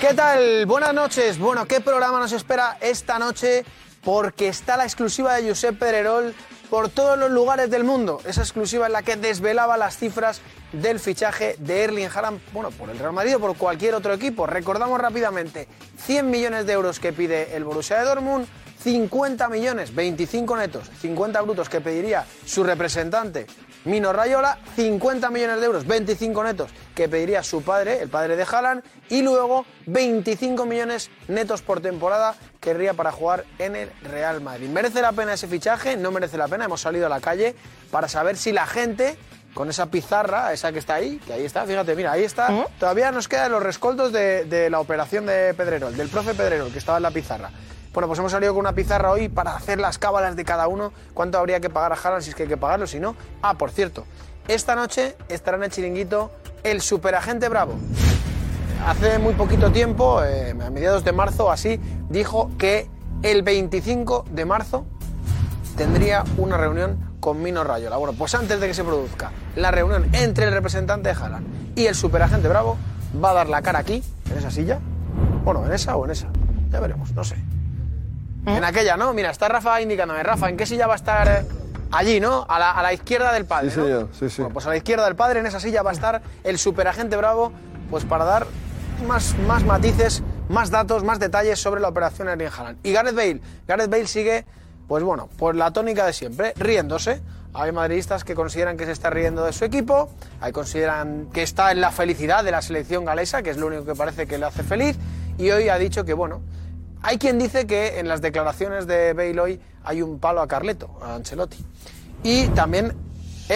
¿Qué tal? Buenas noches. Bueno, ¿qué programa nos espera esta noche? Porque está la exclusiva de Josep Pedrerol por todos los lugares del mundo. Esa exclusiva en la que desvelaba las cifras del fichaje de Erling Haaland, bueno, por el Real Madrid o por cualquier otro equipo. Recordamos rápidamente, 100 millones de euros que pide el Borussia de Dortmund, 50 millones, 25 netos, 50 brutos que pediría su representante Mino Rayola, 50 millones de euros, 25 netos que pediría su padre, el padre de Haaland, y luego 25 millones netos por temporada querría para jugar en el Real Madrid. ¿Merece la pena ese fichaje? No merece la pena, hemos salido a la calle para saber si la gente con esa pizarra, esa que está ahí, que ahí está, fíjate, mira, ahí está. ¿Eh? Todavía nos quedan los rescoldos de, de la operación de Pedrerol, del profe Pedrerol, que estaba en la pizarra. Bueno, pues hemos salido con una pizarra hoy para hacer las cábalas de cada uno, cuánto habría que pagar a Haaland, si es que hay que pagarlo, si no. Ah, por cierto, esta noche estará en el chiringuito el superagente Bravo. Hace muy poquito tiempo, eh, a mediados de marzo, así, dijo que el 25 de marzo tendría una reunión con Mino Rayola. Bueno, pues antes de que se produzca la reunión entre el representante de Haaland y el superagente Bravo, va a dar la cara aquí, en esa silla. Bueno, en esa o en esa. Ya veremos, no sé. En aquella, ¿no? Mira, está Rafa indicándome. Rafa, ¿en qué silla va a estar? eh? Allí, ¿no? A la, a la izquierda del padre. Sí, ¿no? señor, sí, sí. Bueno, pues a la izquierda del padre, en esa silla va a estar el superagente Bravo, pues para dar más, más matices, más datos, más detalles sobre la operación Erling Haaland. Y Gareth Bale. Gareth Bale sigue, pues bueno, por la tónica de siempre, riéndose. Hay madridistas que consideran que se está riendo de su equipo, hay consideran que está en la felicidad de la selección galesa, que es lo único que parece que le hace feliz, y hoy ha dicho que, bueno, hay quien dice que en las declaraciones de Bale hoy hay un palo a Carleto, a Ancelotti. Y también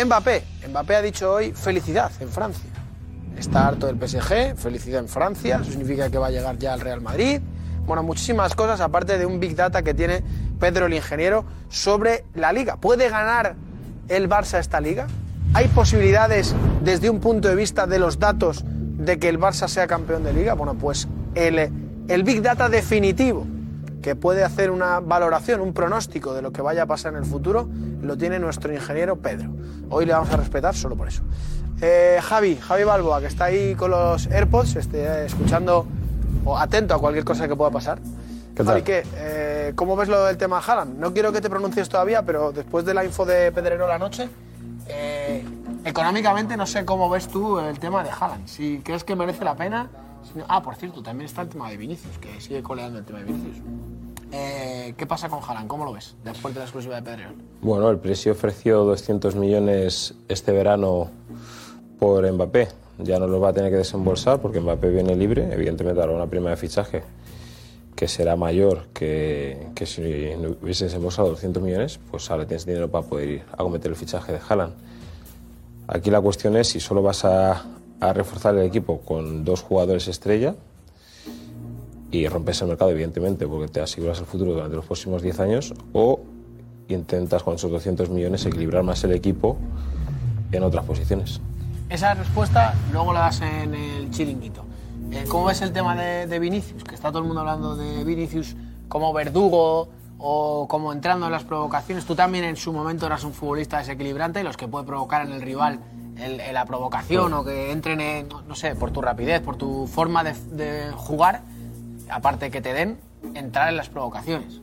Mbappé. Mbappé ha dicho hoy felicidad en Francia. Está harto del PSG, felicidad en Francia, eso significa que va a llegar ya al Real Madrid. Bueno, muchísimas cosas, aparte de un big data que tiene Pedro el ingeniero sobre la liga. ¿Puede ganar el Barça esta liga? ¿Hay posibilidades desde un punto de vista de los datos de que el Barça sea campeón de liga? Bueno, pues el, el big data definitivo que puede hacer una valoración, un pronóstico de lo que vaya a pasar en el futuro, lo tiene nuestro ingeniero Pedro. Hoy le vamos a respetar solo por eso. Eh, Javi, Javi Balboa, que está ahí con los AirPods, este, escuchando o atento a cualquier cosa que pueda pasar. ¿Qué Javi, tal? ¿qué? Eh, ¿cómo ves lo del tema Haaland? No quiero que te pronuncies todavía, pero después de la info de Pedrero la noche, eh, económicamente no sé cómo ves tú el tema de Haaland. Si crees que merece la pena... si no- Ah, por cierto, también está el tema de Vinicius, que sigue coleando el tema de Vinicius. Eh, ¿Qué pasa con Haaland? ¿Cómo lo ves después de la exclusiva de Pedrero? Bueno, el Presi ofreció 200 millones este verano por Mbappé. Ya no los va a tener que desembolsar porque Mbappé viene libre. Evidentemente habrá una prima de fichaje que será mayor que, que si no hubiese desembolsado 200 millones, pues ahora tienes dinero para poder ir a cometer el fichaje de Haaland. Aquí la cuestión es si solo vas a, a reforzar el equipo con dos jugadores estrella y rompes el mercado, evidentemente, porque te aseguras el futuro durante los próximos 10 años, o intentas con esos 200 millones equilibrar más el equipo en otras posiciones. Esa respuesta luego la das en el chiringuito. Eh, ¿Cómo ves el tema de, de Vinicius? Que está todo el mundo hablando de Vinicius como verdugo o como entrando en las provocaciones. Tú también en su momento eras un futbolista desequilibrante, los que puede provocar en el rival el- el- la provocación o que entren, en, no sé, por tu rapidez, por tu forma de, de jugar, aparte que te den, entrar en las provocaciones.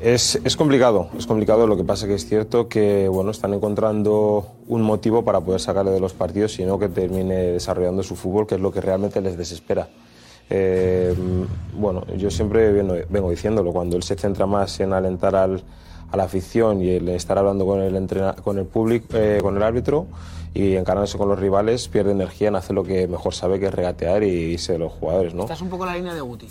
Es, es complicado, es complicado. Lo que pasa que es cierto que bueno, están encontrando un motivo para poder sacarle de los partidos, sino que termine desarrollando su fútbol, que es lo que realmente les desespera. Eh, bueno, yo siempre vengo, vengo diciéndolo, cuando él se centra más en alentar al- a la afición y el estar hablando con el, entrena- con el público, eh, con el árbitro y encarnándose con los rivales, pierde energía en hacer lo que mejor sabe, que es regatear y irse de los jugadores. ¿no? Eh, Estás un poco en la línea de Guti.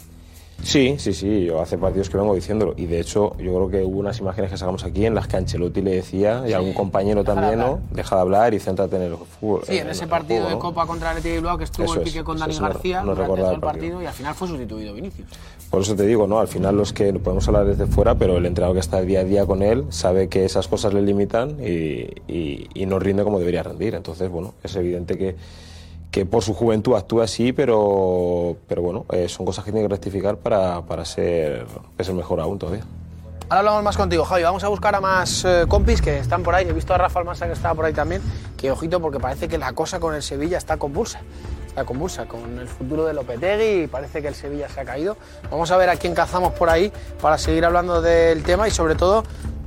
Sí, sí, sí, yo hace partidos que vengo diciéndolo. Y de hecho, yo creo que hubo unas imágenes que sacamos aquí en las que Ancelotti le decía, y algún compañero deja de también, ¿no? hablar. Deja de hablar y céntrate en el fútbol. Sí, en el ese partido juego, de ¿no? Copa contra el Athletic de Bilbao que estuvo Eso el es, pique con eso Dani es, no- García no durante recordaba todo el el partido. partido y al final fue sustituido Vinicius. Por eso te digo, ¿no? Al final los que podemos hablar desde fuera, pero el entrenador que está día a día con él sabe que esas cosas le limitan y, y- y no rinde como debería rendir. Entonces, bueno, es evidente que, que por su juventud actúa así, pero, pero bueno, eh, son cosas que tiene que rectificar para, para ser, para ser mejor aún todavía. Ahora hablamos más contigo, Javi. Vamos a buscar a más eh, compis que están por ahí. He visto a Rafa Almansa que estaba por ahí también. Que ojito, porque parece que la cosa con el Sevilla está convulsa. Está convulsa con el futuro de Lopetegui y parece que el Sevilla se ha caído. Vamos a ver a quién cazamos por ahí para seguir hablando del tema y sobre todo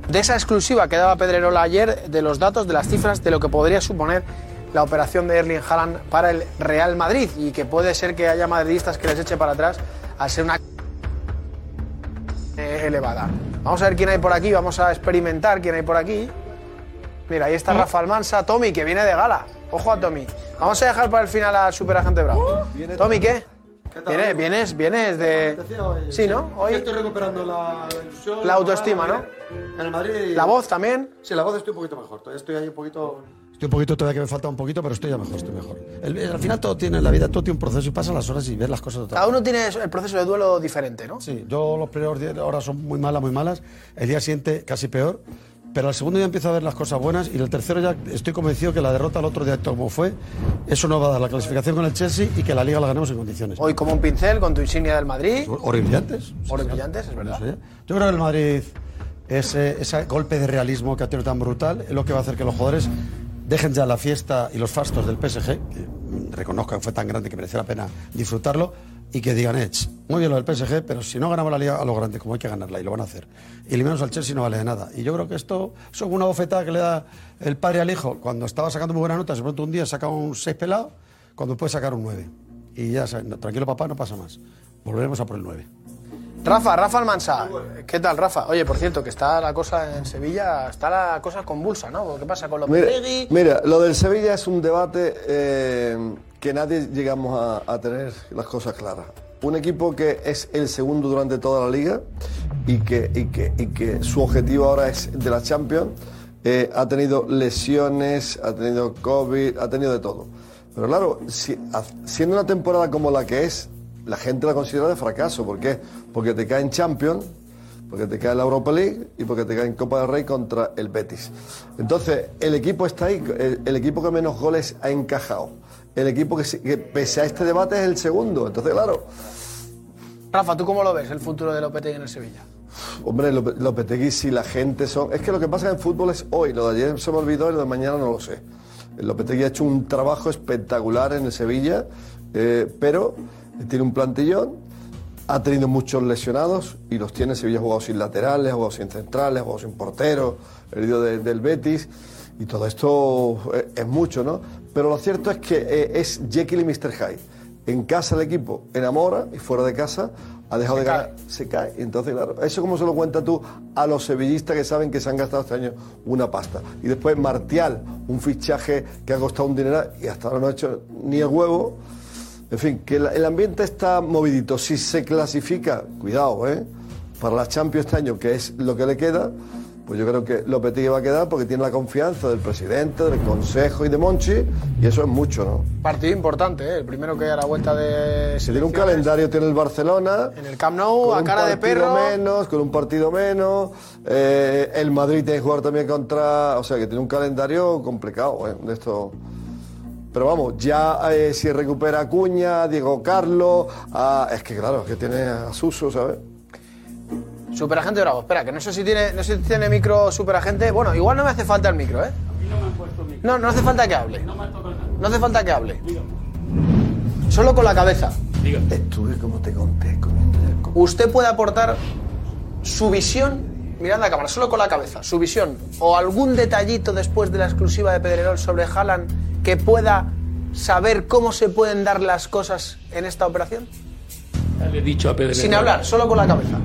de esa exclusiva que daba Pedrerola ayer de los datos, de las cifras, de lo que podría suponer la operación de Erling Haaland para el Real Madrid y que puede ser que haya madridistas que les eche para atrás al ser una eh, elevada. Vamos a ver quién hay por aquí, vamos a experimentar quién hay por aquí. Mira, ahí está Rafa Almansa, Tommy, que viene de gala. Ojo a Tommy. Vamos a dejar para el final a Superagente Bravo. Tommy, ¿qué? Vienes, vienes, vienes de... Sí, ¿no? Hoy estoy recuperando la ilusión. La autoestima, ¿no? En el Madrid. La voz también. Sí, la voz estoy un poquito mejor. Todavía estoy ahí un poquito. Estoy un poquito, todavía que me falta un poquito, pero estoy ya mejor, estoy mejor. El- el- al final todo tiene, en la vida todo tiene un proceso y pasan las horas y ves las cosas de otra Cada uno tiene el proceso de duelo diferente, ¿no? Sí, yo los primeros 10 horas son muy malas, muy malas. El día siguiente casi peor. Pero al segundo día empiezo a ver las cosas buenas y el tercero ya estoy convencido que la derrota al otro día, como fue, eso no va a dar la clasificación con el Chelsea y que la liga la ganemos en condiciones. Hoy como un pincel con tu insignia del Madrid. Pues, Horribilantes. Oro brillantes, es verdad. No sé. ¿Eh? Yo creo que el Madrid, ese, ese golpe de realismo que ha tenido tan brutal, es lo que va a hacer que los jugadores dejen ya la fiesta y los fastos del PSG, que mm, reconozcan que fue tan grande que mereció la pena disfrutarlo, y que digan, Ech, muy bien lo del PSG, pero si no ganamos la liga a lo grande, como hay que ganarla, y lo van a hacer. Y eliminarnos al Chelsea no vale de nada. Y yo creo que esto es una bofetada que le da el padre al hijo. Cuando estaba sacando muy buenas notas, de pronto un día saca un 6 pelado, cuando puede sacar un 9. Y ya, saben, tranquilo papá, no pasa más. Volveremos a por el 9. Rafa, Rafa Almansa. ¿Qué tal, Rafa? Oye, por cierto, que está la cosa en Sevilla, está la cosa convulsa, ¿no? ¿Qué pasa con los Mira, mira, lo del Sevilla es un debate eh, que nadie llegamos a, a tener las cosas claras. Un equipo que es el segundo durante toda la liga y que, y que, y que su objetivo ahora es de la Champions, eh, ha tenido lesiones, ha tenido COVID, ha tenido de todo. Pero claro, si, haz- siendo una temporada como la que es, la gente la considera de fracaso. ¿Por qué? Porque te cae en Champions, porque te cae en la Europa League y porque te cae en Copa del Rey contra el Betis. Entonces, el equipo está ahí, el, el equipo que menos goles ha encajado. El equipo que, se- que pese a este debate es el segundo. Entonces, claro, Rafa, ¿tú cómo lo ves el futuro de Lopetegui en el Sevilla? hombre, Lope- Lopetegui, si la gente son... Es que lo que pasa en fútbol es hoy, lo de ayer se me olvidó y lo de mañana no lo sé. Lopetegui ha hecho un trabajo espectacular en el Sevilla, eh, pero tiene un plantillón, ha tenido muchos lesionados y los tiene. Sevilla ha jugado sin laterales, ha jugado sin centrales, ha jugado sin porteros, el lío de- del Betis. Y todo esto eh, es mucho, ¿no? Pero lo cierto es que eh, es Jekyll y Mr. Hyde. En casa el equipo enamora y fuera de casa ha dejado de ganar, se cae. Entonces, claro, eso como se lo cuenta tú a los sevillistas que saben que se han gastado este año una pasta. Y después Martial, un fichaje que ha costado un dineral y hasta ahora no ha hecho ni el huevo. En fin, que la- el ambiente está movidito. Si se clasifica, cuidado, ¿eh? Para la Champions este año, que es lo que le queda, pues yo creo que Lopetegui va a quedar porque tiene la confianza del presidente, del consejo y de Monchi, y eso es mucho, ¿no? Partido importante, ¿eh? el primero que hay a la vuelta de. Si tiene un calendario, tiene el Barcelona. En el Camp Nou, con Oh, a un cara de partido perro. menos, con un partido menos. Eh, el Madrid tiene que jugar también contra. O sea, que tiene un calendario complicado, ¿eh? De esto. Pero vamos, ya eh, si recupera a Cuña, Diego Carlos. a- es que claro, es que tiene a Suso, ¿sabes? Superagente Bravo, espera, que no sé si tiene, no sé si tiene micro superagente. Bueno, igual no me hace falta el micro, ¿eh? No, no hace falta que hable. No hace falta que hable. Solo con la cabeza. Estuve como te conté comiendo ya el co- Usted puede aportar su visión, mirando a cámara, solo con la cabeza, su visión o algún detallito después de la exclusiva de Pedrerol sobre Haaland que pueda saber cómo se pueden dar las cosas en esta operación. Ya Le he dicho a Pedro. Sin hablar, solo con la cabeza.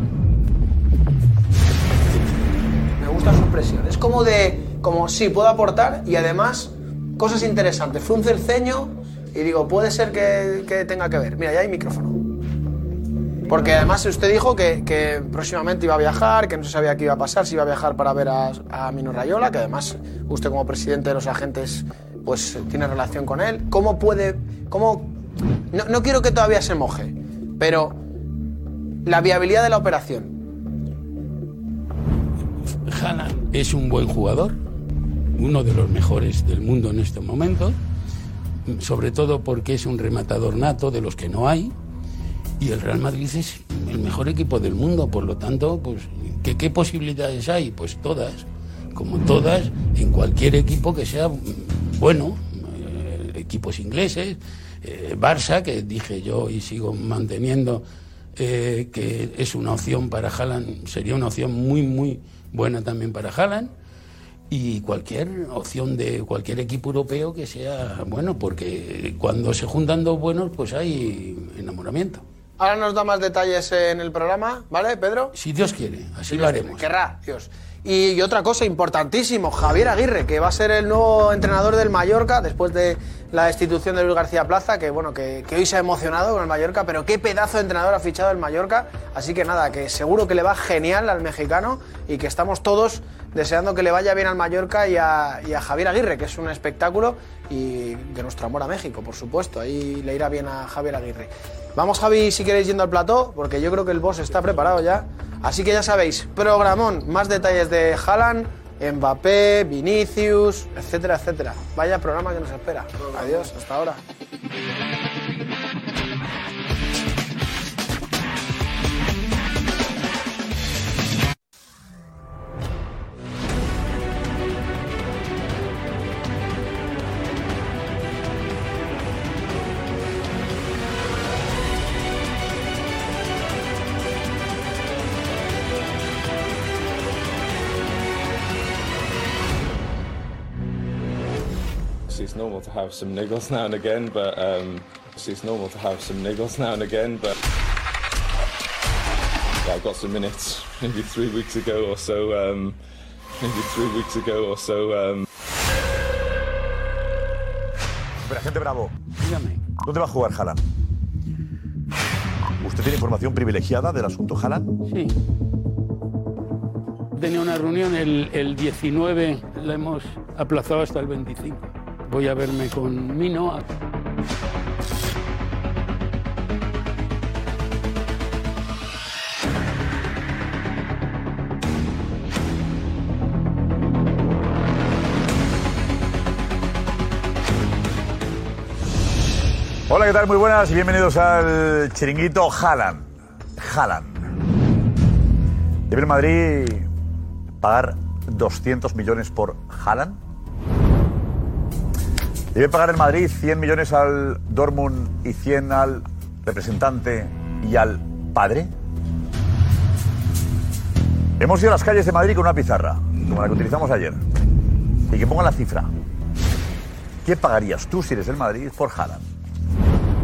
Me gusta su expresión. Es como de, como sí, puedo aportar y además cosas interesantes. Frunce el ceño y digo, puede ser que, que tenga que ver. Mira, ya hay micrófono. Porque además usted dijo que, que próximamente iba a viajar, que no se sabía qué iba a pasar, si iba a viajar para ver a, a Mino Rayola, que además usted como presidente de los agentes pues tiene relación con él. ¿Cómo puede...? Cómo, no, no quiero que todavía se moje, pero la viabilidad de la operación. Haaland es un buen jugador, uno de los mejores del mundo en estos momentos, sobre todo porque es un rematador nato de los que no hay, y el Real Madrid es el mejor equipo del mundo, por lo tanto, pues, ¿qué, qué posibilidades hay? Pues todas, como todas, en cualquier equipo que sea mm, bueno, eh, equipos ingleses, eh, Barça, que dije yo y sigo manteniendo eh, que es una opción para Haaland, sería una opción muy, muy buena también para Haaland. Y cualquier opción de cualquier equipo europeo que sea bueno, porque cuando se juntan dos buenos, pues hay enamoramiento. Ahora nos da más detalles en el programa, ¿vale, Pedro? Si Dios quiere, así lo haremos. Querrá, Dios. Y, y otra cosa importantísimo, Javier Aguirre, que va a ser el nuevo entrenador del Mallorca después de la destitución de Luis García Plaza, que bueno, que, que hoy se ha emocionado con el Mallorca, pero qué pedazo de entrenador ha fichado el Mallorca. Así que nada, que seguro que le va genial al mexicano y que estamos todos deseando que le vaya bien al Mallorca y a, y a Javier Aguirre, que es un espectáculo y de nuestro amor a México, por supuesto. Ahí le irá bien a Javier Aguirre. Vamos, Javi, si queréis yendo al plató, porque yo creo que el boss está preparado ya. Así que ya sabéis, programón, más detalles de Haaland, Mbappé, Vinicius, etcétera, etcétera. Vaya programa que nos espera. Adiós, hasta ahora. It's normal to have some niggles now and again, but um, it's normal to have some niggles now and again, but yeah, I got some minutes maybe three weeks ago or so. Um, maybe three weeks ago or so. Um, Pero, gente bravo. ¿Dónde va a jugar Haaland? ¿Usted tiene información privilegiada del asunto Haaland? Sí. Tenía una reunión el, el 19, la hemos aplazado hasta el 25. Voy a verme con Mino. Hola, ¿qué tal? Muy buenas y bienvenidos al chiringuito Haaland. Haaland. ¿Debe el Madrid pagar 200 millones por Haaland? ¿Debe pagar el Madrid 100 millones al Dortmund y 100 al representante y al padre? Hemos ido a las calles de Madrid con una pizarra, como la que utilizamos ayer, y que ponga la cifra. ¿Qué pagarías tú si eres el Madrid por Haaland?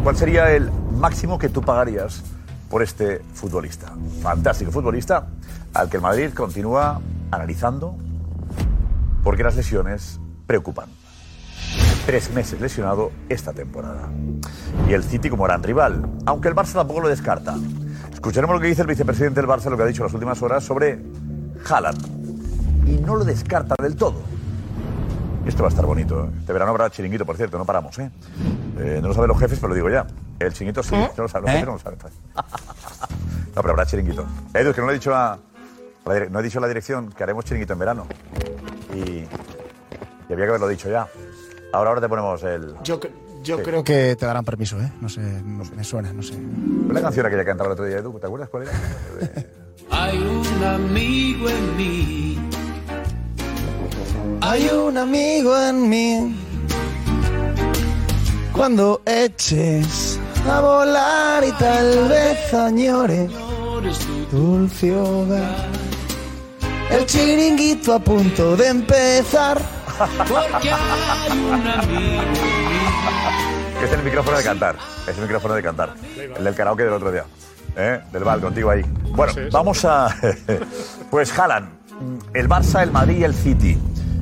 ¿Cuál sería el máximo que tú pagarías por este futbolista? Fantástico futbolista al que el Madrid continúa analizando porque las lesiones preocupan. Tres meses lesionado esta temporada. Y el City como gran rival, aunque el Barça tampoco lo descarta. Escucharemos lo que dice el vicepresidente del Barça, lo que ha dicho en las últimas horas sobre Haaland. Y no lo descarta del todo. Esto va a estar bonito. ¿eh? Este verano habrá chiringuito, por cierto, no paramos. ¿eh? Eh, no lo saben los jefes, pero lo digo ya. El chiringuito sí, no lo saben los jefes, no lo saben. No, pero habrá chiringuito. Edu, es que no le he dicho a, a la, dire- no he dicho a la dirección que haremos chiringuito en verano. Y, y había que haberlo dicho ya. Ahora, ahora te ponemos el... Yo, cre- yo Sí. creo que te darán permiso, ¿eh? No sé, no- me suena, no sé. La canción aquella que cantaba el otro día, Edu, ¿te acuerdas cuál era? Hay un amigo en mí. Hay un amigo en mí. Cuando eches a volar y tal vez añore tu dulce hogar. El chiringuito a punto de empezar. Porque hay un Que es el micrófono de cantar. Es el micrófono de cantar. El del karaoke del otro día. ¿Eh? Del bar, contigo ahí. Bueno, vamos a. pues Haaland, el Barça, el Madrid y el City.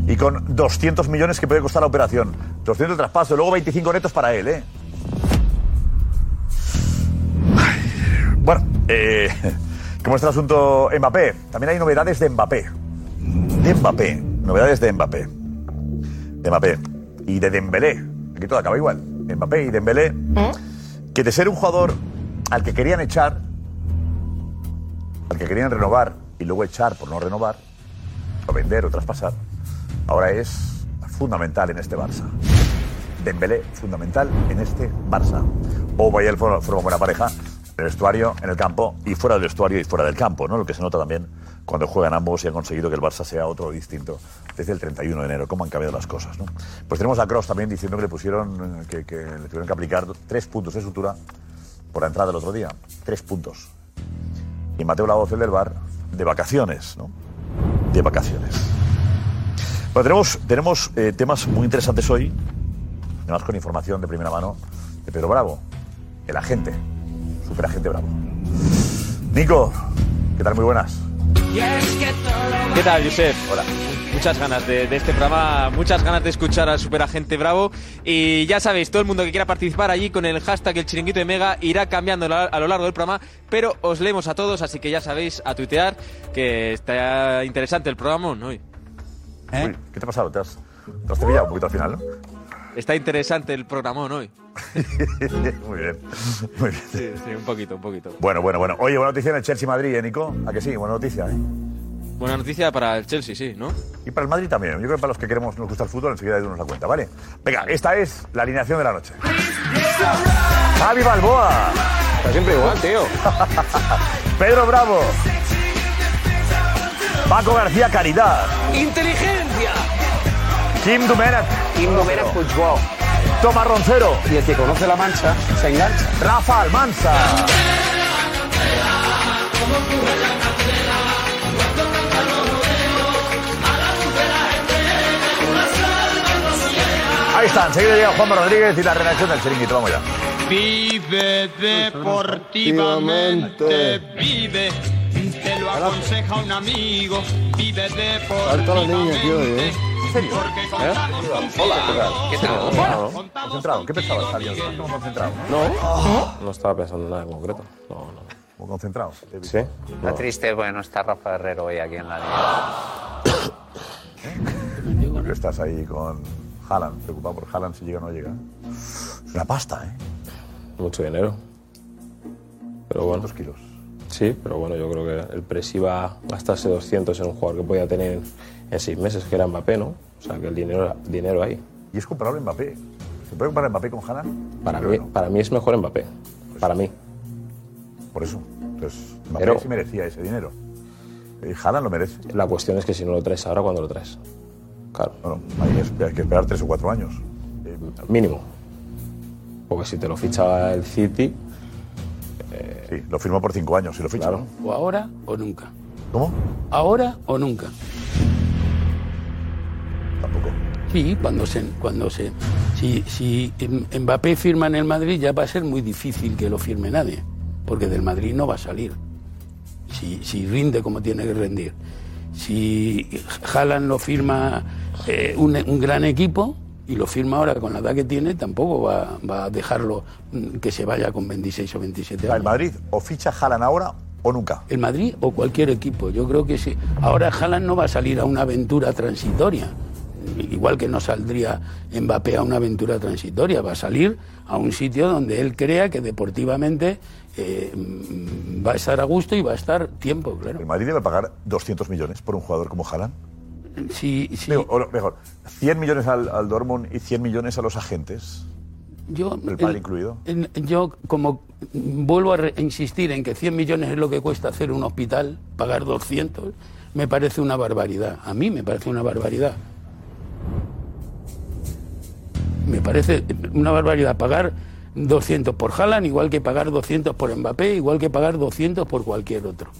Y con 200 millones que puede costar la operación. 200 de traspaso, luego 25 netos para él, ¿eh? Ay, Bueno, eh, ¿cómo está el asunto Mbappé? También hay novedades de Mbappé. De Mbappé. Novedades de Mbappé. De Mbappé. Y de Dembélé. Aquí todo acaba igual. Mbappé y Dembélé. Que de ser un jugador al que querían echar, al que querían renovar y luego echar por no renovar, o vender o traspasar, ahora es fundamental en este Barça. Dembélé, fundamental en este Barça. O Bayern forma forma buena pareja en el estuario, en el campo y fuera del estuario y fuera del campo, ¿no? Lo que se nota también cuando juegan ambos y han conseguido que el Barça sea otro distinto desde el 31 de enero, cómo han cambiado las cosas, ¿no? Pues tenemos a Cross también diciendo que le pusieron, eh, que, que le tuvieron que aplicar tres puntos de sutura por la entrada del otro día. Tres puntos. Y Mateo Laoz, el del bar, de vacaciones, ¿no? De vacaciones. Bueno, tenemos, tenemos eh, temas muy interesantes hoy, además con información de primera mano de Pedro Bravo, el agente, superagente Bravo. Nico, ¿qué tal? Muy buenas. ¿Qué tal, Josep? Hola. Muchas ganas de, de este programa, muchas ganas de escuchar al Superagente Bravo. Y ya sabéis, todo el mundo que quiera participar allí con el hashtag El Chiringuito de Mega irá cambiando a a lo largo del programa, pero os leemos a todos, así que ya sabéis, a tuitear, que está interesante el programa ¿no? hoy. Uy, ¿Qué te ha pasado? ¿Te has, te has cepillado un poquito al final, no? Está interesante el programón hoy. Muy bien. Muy bien. Sí, sí, un poquito, un poquito. Bueno, bueno, bueno. Oye, buena noticia en el Chelsea-Madrid, ¿eh, Nico? ¿A que sí? Buena noticia, ¿eh? Buena noticia para el Chelsea, sí, ¿no? Y para el Madrid también. Yo creo que para los que queremos, nos gusta el fútbol, enseguida de la cuenta, ¿vale? Venga, esta es la alineación de la noche. Javi Balboa. Está siempre igual, tío. Pedro Bravo. Paco García Caridad. Inteligencia. Kim Dumerat. Kim Dumerat Fútbol. Tomás Roncero. Y el que conoce la mancha se engancha. Rafa Almanza. Ahí está, enseguida llega Juanma Rodríguez y la redacción del chiringuito. Vamos ya. Vive deportivamente, vive. Te lo aconseja un amigo, vive Ahorita la niña, tío, deportivamente. ¿eh? Porque contamos con ¿Qué tal? Concentrado. ¿Qué pensabas, Javier? ¿Estás como concentrado? No. No estaba pensando en nada en concreto. No, no. Muy concentrado. ¿Sí? Oh. Lo triste es bueno está Rafa Herrero hoy aquí en la liga. Porque estás ahí con Haaland, preocupado por Haaland si llega o no llega. Es una pasta, ¿eh? Mucho dinero. Pero bueno. ¿Cuántos kilos? Sí, pero bueno, yo creo que el Presi iba a gastarse 200 en un jugador que podía tener en seis meses, que era Mbappé, ¿no? O sea, que el dinero, era- dinero ahí. ¿Y es comparable Mbappé? ¿Se puede comparar Mbappé con Haaland? Para mí, para mí es mejor Mbappé. Para mí. Pues Por eso. Entonces, Mbappé Pero- sí merecía ese dinero. Y Haaland lo merece. La cuestión es que si no lo traes ahora, ¿cuándo lo traes? Claro. Bueno, hay que esper- hay que esperar tres o cuatro años. Eh, Mínimo. Porque si te lo ficha el City. eh, Sí, lo firmó por cinco años, si lo ficha. Claro. O ahora o nunca. ¿Cómo? Ahora o nunca. Tampoco. Sí, cuando se, cuando se. Si, si M- Mbappé firma en el Madrid, ya va a ser muy difícil que lo firme nadie, porque del Madrid no va a salir. Si, si rinde como tiene que rendir. Si Haaland lo firma eh, un, un gran equipo y lo firma ahora con la edad que tiene, tampoco va, va a dejarlo mm, que se vaya con 26 o 27 años. ¿El Madrid o ficha Haaland ahora o nunca? El Madrid o cualquier equipo. Yo creo que sí. Ahora Haaland no va a salir a una aventura transitoria. Igual que no saldría Mbappé a una aventura transitoria, va a salir a un sitio donde él crea que deportivamente eh, mm, va a estar a gusto y va a estar tiempo, claro. ¿El Madrid debe pagar 200 millones por un jugador como Haaland? Sí, sí. o lo- mejor, 100 millones al, al Dortmund y 100 millones a los agentes. Yo, El padre incluido. en- yo como vuelvo a re- insistir en que 100 millones es lo que cuesta hacer un hospital, pagar 200, me parece una barbaridad. A mí me parece una barbaridad. Me parece una barbaridad pagar 200 por Haaland, igual que pagar 200 por Mbappé, igual que pagar 200 por cualquier otro.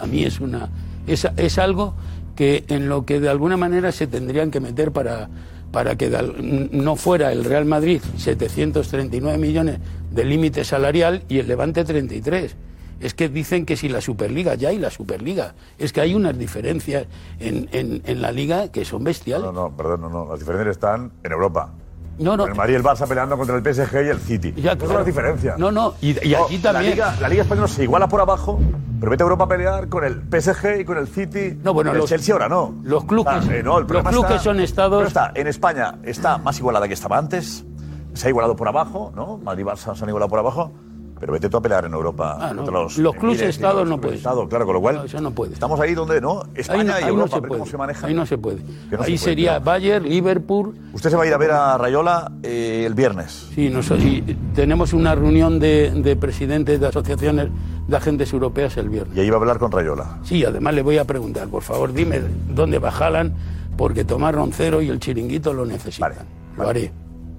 A mí es una es, es algo que en lo que de alguna manera se tendrían que meter para para que de al- no fuera el Real Madrid 739 millones de límite salarial y el Levante 33. Es que dicen que si la Superliga, ya hay la Superliga. Es que hay unas diferencias en, en- en la liga que son bestiales. No, no, perdón, no, no. Las diferencias están en Europa. No, no. El Madrid y el Barça peleando contra el PSG y el City. Ya, claro. es la diferencia. Oh, No, no, y- y aquí también. La Liga, la Liga Española se iguala por abajo, pero vete a Europa a pelear con el PSG y con el City. No, bueno, el los- Chelsea ahora no. Los clubes, Claro, eh, no, el los problema clubes está- son estados- pero está, en España está más igualada que estaba antes. Se ha igualado por abajo, ¿no? Madrid y Barça se han igualado por abajo. Pero vete tú a pelear en Europa. Ah, no. contra los Los clubes Emirates y estados los no clubes pueden. Estado, claro, con lo cual. No, eso no puede. Estamos ahí donde, ¿no? España Ahí no- y ahí no Europa. se pero ¿Cómo puede. se maneja? Ahí no se puede. Que no ahí se puede, sería claro. Bayern, Liverpool. Usted se va a ir a ver a Rayola eh, el viernes. Sí, nos- y tenemos una reunión de, de presidentes de asociaciones de agentes europeas el viernes. Y ahí va a hablar con Rayola. Sí, además le voy a preguntar, por favor, dime dónde bajalan, porque tomar roncero y el chiringuito lo necesitan. Lo haré.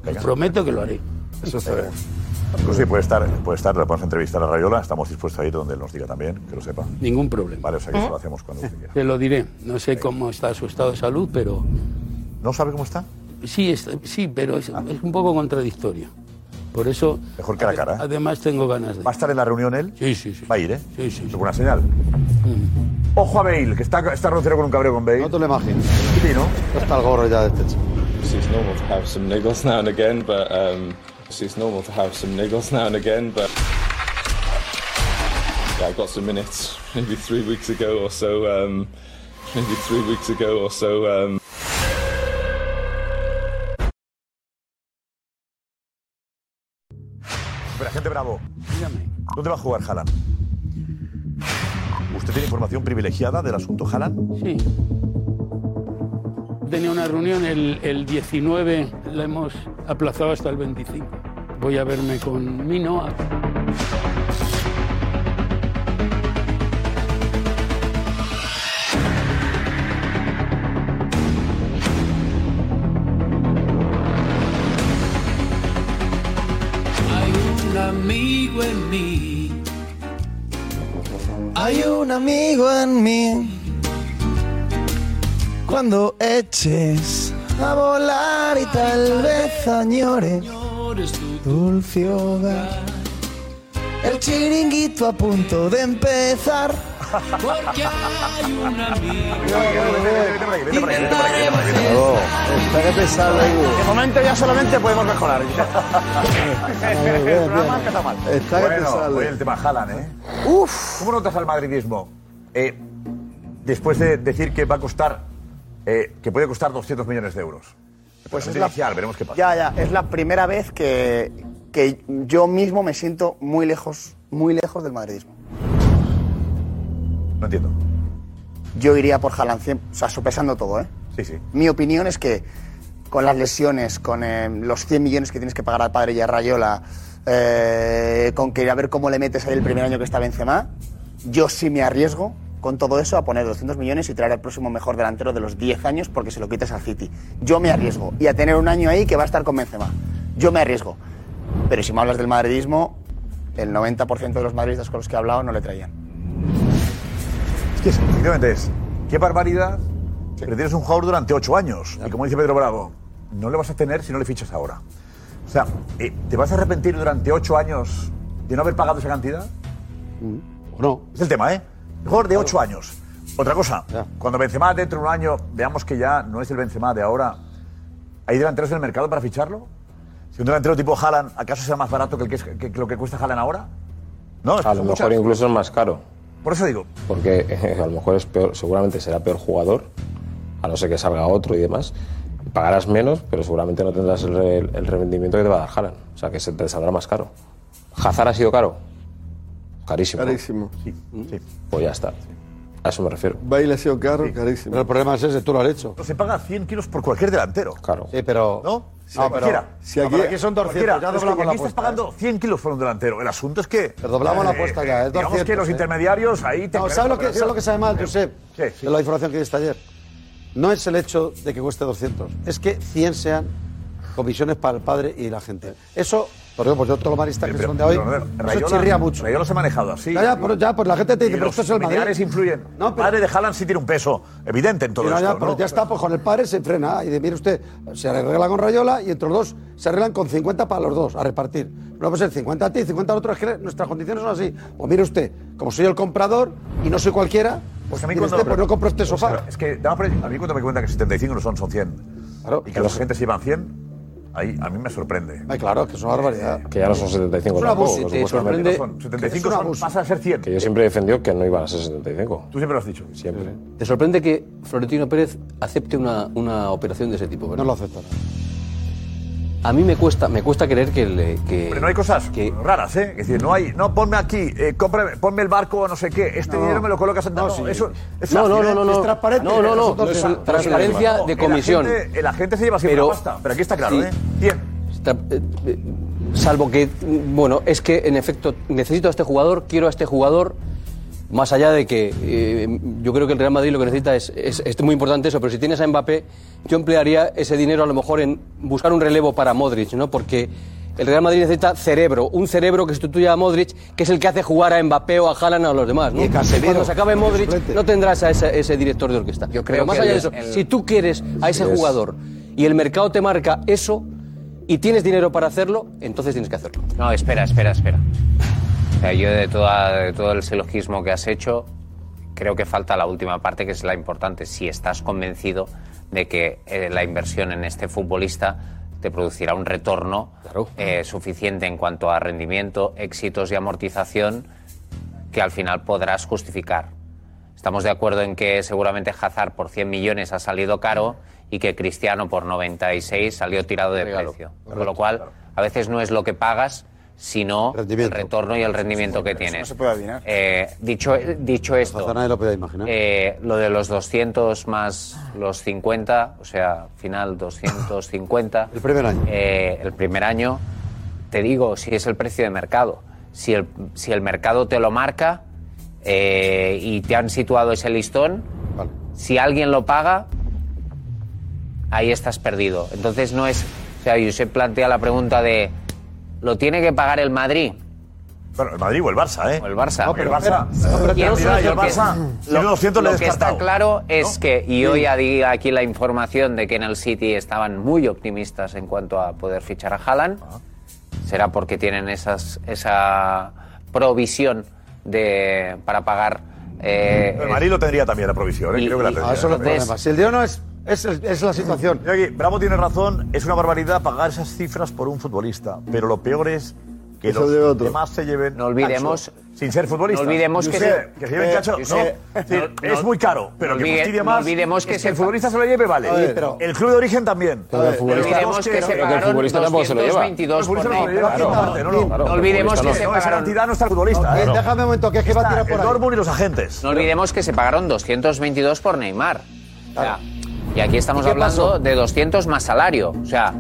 Les prometo que lo haré. Eso está bien. Pues sí, puede estar, puede estar, le podemos entrevistar a Rayola, estamos dispuestos a ir donde nos diga también, que lo sepa. Ningún problema. Vale, o sea que eso lo hacemos cuando usted quiera. Te lo diré. No sé cómo está su estado de salud, pero. ¿No sabe cómo está? Ah. Sí, está- sí pero es, es un poco contradictorio. Por eso. Mejor cara a cara, ¿eh? Además, tengo ganas de. ¿Va a estar en la reunión él? Sí, sí, sí. Va a ir, ¿eh? Sí, sí. sí. ¿Alguna señal? Mm. Ojo a Bale, que está, está Roncero con un cabreo con Bale. No te lo imagino. Sí, ¿no? Está el gorro ya de techo. It's normal to have some niggles now and again, but um, it's normal to have some niggles now and again, but yeah, I got some minutes maybe three weeks ago or so. Um, maybe three weeks ago or so. Um, Pero, gente bravo. ¿Dónde va a jugar Haaland? ¿Usted tiene información privilegiada del asunto Haaland? Sí. Tenía una reunión el, el 19, la hemos aplazado hasta el 25. Voy a verme con Mino. Hay un amigo en mí. Hay un amigo en mí. Cuando eches a volar y tal vez añore dulce hogar. El chiringuito a punto de empezar. Porque hay un amigo. Está que De momento ya solamente podemos mejorar. El programa empezó mal. Está que te bueno, sale. oye, el tema Haaland, ¿eh? Uf. ¿Cómo notas al madridismo? Eh, después de decir que va a costar, eh, que puede costar 200 millones de euros. Pues es la- inicial, veremos qué pasa. Ya, ya, es la primera vez que, que yo mismo me siento muy lejos, muy lejos del madridismo. No entiendo. Yo iría por Haaland, cien- o sea, sopesando todo, ¿eh? Sí, sí. Mi opinión es que con las lesiones, con eh, los 100 millones que tienes que pagar al padre y a Rayola, eh, con que a ver cómo le metes ahí el primer año que está Benzema, yo sí me arriesgo con todo eso a poner 200 millones y traer al próximo mejor delantero de los 10 años porque se lo quitas al City. Yo me arriesgo y a tener un año ahí que va a estar con Benzema. Yo me arriesgo. Pero si me hablas del madridismo, el 90% de los madridistas con los que he hablado no le traían. Es que es- efectivamente es. Qué barbaridad. Pero tienes un jugador durante ocho años. Y como dice Pedro Bravo, no le vas a tener si no le fichas ahora. O sea, eh, ¿te vas a arrepentir durante ocho años de no haber pagado esa cantidad? Mm. ¿O no? Es el tema, ¿eh? Un Jugador de ocho años. Otra cosa, cuando Benzema dentro de un año veamos que ya no es el Benzema de ahora, ¿hay delanteros en el mercado para ficharlo? Si un delantero tipo Haaland, ¿acaso sea más barato que, el que es- que- que lo que cuesta Haaland ahora? No, es que a lo mejor son muchas. incluso es más caro. Por eso digo. Porque a lo mejor es peor, seguramente será peor jugador, a no ser que salga otro y demás. Pagarás menos, pero seguramente no tendrás el, re- el rendimiento que te va a dar Haaland. O sea, que se te saldrá más caro. ¿Hazard ha sido caro? Carísimo. Carísimo. Sí, sí. Pues ya está. A eso me refiero. Baile ha sido caro, carísimo. Pero el problema es ese, tú lo has hecho. Se paga 100 kilos por cualquier delantero. Claro. Sí, pero. ¿No? Si no, cualquiera. pero- si aquí- cualquiera. ya Es que aquí doblamos la estás apuesta. ¿eh? pagando 100 kilos por un delantero. El asunto es que. eh, doblamos la apuesta ya, es digamos que 200, los ¿eh? intermediarios ahí te. No, crean ¿sabes lo, una que, operación. ¿sabes lo que sabe mal, Josep? ¿Qué? De la información que diste ayer. No es el hecho de que cueste 200, es que 100 sean comisiones para el padre y la gente. Eso, por ejemplo, pues yo todos los maristas que son de hoy, Pero, eso Rayola- chirría mucho. Rayola se ha manejado así. Ya, ya, pero, ya, pues la gente te Y dice, pero los esto es el Madrid. familiares influyen. El Padre de Haaland sí tiene un peso evidente en todo Y no, esto. ya, pero ¿no? ya está, pues con el padre se frena. Y de, mire usted, se arregla con Rayola y entre los dos se arreglan con 50 para los dos, a repartir. No pues el 50 a ti, 50 al otro, es que nuestras condiciones son así. Pues mire usted, como soy el comprador y no soy cualquiera, pues, a mí mire cuando- usted, pues no compro este o sea, sofá. es que, dame por- a mí cuando me cuenta que 75 no son, son 100. Y que los agentes llevan 100. Ahí, a mí me sorprende. Ay, claro, que es una barbaridad. Que ya no son 75 Es un tampoco, abuso, que te supuestamente sorprende no son. que es un abuso. Pasa a ser 100. Que yo siempre he defendido que no iban a ser 75. Tú siempre lo has dicho. Siempre. ¿Te sorprende que Florentino Pérez acepte una, una operación de ese tipo? ¿verdad? No lo aceptará. A mí me cuesta, me cuesta creer que... le- que- Pero no hay cosas raras, ¿eh? Es decir, no hay, no, ponme aquí, eh, cómprame- ponme el barco, no sé qué, este dinero me lo colocas en... No, eso es No, no, no, fácil, ¿eh? no, no. Es transparente. No, no, no. Eso No es es- transparencia de El comisión. agente- El agente se lleva siempre Pero- la pasta, pero aquí está claro, sí. ¿eh? Bien. Está- eh, eh, salvo que, mm, bueno, es que en efecto necesito a este jugador, quiero a este jugador, más allá de que eh, yo creo que el Real Madrid lo que necesita es, es, es muy importante eso, pero si tienes a Mbappé, yo emplearía ese dinero a lo mejor en buscar un relevo para Modric, ¿no? Porque el Real Madrid necesita cerebro, un cerebro que sustituya a Modric, que es el que hace jugar a Mbappé o a Haaland o a los demás, ¿no? Y Casemiro, Cuando se acabe de Modric, suplente. no tendrás a ese, ese director de orquesta. Yo pero creo más que allá el- de eso, el- si tú quieres a ese Así es. jugador y el mercado te marca eso y tienes dinero para hacerlo, entonces tienes que hacerlo. No, espera, espera, espera. O sea, yo de, toda, de todo el silogismo que has hecho, creo que falta la última parte, que es la importante. Si estás convencido de que eh, la inversión en este futbolista te producirá un retorno eh, suficiente en cuanto a rendimiento, éxitos y amortización que al final podrás justificar. Estamos de acuerdo en que seguramente Hazard por 100 millones ha salido caro y que Cristiano por 96 salió tirado de precio. Con lo cual, a veces no es lo que pagas, sino el retorno y el rendimiento que tienes. se puede adivinar. Eh, dicho, dicho esto, Nadie lo podía imaginar. eh, lo de los 200 más los 50, o sea, final 250. el primer año. el primer año, te digo, si es el precio de mercado. Si el, si el mercado te lo marca eh, y te han situado ese listón, si alguien lo paga, ahí estás perdido. Entonces no es... O sea, Josep plantea la pregunta de, ¿lo tiene que pagar el Madrid? Bueno, el Madrid o el Barça, ¿eh? O el Barça. No, pero el Barça- no, pero Y te lo eso dirá, es y el lo que- Barça, lo- tiene 200 le lo que está descartado, claro es que, y hoy había aquí la información de que en el City estaban muy optimistas en cuanto a poder fichar a Haaland, Ah. será porque tienen esas, esa provisión de, para pagar... eh, El Madrid lo tendría también la provisión, ¿eh? Y- creo que la y- tendría. Ah, eso es el también. problema. Si el dinero no es, es, es la situación. Mira aquí, Bravo tiene razón, es una barbaridad pagar esas cifras por un futbolista, pero lo peor es que Eso los debe otro. demás se lleven No olvidemos- cacho, sin ser futbolistas. No olvidemos que Josep, se- se lleven eh, cacho, no, Josep, es decir, no- es no- muy caro, pero no que olvide- fastidia no más. olvidemos que es se- el futbolista se lo lleve, vale. A ver, pero- el club de origen también. Pero el futbolista- olvidemos que se pagaron 222 El futbolista por no se lo lleva, Neymar. esa parte, no, no. Claro, No olvidemos que se No, esa pagaron- entidad no está el futbolista. No, ¿eh? déjame un momento, que es que va a tirar por El Dortmund y los agentes. No olvidemos que se pagaron 222 por Neymar. O sea, y aquí estamos ¿Y qué hablando pasó? de 200 más salario. O sea,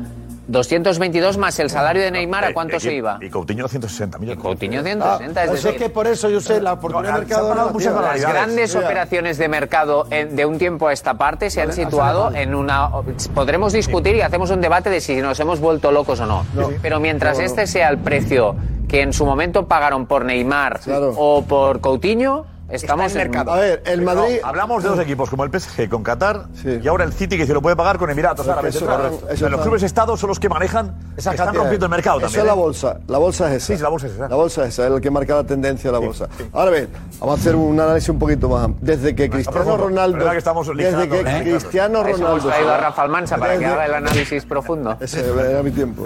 222 más el salario de Neymar, ¿a cuánto Eh, se y- iba? Y Coutinho Ah, 160 millones. Y Coutinho 160, es pues es decir- que por eso yo eh, sé la oportunidad No, de mercado. no la tiene. Las grandes Mira, operaciones de mercado en- de un tiempo a esta parte se han Vale, situado hacen en una. Podremos discutir y hacemos un debate de si nos hemos vuelto locos o no. Pero mientras No, no. este sea el precio que en su momento pagaron por Neymar o por Coutinho, estamos en mercado. Pero Eh, hablamos de dos equipos, como el PSG con Qatar y ahora el City que se lo puede pagar con Emiratos Porque Árabes. eso- Claro. eso O sea, los está- clubes estados son los que manejan, que están rompiendo el mercado Eso también. es la ¿eh? bolsa. La bolsa es esa. Sí, la bolsa es esa. La bolsa es esa, es el que marca la tendencia de la bolsa. Ahora bien, vamos a hacer un análisis un poquito más. amplio. Desde que Cristiano profundo. Ronaldo. ¿Verdad que estamos desde ligerando, que eh? Cristiano Por eso hemos Ronaldo. traído a Rafa Almansa para que Desde- haga el análisis profundo. Ese era mi tiempo.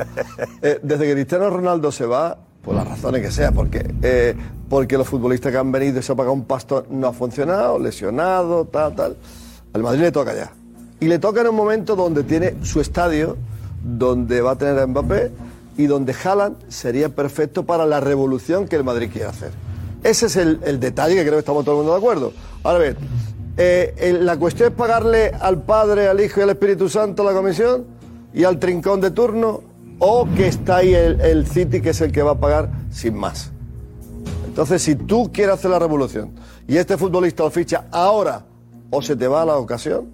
Eh, desde que Cristiano Ronaldo se va, por las razones que sea, porque, eh, porque los futbolistas que han venido y se ha pagado un pasto no ha funcionado, lesionado, tal, tal. Al Madrid le toca ya. Y le toca en un momento donde tiene su estadio, donde va a tener a Mbappé y donde Haaland sería perfecto para la revolución que el Madrid quiere hacer. Ese es el, el detalle que creo que estamos todo el mundo de acuerdo. Ahora bien, eh, el- la cuestión es pagarle al Padre, al Hijo y al Espíritu Santo la comisión y al trincón de turno o que está ahí el, el City que es el que va a pagar sin más. Entonces, si tú quieres hacer la revolución y este futbolista lo ficha ahora o se te va la ocasión,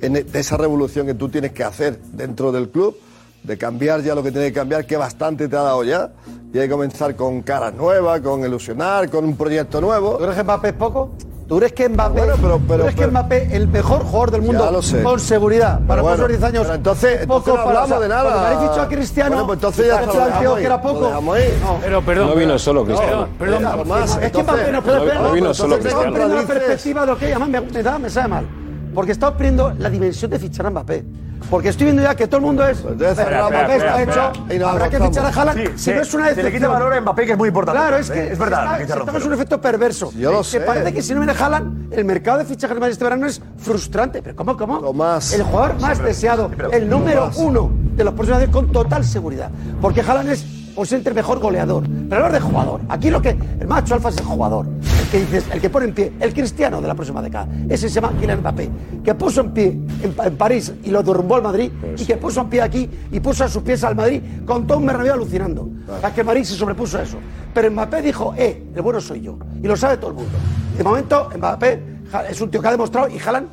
en e- de esa revolución que tú tienes que hacer dentro del club, de cambiar ya lo que tiene que cambiar, que bastante te ha dado ya, y hay que comenzar con caras nuevas, con ilusionar, con un proyecto nuevo. ¿Tú crees que Mbappé es poco? ¿Tú crees que Mbappé, pero, pero, Pero es que Mbappé, el mejor jugador del mundo, Ya lo sé. con seguridad, para Pero bueno, muchos 10 años. pero entonces- es entonces no para- hablamos de nada. Cuando me habéis dicho a Cristiano, Bueno, pues entonces ya te lo planteó dejamos que era ahí, lo poco. dejamos ahí. No. Pero perdón. No vino solo Cristiano. No, perdón, Era más, es que Mbappé no, entonces- pero, No- pero- no vino solo Cristiano. entonces Estamos perdiendo la Dices- perspectiva de lo que llaman, me, me da, me sabe mal. Porque estamos perdiendo la dimensión de fichar a Mbappé. Porque estoy viendo ya que todo el mundo es. Pues cerrado, Mbappé está espera, hecho. espera. Y nos habrá que avanzamos. fichar a Haaland Sí, si se- no es una se le quita decepción. valor a Mbappé, que es muy importante. Claro, es Es que. verdad, está- lo que dice Roncero. Estamos en un efecto perverso. Yo lo Que sé. Parece que si no viene Haaland, el mercado de fichajes del Madrid este verano es frustrante. Pero ¿cómo, cómo? El jugador más deseado, el número Tomás. uno de los próximos años con total seguridad. Porque Haaland es posiblemente el mejor goleador. Pero hablar de jugador. Aquí lo que. El macho alfa es el jugador. El que dices, el que pone en pie, el cristiano de la próxima década. Ese se llama Kylian Mbappé. Que puso en pie en, Pa- en París y lo derrumbó al Madrid. Y que puso en pie aquí y puso a sus pies al Madrid con todo un Bernabéu alucinando. Es que Madrid se sobrepuso a eso. Pero Mbappé dijo, eh, el bueno soy yo. Y lo sabe todo el mundo. De momento, Mbappé ja- es un tío que ha demostrado y Haaland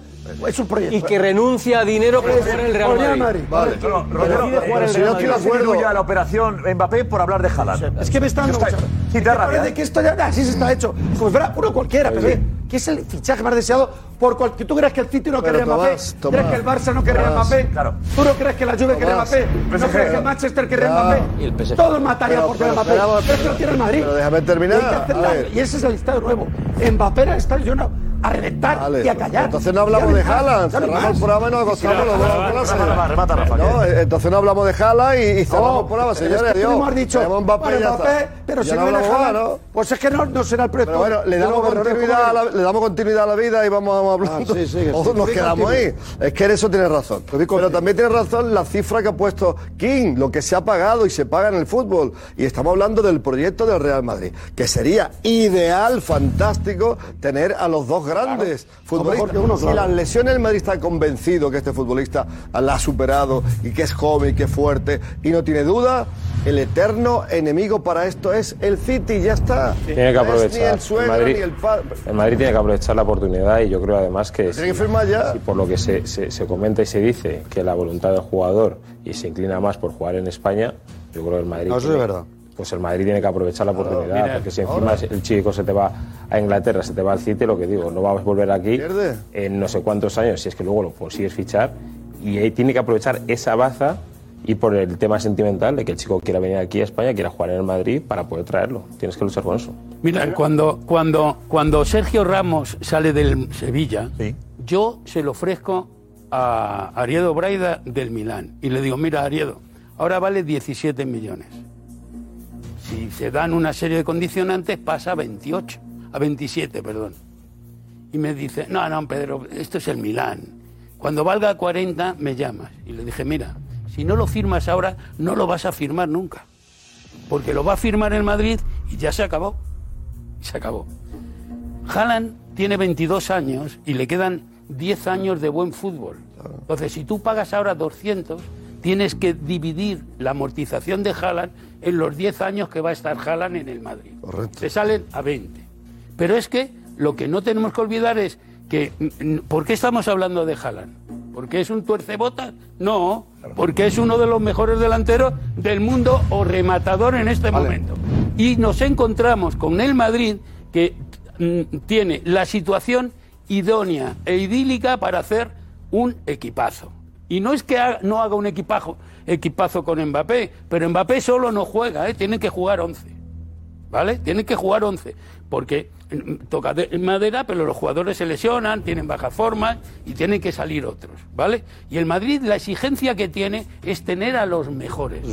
es un proyecto. Y que renuncia a dinero por Por jugar en el Real Madrid. Vale, no, no, Roncero, Decide jugar eh, en el si Real no estoy de Madrid. acuerdo ya la operación Mbappé por hablar de Haaland. Es que me está dando Yo mucha- estoy- Es Sí, que te da rabia, parece ¿eh? que esto ya nah, así se está hecho. Como si fuera uno cualquiera, pero Oye. oye, que es el fichaje más deseado por cual que tú crees que el City no Pero quería Mbappé, Tomás, crees Tomás, que el Barça no quería Tomás, Mbappé, claro. tú no crees que la Juve quería Tomás, Mbappé, no PSG, crees que el claro. Manchester quería Claro. Mbappé, Y el PSG. todos matarían Pero- por tener pero Mbappé, esperaba- pero es que lo tiene el Madrid. pero déjame terminar, Y hay que hacer a la- ver. Y ese es el listado nuevo. Mbappé era el estadio yo no, a reventar y a callar. Entonces no hablamos de Haaland, cerramos el programa y nos acostamos los dos a la plaza. No, eh, entonces no hablamos de Haaland y, y cerramos el programa, señores, Oh, Pero es que tú adiós. mismo has dicho, Tenemos Mbappé, bueno, ya Mbappé, está. pero Ya si no viene hablamos más, Haaland, pues es que no, no será el proyecto. Pero bueno, le de damos, los errores, continuidad a ¿cómo la, le damos continuidad a la vida y vamos, vamos hablando. Ah, sí, sí, que o sí. nos Sí, quedamos ahí. continúa. Es que en eso tienes razón. Pero también tienes razón la cifra que ha puesto King, lo que se ha pagado y se paga en el fútbol. Y estamos hablando del proyecto del Real Madrid, que sería ideal, fantástico, tener a los dos grandes futbolistas. mejor que uno, Si claro. las lesiones el Madrid está convencido que este futbolista la ha superado y que es joven, que es fuerte y no tiene duda, el eterno enemigo para esto es el City, ya está. Tiene que No es aprovechar. Ni el suegro, El Madrid- ni el padre. El Madrid tiene que aprovechar la oportunidad y yo creo además que. Tiene que firmar ya. si por lo que se, se- se comenta y se dice que la voluntad del jugador y se inclina más por jugar en España, yo creo que el Madrid. No, eso tiene- es verdad. Pues el Madrid tiene que aprovechar la oportunidad, mira, porque si ahora. encima el chico se te va a Inglaterra, se te va al City, lo que digo, no vamos a volver aquí en no sé cuántos años, si es que luego lo consigues fichar, y ahí tiene que aprovechar esa baza y por el tema sentimental de que el chico quiera venir aquí a España, quiera jugar en el Madrid para poder traerlo. Tienes que luchar con eso. Mira, cuando, cuando, cuando Sergio Ramos sale del Sevilla, yo se lo ofrezco a Ariedo Braida del Milán y le digo, mira Ariedo, ahora vale 17 millones. Si se dan una serie de condicionantes pasa a 28, a 27, perdón. Y me dice, no, no, Pedro, esto es el Milán. Cuando valga 40 me llamas. Y le dije, mira, si no lo firmas ahora, no lo vas a firmar nunca. Porque lo va a firmar el Madrid y ya se acabó y se acabó. Haaland tiene 22 años y le quedan 10 años de buen fútbol. Entonces, si tú pagas ahora 200, tienes que dividir la amortización de Haaland en los 10 años que va a estar Haaland en el Madrid. Te salen a 20. Pero es que lo que no tenemos que olvidar es que mm, mm, ¿por qué estamos hablando de Haaland? ¿Porque es un tuercebota? No, porque es uno de los mejores delanteros del mundo o rematador en este momento. Y nos encontramos con el Madrid que mm, tiene la situación idónea e idílica para hacer un equipazo. Y no es que ha- no haga un equipazo, equipazo con Mbappé, pero Mbappé solo no juega, ¿eh? tienen que jugar 11. ¿vale? Tienen que jugar 11, porque mm, toca de- madera, pero los jugadores se lesionan, tienen baja forma y tienen que salir otros, ¿vale? Y el Madrid la exigencia que tiene es tener a los mejores,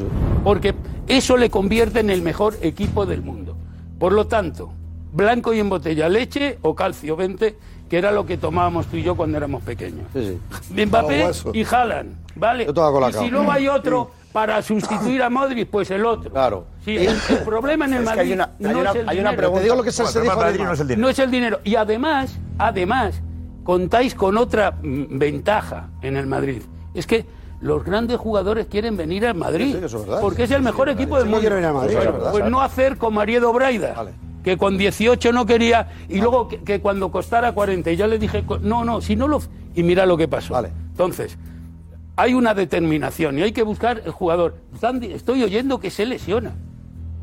porque eso le convierte en el mejor equipo del mundo. Por lo tanto, blanco y en botella, leche o calcio 20, que era lo que tomábamos tú y yo cuando éramos pequeños. Mbappé Ah, hueso. y Haaland, ¿vale? Yo tomo y Colacao. si luego hay otro para sustituir a Modric, pues el otro. Claro. Sí, el, el problema en el ¿Eh? Es que Madrid hay una- no hay una- es el hay una dinero. pregunta- Te digo lo que se- Bueno, se el dijo problema del Madrid además. no es el dinero. No es el dinero. Y además, además, contáis con otra mm, ventaja en el Madrid. Es que los grandes jugadores quieren venir al Madrid. Sí, sí, eso es verdad. Porque es el mejor equipo del Sí, mundo. quiero venir al Madrid, Pues, eso es verdad. pues no hacer como Ariedo Braida. Que con 18 no quería, y luego que, que cuando costara 40, y ya le dije, co- no, no, si no lo. Y mira lo que pasó. Entonces, hay una determinación y hay que buscar el jugador. Están- Estoy oyendo que se lesiona.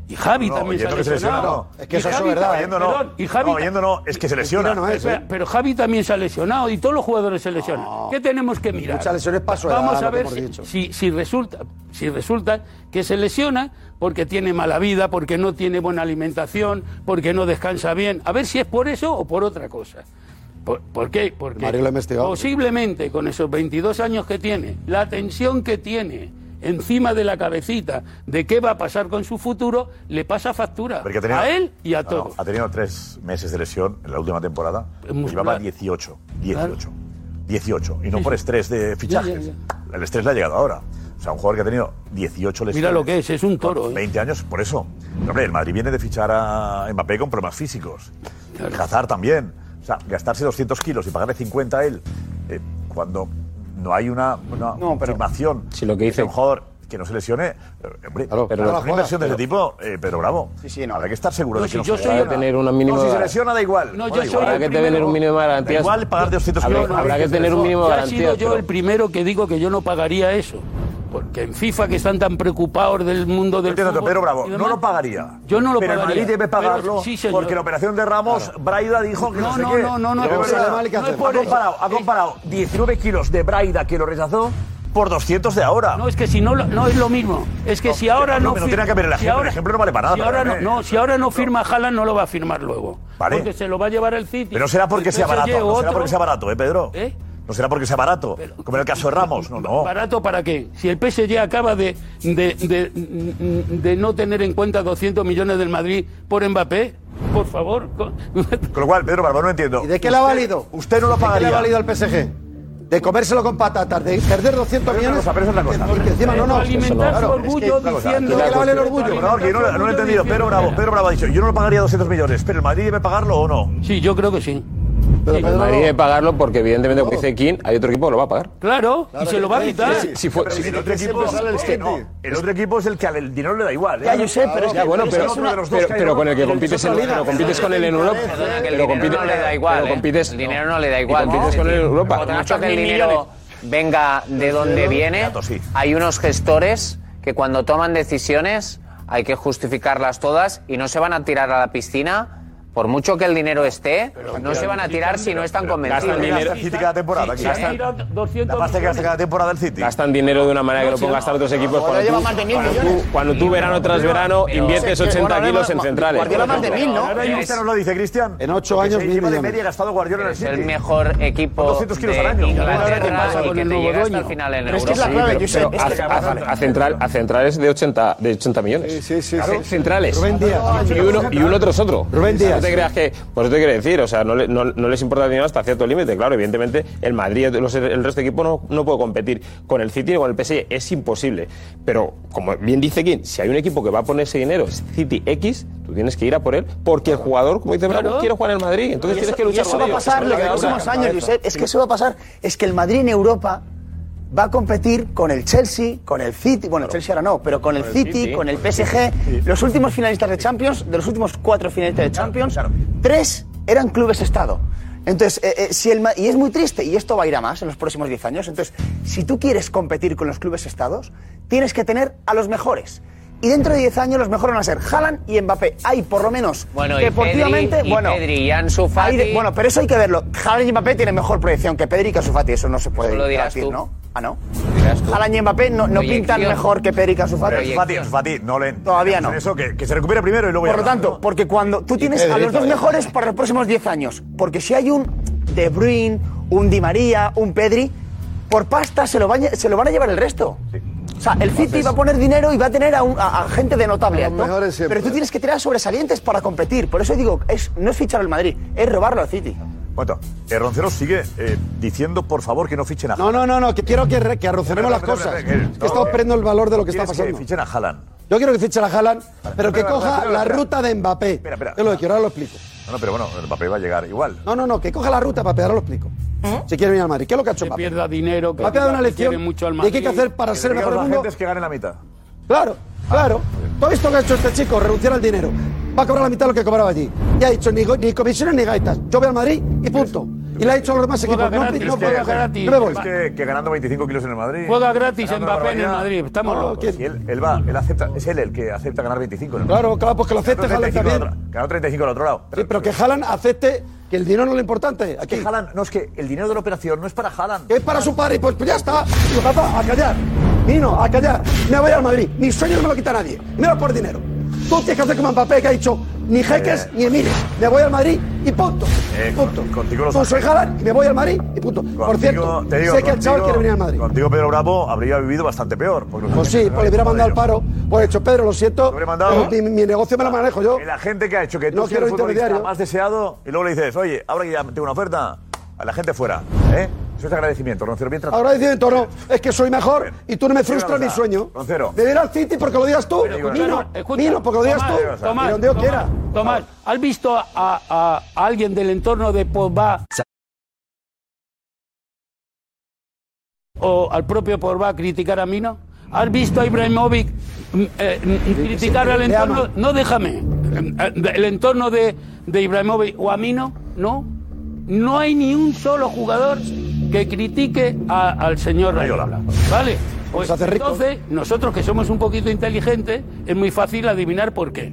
Y Javi No, también se ha oyendo que se lesiona, lesionado. no. Es que Y eso es Javi verdad, ta- oyendo no. perdón, y No, Javi ta- oyendo no, es que se lesiona. Mentira no es, Espera, ¿eh? Pero Javi también se ha lesionado y todos los jugadores se lesionan. ¿Qué tenemos que mirar? Muchas lesiones paso de Vamos edad, a lo que ver hemos si, dicho. si- si resulta, si resulta que se lesiona porque tiene mala vida, porque no tiene buena alimentación, porque no descansa bien. A ver si es por eso o por otra cosa. ¿Por, por qué? Porque Mario lo ha investigado. posiblemente con esos 22 años que tiene, la tensión que tiene encima de la cabecita de qué va a pasar con su futuro, le pasa factura Porque ha tenido- a él y a No, no, todos. ha tenido tres meses de lesión en la última temporada. Llevaba 18. 18. 18. Y no Sí, por sí. estrés de fichajes. Ya, El estrés le ha llegado ahora. O sea, un jugador que ha tenido 18 lesiones. Mira lo que es, es un toro. ¿eh? 20 años, por eso. Pero, hombre, el Madrid viene de fichar a Mbappé con problemas físicos. Hazard también. O sea, gastarse 200 kilos y pagarle 50 a él eh, cuando no hay una, una afirmación. Si lo que dice un jugador que no se lesione, eh, hombre, pero una lo- inversión de pero- ese tipo, eh, pero bravo. Habrá que estar seguro No, de que si no yo se soy lesiona. el- tener una mínima- No, si se lesiona, da igual. Da No, yo igual. soy el Habrá que primero. tener un mínimo de garantía. garantías. Da igual pagar 200 Habrá- kilos, no, habrá no, que no, tener no. un mínimo de Ya ha garantía. sido yo el primero que digo que yo no pagaría eso. Porque en FIFA que están tan preocupados del mundo del Entiendo, fútbol. Pedro Bravo, y no demás, lo pagaría. Yo no lo pero el pagaría. Madrid debe Pero pagarlo sí, señor. porque la operación de Ramos, Braida dijo que no, No, sé no, qué. no, no, no, Y luego no, sale no, mal, ¿qué no es hacemos? por ha eso. Eh. comparado, ha comparado 19 kilos de Braida que lo rechazó por 200 de ahora. No, es que si no, lo- no es lo mismo. Es que si ahora no, no. pero no fir- tiene que ver el si ejemplo, el ahora- ejemplo no vale para Si nada, ahora no, eh. no, si ahora no firma Haaland, no lo va a firmar luego. Vale. Porque se lo va a llevar el City. Pero no será porque sea Entonces barato, llega no será otro- porque sea barato, ¿eh, Pedro? ¿Eh? No será porque sea barato, como en el caso de Ramos, no, no. ¿Barato para qué? Si el PSG acaba de, de, de- de no tener en cuenta 200 millones del Madrid por Mbappé, por favor. co- Con lo cual, Pedro Barba, no entiendo. ¿Y ¿De qué le ha válido? Usted no lo pagaría. ¿De qué le ha válido al PSG? De comérselo con patatas, de perder 200 millones. Pero es otra cosa. encima no, no. Alimentar su orgullo diciendo- ¿De qué le vale el orgullo? Perdón, que yo no, no lo he entendido. Pedro Bravo, Pedro Bravo ha dicho, yo no lo pagaría 200 millones, pero el Madrid debe pagarlo o no. Sí, yo creo que sí. Pero, El Madrid debe pagarlo porque, evidentemente, como dice King, hay otro equipo que lo va a pagar. Claro, y se lo va a quitar. Si fue- Pero si- el otro que equipo siempre sale el es que no. El otro equipo es el que al dinero le da igual. ¿eh? Ya, yo sé, pero es que- Ya, bueno, pero- es uno de los dos pero- que hay pero en con el que Europa. compites en- Es otra pero liga. compites con él en Europa. Perdona, que el Pero dinero compite- no le da igual. pero ¿eh? compites- el dinero no, le da Y igual. compites ¿no? con Es el decir, Europa. Por mucho que 400.000 el dinero millones. venga de donde Pero- viene, hay unos gestores que cuando toman decisiones hay que justificarlas todas y no se van a tirar a la piscina. Por mucho que el dinero esté, no se van a tirar si no están convencidos. Gastan dinero. el City cada temporada. aquí. Gastan- La pasta que gasta cada temporada el City. Gastan dinero de una manera que lo pueden gastar otros equipos. Guardiola Cuando lleva tú, más de mil cuando tú- millones. cuando tú verano tras verano Pero- inviertes Sí, es que 80 Guardiola kilos en más- centrales. Guardiola más de por ejemplo. mil, ¿no? Ahora mismo usted nos lo dice, Cristian. En ocho años, mil lleva de millones. media gastado Guardiola en el Es el City. mejor equipo 200 kilos de al año. Ahora, ¿qué Inglaterra pasa y con que el te nuevo llega hasta el dueño? final en Pero Europa. es que es la clave, Josep, es que- a, a central, a centrales de 80, de 80 millones. Sí, sí, sí. Centrales. Rubén Díaz. Y uno, y uno tras otro. Rubén Díaz. No te creas que. Por eso te quiero decir, o sea, no, le- no- no les importa el dinero hasta cierto límite. Claro, evidentemente, el Madrid, los- el resto de equipo no, no puede competir con el City o con el PSG. Es imposible. Pero, como bien dice Kim, si hay un equipo que va a poner ese dinero, es City X, tú tienes que ir a por él, porque el jugador, como dice Bravo, Claro. quiere jugar en el Madrid. Entonces Y tienes eso- que luchar y eso con va a ello. pasar Eso los es lo que próximos pasa. años, Josep. Es que eso va a pasar. Es que el Madrid en Europa va a competir con el Chelsea, con el City, bueno, el Chelsea ahora no, pero con el City, con el PSG. Los últimos finalistas de Champions, de los últimos cuatro finalistas de Champions, tres eran clubes Estado. Entonces, eh, eh, si el, Ma- y es muy triste, y esto va a ir a más en los próximos 10 años. Entonces, si tú quieres competir con los clubes estados, tienes que tener a los mejores. Y dentro de 10 años los mejores van a ser Haaland y Mbappé. Hay por lo menos Bueno, y deportivamente, Pedri- y bueno, Pedri y Ansu Fati. hay de- bueno, pero eso hay que verlo. Haaland y Mbappé tienen mejor proyección que Pedri y que Ansu Fati, eso no se puede Eso lo dirás debatir, tú. ¿no? Ah, no. Dirás tú. Haaland y Mbappé no, no Proyección. pintan mejor que Pedri y que Ansu Fati. Pero es Fati, es Fati, no leen. Todavía no. Eso, que, que se recupere primero y luego ya Por lo hablamos. tanto, porque cuando tú tienes a los Pedrito, dos eh. mejores para los próximos 10 años, porque si hay un De Bruyne, un Di María, un Pedri, por pasta se lo, va a lle- se lo van a llevar el resto. O sea, el City va a poner dinero y va a tener a, un- a- a gente de notable. alto, pero tú tienes que tirar a sobresalientes para competir. Por eso digo, es, no es fichar al Madrid, es robarlo al City. Bueno, eh, Roncero sigue eh, diciendo, por favor, que no fichen a No, no, no, no, que quiero que, re- que arroceremos las cosas. Es que estamos perdiendo el valor de lo que está Quieres pasando. Que fichen a Haaland. Yo quiero que fiche la Haaland, pero que espera, coja espera, la espera. ruta de Mbappé. Yo lo que quiero, ahora lo explico. No, no, pero bueno, el papel va a llegar igual. No, no, no, que coja la ruta Mbappé, ahora lo explico. Si quiere venir al Madrid, ¿qué es lo que ha hecho Que Mbappé? pierda dinero, que, Mbappé ha dado una que lección quiere mucho al de qué hay que Madrid. hacer para ser mejor del La mundo. gente es que gane la mitad. Claro, claro. ¿Tú has visto que ha hecho este chico? Renunciar al dinero. Va a cobrar la mitad de lo que cobraba allí. Y ha dicho ni, go- ni comisiones ni gaitas. Yo voy al Madrid y punto. Y le ha dicho a los demás equipos. No, no, Es que- puedo, es no me voy. que, que ganando 25 kilos en el Madrid. Juega gratis ganando Mbappé la en el barbaridad. Madrid, estamos locos. que Él, él va, él acepta, es él el que acepta ganar 25 en el Claro, claro, pues que lo Ganó acepte Haaland 35 al también. otro- Ganó 35 al otro lado. Sí, pero que Haaland acepte que el dinero no es lo importante. Aquí. Haaland, no, es que el dinero de la operación no es para Haaland. Es para su padre. Pues, pues ya está. Y papá, a callar. Nino, a callar. Me voy al Madrid. Mis sueños no me lo quita nadie. Menos por dinero. Tú tienes que hacer como Mbappé que ha dicho, ni jeques ni emires. Me voy al Madrid y punto. Eh, con- contigo lo No sabes. soy Haaland y me voy al Madrid y punto. Por cierto, Te digo, sé que el chaval contigo- quiere venir al Madrid. Contigo Pedro Bravo habría vivido bastante peor. Porque Pues sí, pues le hubiera mandado al paro. Pues hecho, Pedro, lo siento. pero Mi, mi negocio me lo manejo yo. La gente que ha hecho que tú No seas quiero el futbolista intermediario. más deseado y luego le dices, oye, ahora que ya tengo una oferta, a la gente fuera. ¿eh? Eso es agradecimiento, Roncero. Bien tratado. Ahora diciendo, no, es que soy mejor y tú no me frustras mi sueño. Roncero. De ir al City porque lo digas tú. Pero, Mino, escucha, Mino, porque lo digas tú. Tomás, y Tomás, donde yo Tomás, quiera. Tomás, ¿has visto a, a- a alguien del entorno de Pogba o al propio Pogba criticar a Mino? ¿Has visto a Ibrahimovic mm, eh, mm, criticar al le entorno? ama. No, déjame. Eh, eh, El entorno de, de Ibrahimovic o a Mino, no. No hay ni un solo jugador que critique a- al señor Rayola. ¿Vale? Pues entonces, nosotros que somos un poquito inteligentes, es muy fácil adivinar por qué.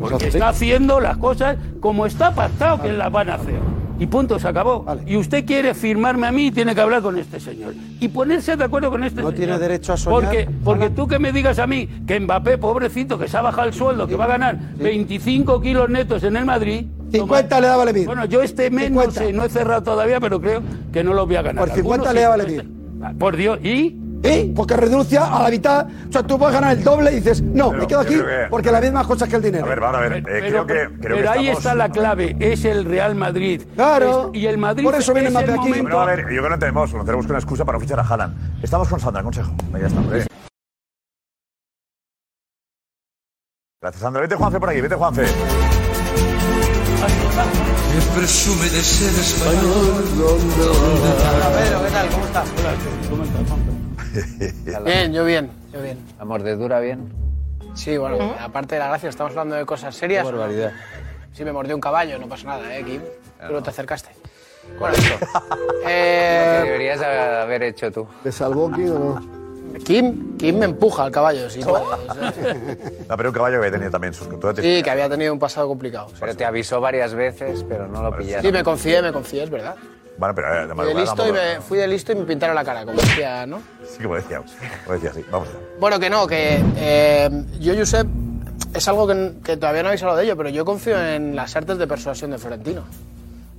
Porque está haciendo las cosas como está pactado que las van a hacer. Y punto, se acabó. Y usted quiere firmarme a mí y tiene que hablar con este señor. Y ponerse de acuerdo con este señor. No tiene derecho a soñar. Porque, porque tú que me digas a mí que Mbappé, pobrecito, que se ha bajado el sueldo, que va a ganar 25 kilos netos en el Madrid. 50 le daba Lemir. Bueno, yo este mes no, sé, no he cerrado todavía, pero creo que no lo voy a ganar. Por 50 Algunos le daba sí, Lemir. Ah, Por Dios, ¿y? ¿Y? Porque renuncia a la mitad. O sea, tú puedes ganar el doble y dices, no, me quedo yo aquí creo que- porque las mismas cosas que el dinero. A ver, vamos a ver. eh, creo que, creo pero que ahí estamos- está la clave, es el Real Madrid. Claro. y el Madrid por eso viene es Mbappé el aquí. momento- Bueno, a ver, yo creo que no tenemos, no tenemos una excusa para fichar a Haaland. Estamos con Sandra, consejo. Ya estamos. ¿eh? Gracias, Sandra. Vete, Juanfe, por aquí. Vete, Juanfe. Presume de ser español. ¿qué tal? ¿Cómo estás? Bien, yo bien, yo bien. La mordedura bien. Sí, bueno, aparte de la gracia, estamos hablando de cosas serias. Sí, me mordió un caballo, no pasa nada, ¿eh, Kim? Tú no te acercaste. Bueno, eso. Lo que Eh, deberías haber hecho tú. ¿Te salvó Kim o no? Kim, Kim me empuja al caballo, sí. No, pero un caballo que había tenido también sus culturas. Sí, que había tenido un pasado complicado. Pero te avisó varias veces, pero no lo pillaste. Sí, me confié, me confié, es verdad. Bueno, pero eh, de Fui de madrugada listo y tampoco- me, fui de listo y me pintaron la cara, como decía, ¿no? Sí, como decía. Como decía, sí. Vamos allá. Bueno, que no, que eh, yo, Josep, es algo que, que todavía no habéis hablado de ello, pero yo confío en las artes de persuasión de Florentino.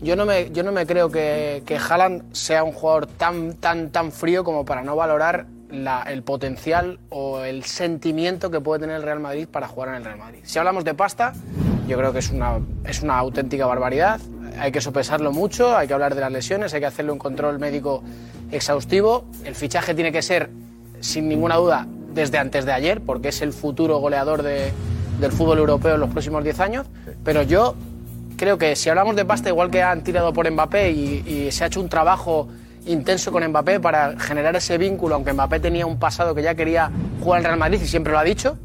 Yo no me, yo no me creo que, que Haaland sea un jugador tan, tan, tan frío como para no valorar la- el potencial o el sentimiento que puede tener el Real Madrid para jugar en el Real Madrid. Si hablamos de pasta, yo creo que es una, es una auténtica barbaridad. Hay que sopesarlo mucho, hay que hablar de las lesiones, hay que hacerle un control médico exhaustivo. El fichaje tiene que ser, sin ninguna duda, desde antes de ayer, porque es el futuro goleador de- del fútbol europeo en los próximos 10 años. Pero yo creo que si hablamos de pasta, igual que han tirado por Mbappé y, y se ha hecho un trabajo intenso con Mbappé para generar ese vínculo, aunque Mbappé tenía un pasado que ya quería jugar en Real Madrid y siempre lo ha dicho,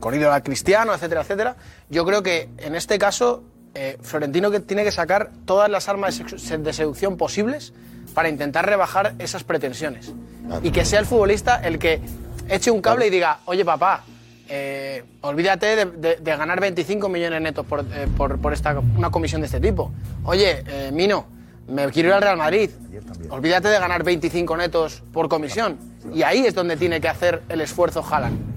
con ídolo a Cristiano, etcétera, etcétera. Yo creo que en este caso eh, Florentino que tiene que sacar todas las armas de sedu- de seducción posibles para intentar rebajar esas pretensiones y que sea el futbolista el que eche un cable y diga, oye papá, eh, olvídate de, de- de ganar 25 millones netos por, eh, por- por esta, una comisión de este tipo. Oye, eh, Mino, me quiero ir al Real Madrid. Olvídate de ganar 25 netos por comisión. Y ahí es donde tiene que hacer el esfuerzo Haaland.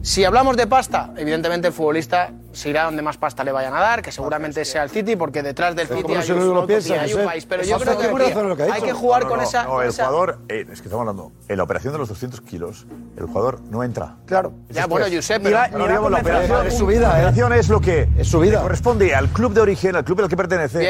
Si hablamos de pasta, evidentemente el futbolista se irá donde más pasta le vayan a dar, que Ah, seguramente sea el City, porque detrás del City como hay si un no lo Sunoco y piensas, hay un Josep. país. Pero Es yo hasta creo qué punto hacer lo que que ha hay hecho. que jugar No, con no, esa. No, con el esa- jugador. eh, es que estamos hablando. En la operación de los 200 kilos, el jugador no entra. Claro. Ya, bueno, Josep, Ni pero- la- pero ni no digamos la convence a operación. nadie. Es su vida. La operación es lo que es su vida. corresponde al club de origen, al club al que pertenece. Y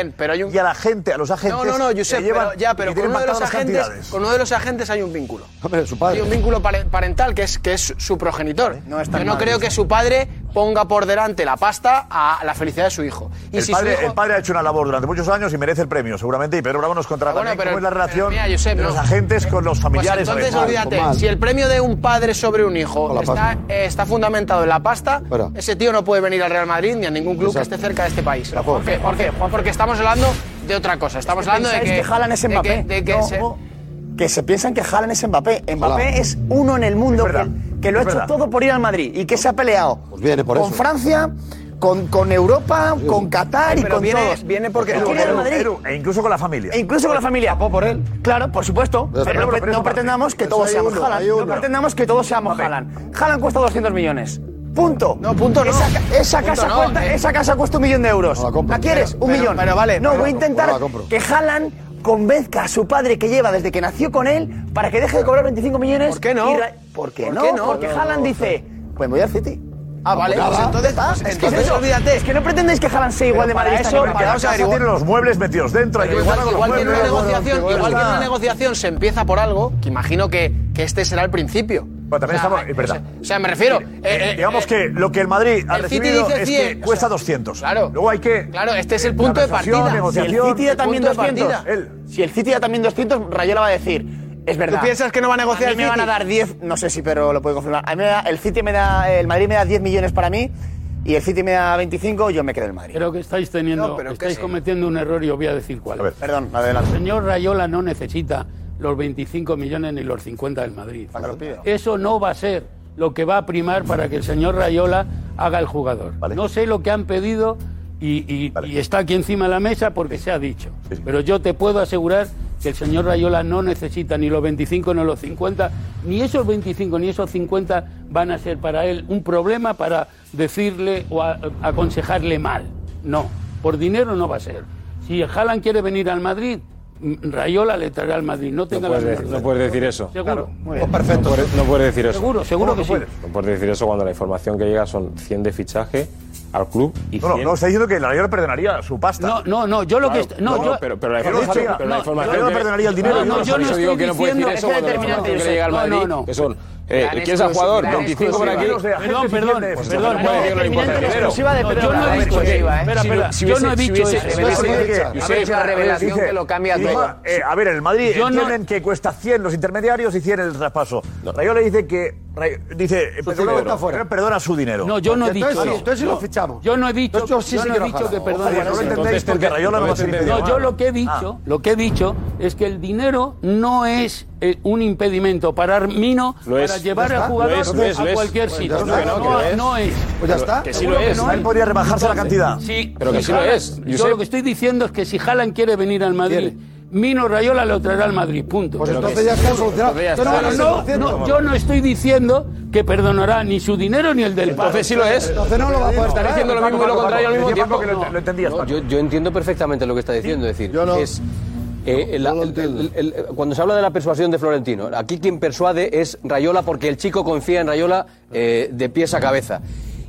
a la gente, a los agentes. No, no, no, que Josep, llevan- pero, ya, que pero con tienen uno, de los pactadas las agentes, cantidades. con uno de los agentes hay un vínculo. Hombre, su Hay padre. un vínculo pare- parental que es, que es su progenitor. tan Yo no mal, creo eso. que su padre ponga por delante la pasta a la felicidad de su hijo. Y el, si padre, su hijo, el padre ha hecho una labor durante muchos años y merece el premio, seguramente. Y Pedro Bravo nos contará Ah, bueno, también pero- cómo es la pero relación mira, Josep, de no. los agentes con los familiares. Pues entonces a ver. olvídate, si el premio de un padre sobre un hijo está, eh, está fundamentado en la pasta, Fuera. ese tío no puede venir al Real Madrid ni a ningún club que esté cerca de este país. ¿Por qué? ¿Por qué? Pues Porque estamos hablando de otra cosa. Estamos hablando de que, pensáis que Haaland es de que- Mbappé. de que No, se- que se piensan que Haaland es Mbappé. Mbappé Ojalá. es uno en el mundo que, que lo ha es hecho verdad. todo por ir al Madrid y que se ha peleado Pues viene por con eso. Francia, con, con Europa, con Qatar y pero con viene- todos. viene porque- Y quiere ir al Madrid. E incluso con la familia. E incluso con la familia. por él. Claro, por supuesto. Pero Pero, no, no, pre- pero es no un partido. pretendamos que Pero todos hay seamos uno, Haaland. hay No uno. pretendamos que todos seamos Haaland. Haaland cuesta 200 millones. Punto. No, punto no. Esa, esa Punto casa no, cuenta- eh. esa casa cuesta un millón de euros. No, la compro. quieres? Pero- un pero- millón. pero vale, No, pero- voy a intentar no la compro. que Haaland convenzca a su padre que lleva desde que nació con él para que deje de cobrar 25 millones. ¿Por qué no? ¿Por qué ¿Por no? qué no? Porque No, no, Haaland no, dice, pues me voy al City. Ah, vale, Nada. pues entonces- Ya está. pues Es que es entonces eso. olvídate. Es que no pretendes que Haaland sea igual de para madridista eso, para- que Guardiola. vamos a ver, Tiene los muebles metidos dentro. Hay que Pero igual, jugar con los igual que en muebles. una negociación, igual que en una negociación se empieza por algo, que imagino que, que este será el principio. Pero también estamos- es verdad. O sea, me refiero. eh, eh, Digamos que lo que el Madrid ha el City recibido dice es 100, que o cuesta 200. Claro. Luego hay que. Claro, este es el punto de Conversación, partida. negociación. Si el City da El también punto de 200, partida. si el City da también 200, Rayola va a decir, es verdad. piensas que no va a negociar el mí me van a City? dar 10, no sé si pero lo puedo confirmar. A mí me da- el City me da el Madrid me da 10 millones para mí y el City me da 25, yo me quedo en el Madrid. Creo que estáis teniendo, No, pero estáis que sí. cometiendo un error y os voy a decir cuál. Perdón, adelante. El señor Rayola no necesita los 25 millones ni los 50 del Madrid. Para que lo pida. Eso no va a ser lo que va a primar para que el señor Rayola haga el jugador. No sé lo que han pedido y, y- y está aquí encima de la mesa porque se ha dicho. Pero yo te puedo asegurar que el señor Rayola no necesita ni los 25 ni los 50, ni esos 25 ni esos 50 van a ser para él un problema para decirle o a- aconsejarle mal. No, por dinero no va a ser. Si Haaland quiere venir al Madrid, mm, Rayola le traerá al Madrid. No tenga No la puedes, menor de- duda. no puedes decir eso. Seguro. No puedes, no puedes decir eso. Seguro, seguro que sí. No puedes decir eso cuando la información que llega son 100 de fichaje al club y No, no, 100 no, está diciendo que la Rayola perdonaría su pasta. No, no, no, yo lo que. Claro, est- No, no, yo- pero- pero la yo lo información- sabía. pero la información yo no que- perdonaría el dinero, No, yo no, lo yo sabía. no Yo digo que no puedes decir diciendo- eso cuando la información que llega al No, Madrid, no, no. que son, eh, Gran ¿quieres al jugador? exclusiva, 25 para aquí, exclusiva. Perdón, perdón, perdón. No puedes decir lo importante Determinante primero. exclusiva de No, Pedro yo no he Álvarez. dicho eso. eh. Espera, Si- espera, si yo no hubiese- he si dicho hubiese- eso. si hubiese- Dice que- si a ver, hubiese- dice- Dice, eh, a ver, en el Madrid Yo no- entienden que cuesta 100 los intermediarios y 100 el traspaso. Rayola dice que. Ray- dice. eh, perdona- dinero. Perdona, su dinero. No, yo no he dicho eso. No. No, Yo no he dicho, Entonces, sí, yo sí no que he lo dicho jala. que perdón. Ojalá, no lo Rayola. entendéis, porque Rayola no va a ser No, impedido. yo lo que he dicho, Ah. lo que he dicho es que el dinero no es eh, un impedimento para Armino Lo para es. llevar Ya al está. jugador Lo es, lo es, a lo es. cualquier Pues ya sitio. está, No, que lo es. no es. Pues ya está. Que sí Seguro lo es. no Él podría rebajarse la cantidad. Sí, Pero que si sí lo Haaland- es, Yo Josep. lo que estoy diciendo es que si Haaland quiere venir al Madrid, Mino Rayola lo traerá al Madrid, punto. Pues entonces ya está solucionado. Pero Pero bueno, no, no, yo no estoy diciendo que perdonará ni su dinero ni el del padre. Entonces sí lo es. Entonces Pues no lo va a poder Está pagar. diciendo lo mismo y lo contrario al mismo Decía Paco tiempo. que lo- lo entendías, No, Paco. yo, yo entiendo perfectamente lo que está diciendo. Es decir, es. eh, la- el- el- el- cuando se habla de la persuasión de Florentino, aquí quien persuade es Rayola porque el chico confía en Rayola eh, de pies a cabeza.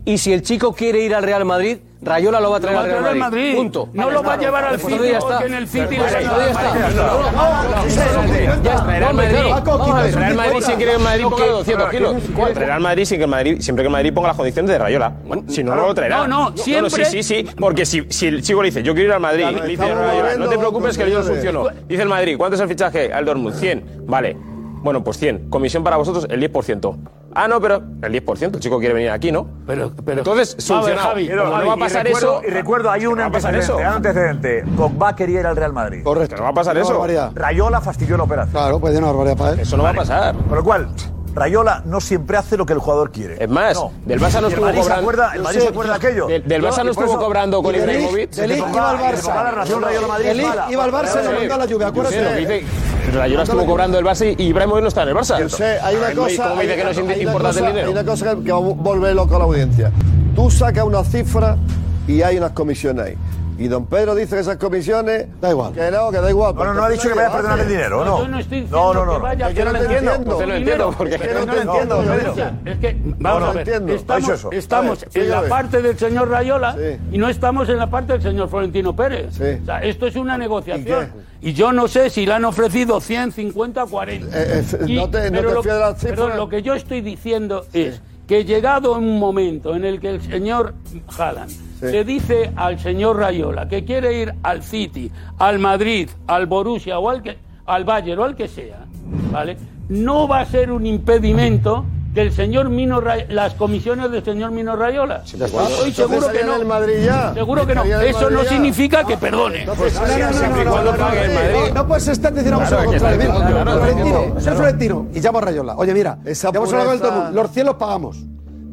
Y si el chico quiere ir al Real Madrid, Rayola lo va a traer Lo va al a Real traer al Madrid. Madrid. Punto. No lo va a llevar al Pues City ya está. porque en el City Pues le- ya está. Vale, No, no, Ya está, Real Madrid. Vamos a ver, Real Madrid sin que el Madrid ponga 200 kilos. Real Madrid sin que el Madrid, siempre que el Madrid ponga las condiciones de Rayola. Si no, no lo traerá. No, no, siempre- sí, sí, sí. Porque si, si el chico le dice, yo quiero ir al Madrid, Claro, le dice estamos Rayola, volviendo no te preocupes que el yo con funcionó. Dice el Madrid, ¿cuánto es el fichaje al Dortmund? 100. Vale. Bueno, pues 100. Comisión para vosotros, el 10%. Ah, no, pero el 10%, el chico quiere venir aquí, ¿no? Pero, pero Entonces, A ver, solucionado. Javi, Pero Javi, no va a pasar y recuerdo, eso. Y recuerdo, hay un No va a pasar antecedente. Hay eso. un antecedente. Pogba quería ir al Real Madrid. Correcto. No va a pasar Una eso. barbaridad. Rayola fastidió la operación. Claro, pues de una barbaridad para él. Eso no va a pasar. Con lo cual, Rayola no siempre hace lo que el jugador quiere. Es más, No. del Barça Y no el estuvo Madrid se cobrando. acuerda- el Madrid se acuerda de aquello. Del, del Yo- Barça y no por estuvo eso- cobrando con y de Ligt- Ibrahimovic. de Ligt iba al Barça. La relación Rayola-Madrid De es Ligt mala. iba al Barça y lo Josep, mandó a la lluvia. Acuérdate. Josep, lo que dice- La Rayola estuvo cobrando el Barça y Ibrahimovic no está en el Barça. José, hay una Ibrahimovic, cosa. Ah, ¿Cómo hay dice que no una- es hay inde- una importante el cosa- Hay dinero? una cosa que que va a volver loco a la audiencia. Tú sacas una cifra y hay unas comisiones ahí. Y don Pedro dice que esas comisiones. Da igual. Que no, que da igual. No, no, no ha dicho que vaya a perdonar el dinero, ¿no? Yo no estoy No, diciendo no, no. que vaya a Yo no lo perder entiendo. dinero. Usted lo entiende, porque- Pero Yo no lo entiendo, no, Pedro. escucha, Es que, vamos No, no a ver, entiendo. Ha dicho estamos, eso. estamos A ver, en sigue, a la ver. parte del señor Rayola y no estamos en la parte del señor Florentino Pérez. O sea, esto es una negociación. ¿Y, yo no sé si le han ofrecido 100, 50, 40. Eh, eh, Y- no te- no pero te lo- fíes de las pero cifras. lo que yo estoy diciendo es que llegado un momento en el que el señor Haaland le dice al señor Rayola que quiere ir al City, al Madrid, al Borussia o al, que, al Bayern o al que sea, ¿vale? No va a ser un impedimento que el señor Mino Ray- las comisiones del señor Mino Rayola. Estoy Entonces seguro que salía no. del Madrid ya. Seguro que no. Salía del Eso no Madrid ya. significa que perdone. No, no, no, no, no, no, no, no, no, No puedes estar diciendo vamos a lo Claro, es contrario. que está Mira, diciendo, claro, Florentino, claro. soy Florentino y llamo a Rayola. Oye, mira, ya hemos hablado del pureza- Dortmund. Los 100 los pagamos,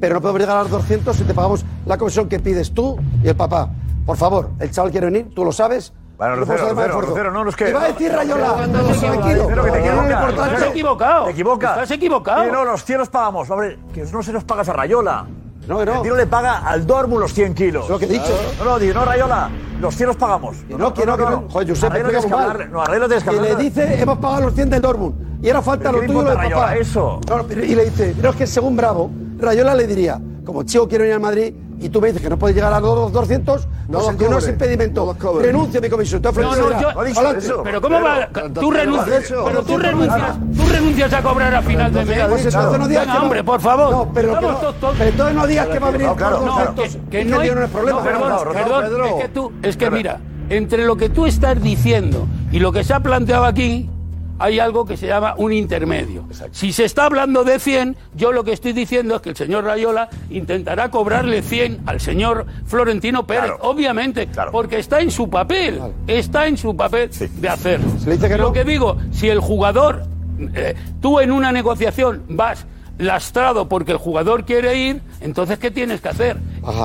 pero no podemos llegar a los 200 si te pagamos la comisión que pides tú y el papá. Por favor, el chaval quiere venir, tú lo sabes. Bueno, No puedes Lucero, hacer más Lucero, esfuerzo. Lucero, no, no es que. Y va a decir Rayola, No, no, no, tranquilo. Lucero, que te No, no, no, equivocas. no, no, Lucero, Estás equivocado. Te equivocas. Estás equivocado. Sí, no, los cielos pagamos. Hombre, que no se los pagas a Rayola. No, no. El tiro le paga al Dortmund los 100 kilos. lo que he dicho. No, no, digo, no, Rayola, los 100 los pagamos. Y no, que no, que no. Joder, Josep, explicas Arreglo tienes que mal. hablar- no, arreglo tienes que Y le hablar. dice, hemos pagado los 100 del Dortmund. Y ahora falta ¿Pero lo qué le tuyo de importa a Rayola papá. eso? No, no, pero- y le dice, pero es que según Bravo, Rayola le diría, como chico quiero ir al Madrid y tú me dices que no puedes llegar a los 200, no, los pues que no es cobre, impedimento. Renuncio a mi comisión. Te ofrezco No, no, ya. yo. Adelante. pero ¿cómo va? Tú renuncias. Pero tú renuncias. Tú renuncias a cobrar a final de mes. Pues entonces no digas Venga, que no. hombre, por favor. No, pero que Estamos no- todos tontos. pero entonces no digas que va a venir por No, 200. que- Es Que que no hay tiene un problema. no, perdón, Rodado, rodado, perdón, Pedro. Es que tú, es que mira, entre lo que tú estás diciendo y lo que se ha planteado aquí. Hay algo que se llama un intermedio. Si se está hablando de 100, yo lo que estoy diciendo es que el señor Rayola intentará cobrarle 100 al señor Florentino Pérez, obviamente, porque está en su papel, está en su papel de hacerlo. lo que digo, si el jugador eh, tú en una negociación vas lastrado porque el jugador quiere ir, entonces ¿qué tienes que hacer?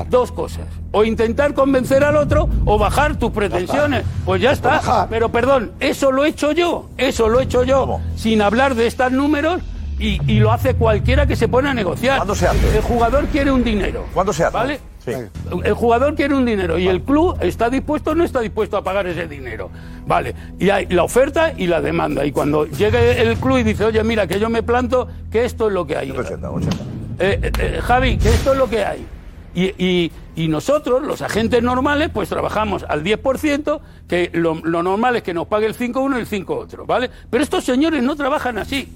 Dos cosas. O intentar convencer al otro o bajar tus pretensiones. Pues ya está. Pero perdón, eso lo he hecho yo. Eso lo he hecho yo. Sin hablar de estos números y, y lo hace cualquiera que se pone a negociar. El jugador quiere un dinero. ¿Cuándo se hace? ¿Vale? Sí. El jugador quiere un dinero y el club está dispuesto o no está dispuesto a pagar ese dinero. Vale, y hay la oferta y la demanda. Y cuando llegue el club y dice, oye, mira, que yo me planto, que esto es lo que hay. Eh, eh, eh, Javi, que esto es lo que hay. Y, y- y nosotros, los agentes normales, pues trabajamos al 10%, que lo, lo normal es que nos pague el 5 uno y el 5 otro, ¿vale? Pero estos señores no trabajan así.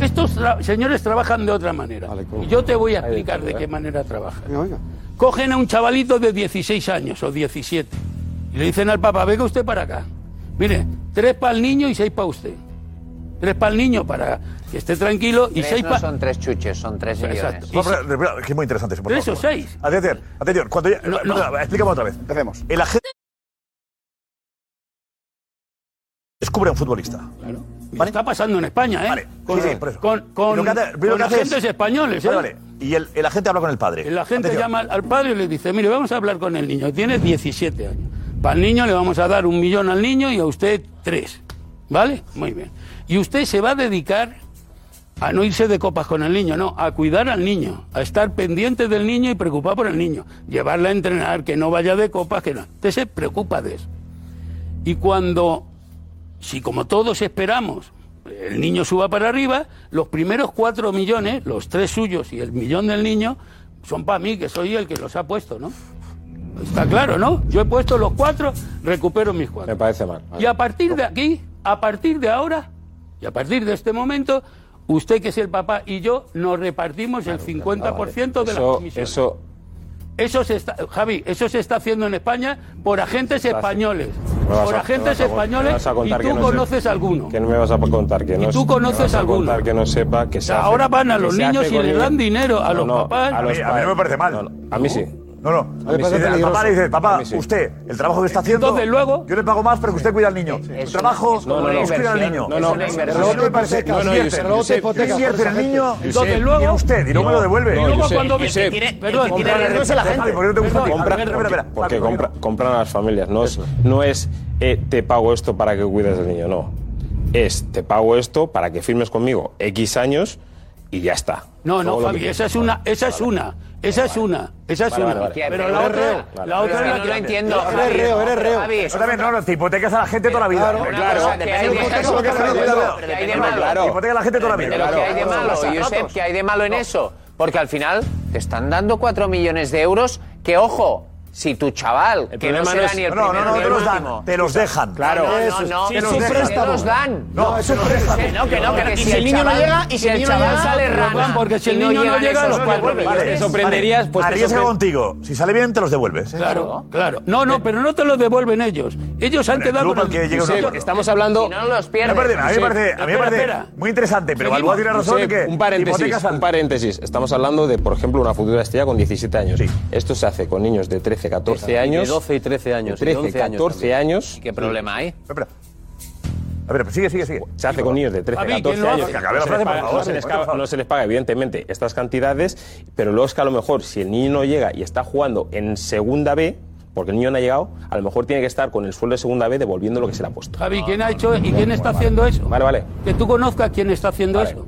Estos tra- señores trabajan de otra manera. y yo te voy a explicar ¿eh? de qué manera trabajan. Cogen a un chavalito de 16 años o 17 y le dicen al papá, venga usted para acá. Mire, tres para el niño y seis para usted. Tres para el niño para que esté tranquilo y Tres seis no para... son tres chuches, son tres Exacto. millones. Y se- Es que es muy interesante eso, por Tres favor. o seis. Atención, atención. Cuando ya, perdona, Explícame otra vez. Empecemos. El agente descubre a un futbolista. Está pasando en España, ¿eh? Con, Sí, sí, por eso. con- con- Y lo que hace- primero con que hace es- agentes españoles, ¿eh? Vale, vale. Y el, el agente habla con el padre. La gente Atención. llama al padre y le dice, mire, vamos a hablar con el niño, tiene 17 años. Para el niño le vamos a dar un millón al niño y a usted tres. ¿Vale? Muy bien. Y usted se va a dedicar a no irse de copas con el niño, no, a cuidar al niño, a estar pendiente del niño y preocupado por el niño, llevarle a entrenar, que no vaya de copas, que no. Usted se preocupa de eso. Y cuando, si como todos esperamos, el niño suba para arriba, los primeros cuatro millones, los tres suyos y el millón del niño, son para mí, que soy el que los ha puesto, ¿no? Está claro, ¿no? Yo he puesto los cuatro, recupero mis cuatro. Me parece mal. Y a partir de aquí, a partir de ahora, y a partir de este momento, usted que es el papá y yo nos repartimos el 50% de las Ah, Eso, comisiones. eso Eso se está, Javi, eso se está haciendo en España por agentes Está haciendo. españoles. me vas a- Por me agentes vas a- me españoles vas a y contar que no tú sé- conoces alguno. Que no me vas a contar que no tú sé- conoces me vas a contar alguno. que no sepa que se hace- ahora van a que los se hace niños y con les el- dan dinero a los papás. a, A los mí- a mí padres. no me parece mal. No, no, a mí sí. No, no. A mí me Sí, parece al papá peligroso. le dice, A papá, mí sí. usted, el trabajo que está haciendo. Entonces, luego. Yo le pago más, pero que usted cuida al niño. es Su trabajo una- es como una es cuidar al inversión, niño. es una Pero inversión. luego me parece que No, no, invierte. Josep, Josep, Invierte hipoteca, en el niño. Josep, Entonces, Josep. luego. usted, y luego me lo devuelve. No, Josep, Josep. Perdón, Javi, ¿por qué no te gusta a ti? Compra- Espera, espera, espera. porque compra- compran a las familias. No es, no es eh, te pago esto para que cuides del niño, no. Es te pago esto para que firmes conmigo X años y ya está. Todo No, no, lo que Javi, quieras. esa es una, esa es una, esa es una, esa es Vale, una. vale, vale. Pero la Eres otra, reo. Vale. la Pero otra es la no que- lo entiendo, Eres Javi. reo, eres reo. Javi, eso también, no, no, te hipotecas a la gente toda la vida. Claro, claro. Que hay de- Hipotecas a la gente toda la vida. que hay de No, malo. claro. Hipoteca a la gente toda la vida. Pero ¿qué hay de malo, Claro. Josep? ¿Qué hay de malo en eso? Porque al final te están dando 4 millones de euros que, ojo, si tu chaval, que no problema no será es- ni el No, no, primero no, ni te el los dan, último. te los dejan. Claro, Te no, los no, dejan. no, Es un que préstamo. los dan. No, es un préstamo. Que no, que no, que No, si y si el el niño no chaval- llega, y si el el niño no chaval llega, sale lo rana. devuelven, porque si el y niño no llegan llega, esos los cuatro devuelven. millones. Vale, te sorprenderías, pues te Arriesga sorpre- contigo. Si sale bien, te los devuelves. Claro, claro. No, no, pero no te lo devuelven ellos. Ellos han Hombre, quedado Lupa, con que llegue un Josep, acuerdo. hablando. Si no los Me pierdes. parece- a mí me parece, a mí me Espera, parece espera. muy interesante, pero Balboa tiene razón Josep, en que un paréntesis, hipotecas al- un paréntesis. Estamos hablando de, por ejemplo, una futura estrella con 17 años. Esto se hace con niños de 13, 14 Exacto, y de años. 12 y 13 años, y de 13, 11 años 14 años. ¿Qué problema hay? A ver, sigue, sigue, sigue. Se hace con niños de 13, Javi, ¿quién 14 lo hace? años. Que acabe la No se les frase, por paga- favor, no se les por favor. paga- No se les paga, evidentemente, estas cantidades, pero luego es que a lo mejor, si el niño no llega y está jugando en segunda B, porque el niño no ha llegado, a lo mejor tiene que estar con el sueldo de segunda B devolviendo lo que se le ha puesto. Javi, ¿quién ha hecho y quién está haciendo eso? Vale, vale. Que tú conozcas quién está haciendo eso.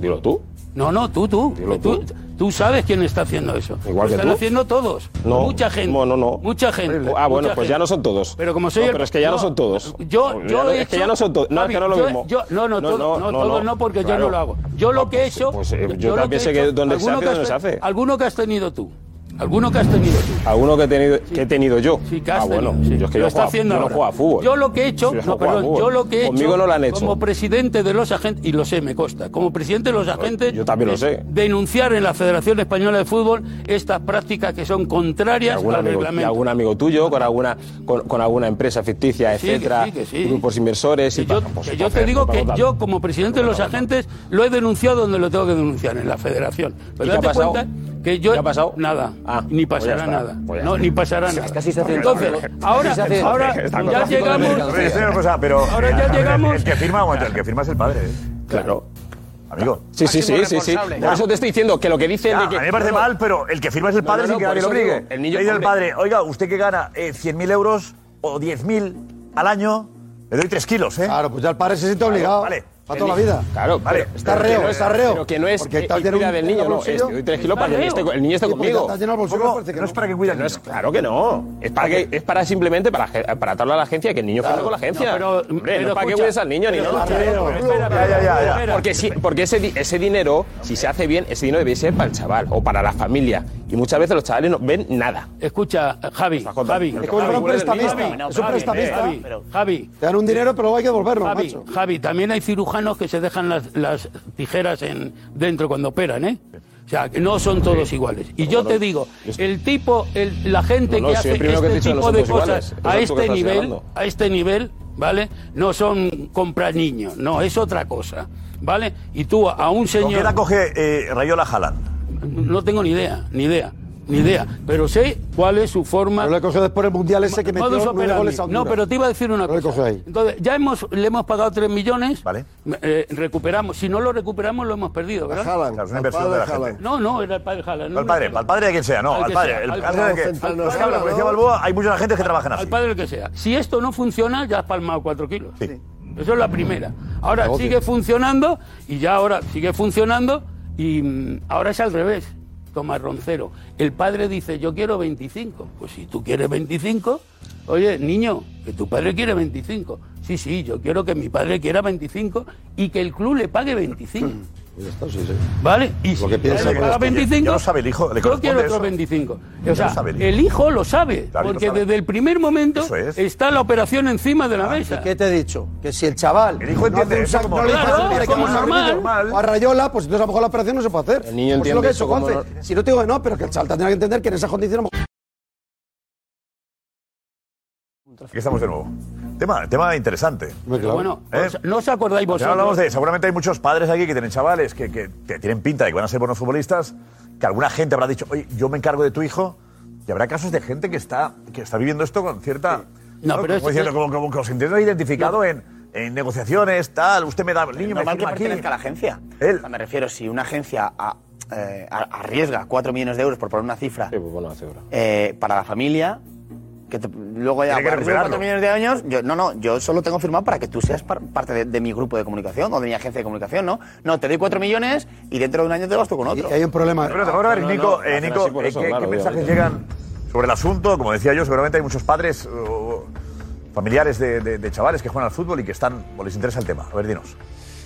Dilo tú. No, no, tú, tú. Tú, tú, Tú sabes quién está haciendo eso. Igual Lo que están tú. haciendo todos. No, Mucha gente. No, no, no. Mucha gente. Ah, bueno, mucha pues ya gente. no son todos. Pero como soy No, el- pero es que ya no, no, son todos. Yo, Ya yo no- he es que hecho- ya no son todos. No, Javi, es que no es lo yo- mismo. yo- no, no, todo- no, todo no, porque yo no lo hago. Yo lo que he hecho. Pues, eh, yo lo también he sé que hecho- dónde se alguno hace, que has dónde se te- hace. Alguno que has tenido tú. Alguno que has tenido tú. Alguno que he tenido, que he tenido yo. que has ah, bueno, tenido, sí. yo es que Lo yo, está juego, a- haciendo yo no ahora. juego a fútbol. Yo lo que he hecho, Sí, yo no, juego a perdón, fútbol. yo lo que he Conmigo hecho, no lo han hecho. como presidente de los agentes, y lo sé, me consta, como presidente de los agentes, Pues, yo también lo sé. denunciar en la Federación Española de Fútbol estas prácticas que son Y contrarias algún, al amigo, y reglamento. algún amigo tuyo, con alguna, con, con alguna empresa ficticia, sí, que etcétera, sí, que sí. grupos inversores. y yo, Que yo te digo que yo, como presidente de los agentes, lo he denunciado donde lo tengo que denunciar, en la Federación. ¿Y qué Pero ha date pasado? cuenta que yo. ha pasado? Nada. ni pasará pues ya está, nada. pues ya no, está. ni pasará nada. Casi se hace- Entonces, casi ahora, se hace- ahora Está con ya tráfico de llegamos. mercancías. Oye, una cosa, pero. Ahora ya llegamos- El que firma, aguanta, el que firma es el padre. ¿eh? Claro. Amigo. Sí, sí, sí, sí, sí. Por eso te estoy diciendo que lo que dice. Ya, de que- a mí me parece No, no. mal, pero el que firma es el No, padre no, sin no, que por nadie lo eso digo, obligue. el niño- Le dice el hombre. padre, oiga, usted que gana eh, 100.000 euros o 10.000 al año, le doy 3 kilos, ¿eh? Claro, pues ya el padre se siente obligado. vale. Para toda la vida. Claro, Vale, pero- está pero reo, que no está reo. Pero que no es Porque eh, tal tiene cuida un- del niño, un no. bolsillo. Es, te doy tres kilos Está para que el niño reo. esté, con- el niño esté Y porque conmigo. te has llenado el bolsillo, Tampoco- parece que no es no. para que cuide al No es- claro que no. Es para, que, es para simplemente para, para atarlo a la agencia que el niño firme Claro. con la agencia. No, pero- Hombre, no pero es para que escucha. cuides al niño ni Pero nada. está reo. Espera, espera, Ya, ya, ya, ya. Porque, si, porque ese, di- ese dinero, si se hace bien, ese dinero debe ser para el chaval o para la familia. Y muchas veces los chavales no ven nada. Escucha, Javi, Javi. Es como un prestamista. Es un prestamista. Javi, Javi. Te dan un dinero, pero luego hay que devolverlo, Javi, macho. Javi, también hay cirujanos que se dejan las, las tijeras en, dentro cuando operan, ¿eh? O sea, que no son todos iguales. Y yo te digo, el tipo, el- la gente No, no, que si hace el primero que este te he dicho, no tipo son de todos iguales. cosas Eso a es tú que este estás nivel, señalando. a este nivel, ¿vale? No son comprar niños, no, es otra cosa, ¿vale? Y tú a un señor... ¿Con qué edad coge eh, Rayola Haaland? No tengo ni idea, ni idea, ni idea. Pero sé cuál es su forma. Lo he cogido después del mundial ese que metió modus nueve operandi. goles a Honduras. No, pero te iba a decir una Lo he cogido cosa. ahí. Entonces, ya hemos, le hemos pagado 3 millones. Vale. recuperamos. Si no lo recuperamos, lo hemos perdido, ¿verdad? Haaland, Claro, es una al inversión padre de la gente. Haaland. No, no, era el padre Haaland. no Al padre, me acuerdo. al padre de quien sea, no, Al al que padre. sea, El al padre de padre. que. Al Es que, padre, Como decía ¿no? Balboa, hay mucha gente que trabaja Al así. padre el que sea. Si esto no funciona, ya has palmado 4 kilos. Eso es la primera. Ahora Negocio. sigue funcionando y ya ahora sigue funcionando y mm, ahora es al revés. Tomás Roncero. El padre dice, yo quiero 25. Pues si tú quieres 25, oye, niño, que tu padre quiere 25. Sí, sí, yo quiero que mi padre quiera 25 y que el club le pague 25. Pues Ya está, sí, sí. ¿Vale? Y Lo que si piensa le paga cada- 25, ya lo sabe el hijo, le yo corresponde quiero otros eso. 25. Ya O lo sea, sabe el el, hijo. hijo lo sabe, Claro, lo porque sabe. desde el primer momento Eso es. está la operación encima de la mesa. ¿Qué te he dicho? Que si el chaval. El hijo entiende eso como no le normal. dice a su Claro, padre que como vamos a abrir normal. o a Rayola, pues entonces a lo mejor la operación no se puede hacer. El niño pues es lo entiende que ha eso hecho como Juanfe. nor- Si no te digo que no, pero que el chaval tendrá que entender que en esas condiciones. Aquí estamos de nuevo. Tema, tema interesante. claro. Bueno, os- no os acordáis Al final vosotros. hablamos de, seguramente hay muchos padres aquí que tienen chavales que, que- que tienen pinta de que van a ser buenos futbolistas, que alguna gente habrá dicho, oye, yo me encargo de tu hijo, y habrá casos de gente que está, que está viviendo esto con cierta... No, pero como, es- diciendo, es- como, como que os entiendo identificado en, en negociaciones, tal, usted me da... el Niño, me normal que firma aquí. pertenezca a la agencia. O sea, me refiero, si una agencia a- eh, a- arriesga 4 millones de euros por poner una cifra pues eh, para la familia, que te- luego Tiene que ya bueno, arriesgo recuperarlo. 4 millones de años, yo, no, no, yo solo tengo firmado para que tú seas par- parte de, de mi grupo de comunicación o de mi agencia de comunicación, ¿no? No, te doy 4 millones y dentro de un año te gasto con otro. Hay un problema. Pero te Ah, voy a ver, Nico, eh, Nico, eh, ¿qué, qué mensajes llegan sobre el asunto? Como decía yo, seguramente hay muchos padres o familiares de, de- de chavales que juegan al fútbol y que están, o les interesa el tema. A ver, dinos.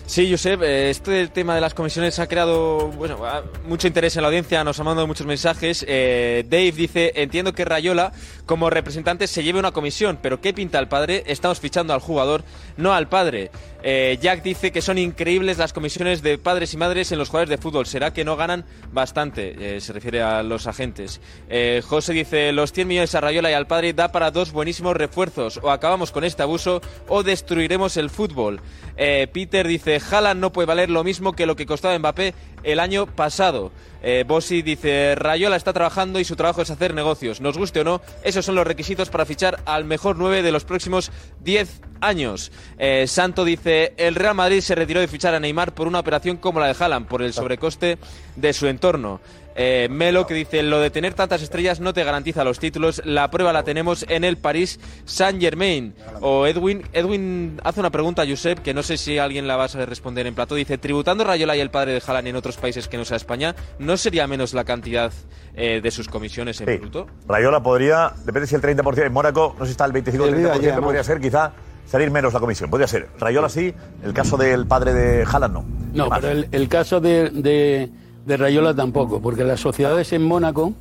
Sí, Josep, eh, este del tema de las comisiones ha creado bueno, ha- mucho interés en la audiencia, nos ha mandado muchos mensajes. Eh, Dave dice, entiendo que Rayola como representante se lleve una comisión, pero ¿qué pinta el padre? Estamos fichando al jugador, no al padre. Eh, Jack dice que son increíbles las comisiones de padres y madres en los jugadores de fútbol. ¿Será que no ganan bastante? Eh, se refiere a los agentes. Eh, José dice, los 100 millones a Rayola y al padre da para dos buenísimos refuerzos. O acabamos con este abuso o destruiremos el fútbol. Eh, Peter dice, Haaland no puede valer lo mismo que lo que costaba Mbappé el año pasado. Eh, Bossi dice, Rayola está trabajando y su trabajo es hacer negocios. Nos guste o no, esos son los requisitos para fichar al mejor 9 de los próximos 10 años. Eh, Santo dice, el Real Madrid se retiró de fichar a Neymar por una operación como la de Haaland, por el sobrecoste de su entorno. eh, Melo, que dice, lo de tener tantas estrellas no te garantiza los títulos, la prueba la tenemos en el París Saint Germain. O Edwin, Edwin hace una pregunta a Josep, que no sé si alguien la va a responder en plato, dice, tributando Rayola y el padre de Haaland en otros países que no sea España, ¿no sería menos la cantidad eh, de sus comisiones en bruto? Rayola podría, depende si el 30%, en Mónaco, no sé si está el 25 o el El día 30%, ya, podría ¿no? ser quizá salir menos la comisión, podría ser. Rayola sí, el caso del padre de Haaland no. No, pero el, el caso de, de- de Rayola tampoco, porque las sociedades en Mónaco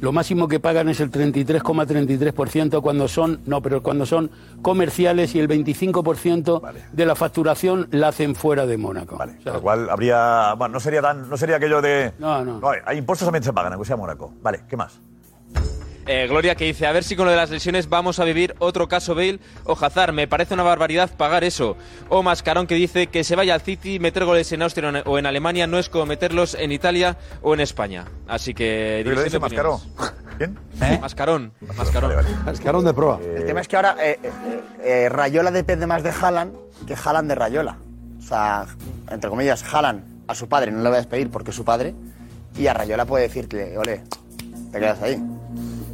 lo máximo que pagan es el 33,33% cuando son, no, pero cuando son comerciales y el 25% de la facturación la hacen fuera de Mónaco. O sea, Lo cual habría, bueno, no sería tan, no sería aquello de... No, no. hay, hay impuestos también se pagan, aunque sea Mónaco. Vale, ¿qué más? Eh, Gloria que dice, a ver si con lo de las lesiones vamos a vivir otro caso Bale o Hazard, me parece una barbaridad pagar eso. O Mascarón que dice que se vaya al City, meter goles en Austria o en- o en Alemania no es como meterlos en Italia o en España. Así que... ¿Qué le dice división de Mascaró? opiniones. ¿Eh? Mascarón. Mascarón. Mascarón de proa. El tema es que ahora eh, eh, eh, Rayola depende más de Haaland que Haaland de Rayola. O sea, entre comillas, Haaland a su padre no le va a despedir porque es su padre y a Rayola puede decirle, ole, te quedas ahí.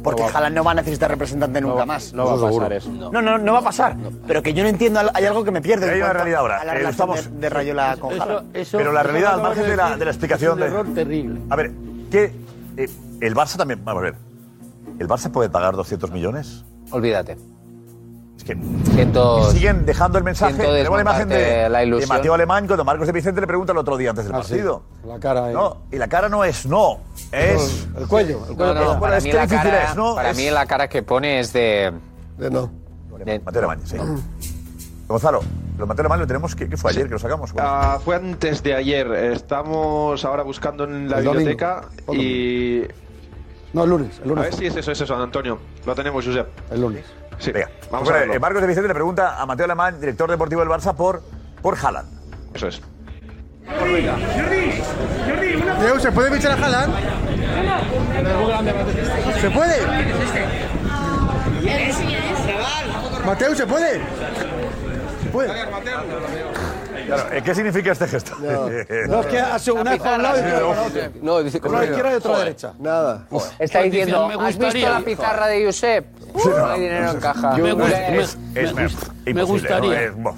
Porque Haaland no va a necesitar representante nunca más. no va a Eso pasar seguro. eso. No, no, no va a pasar. Pero que yo no entiendo, al- hay algo que me pierde. en Hay una cuanto realidad ahora. a la eh, relación estamos- de, de Rayola con Haaland. Pero la realidad, al margen de la, de la es explicación un de... error terrible. A ver, ¿qué, eh, el Barça también... Vamos a ver. ¿El Barça puede pagar 200 millones? Olvídate. Es que... Siento- y siguen dejando el mensaje. siento Tenemos la imagen de, desmontarte la de ilusión. Mateo Alemán cuando Marcos de Vicente le pregunta el otro día antes del Ah, sí. partido. La cara ahí. No, y la cara no es no, es... El cuello. El No, cuello. no, Bueno, para es mí que la difícil cara- es, ¿no? Para Es- mí la cara que pone es de... De no. Mateo Alemán, sí. Gonzalo, lo de Mateo Alemán lo tenemos que... ¿Qué fue ayer que lo sacamos? Ah, fue antes de ayer. eh, Estamos ahora buscando en la El domingo. biblioteca y. No, el lunes. El A lunes. ver si es eso, es eso, Antonio. Lo tenemos, Josep. El lunes. Sí. Vamos vamos a verlo. Pues, eh, Marcos de Vicente le pregunta a Mateo Alemán, director deportivo del Barça, por, por Haaland. Eso es. Diego, ¿se puede fichar a Haaland? ¿Se puede? Mateo, ¿se puede? ¿Se puede? Claro, eh, ¿Qué significa este gesto? No, es que hace un eco a un lado y otro para otro. No, dice Una a la izquierda y otra a la Joder. derecha. Nada. Está Pues diciendo, dicen, me ¿has gustaría". visto la pizarra de Josep? no hay dinero en caja. Yo- Hombre, es- es- es imposible, gustaría. ¿no? Es- bof.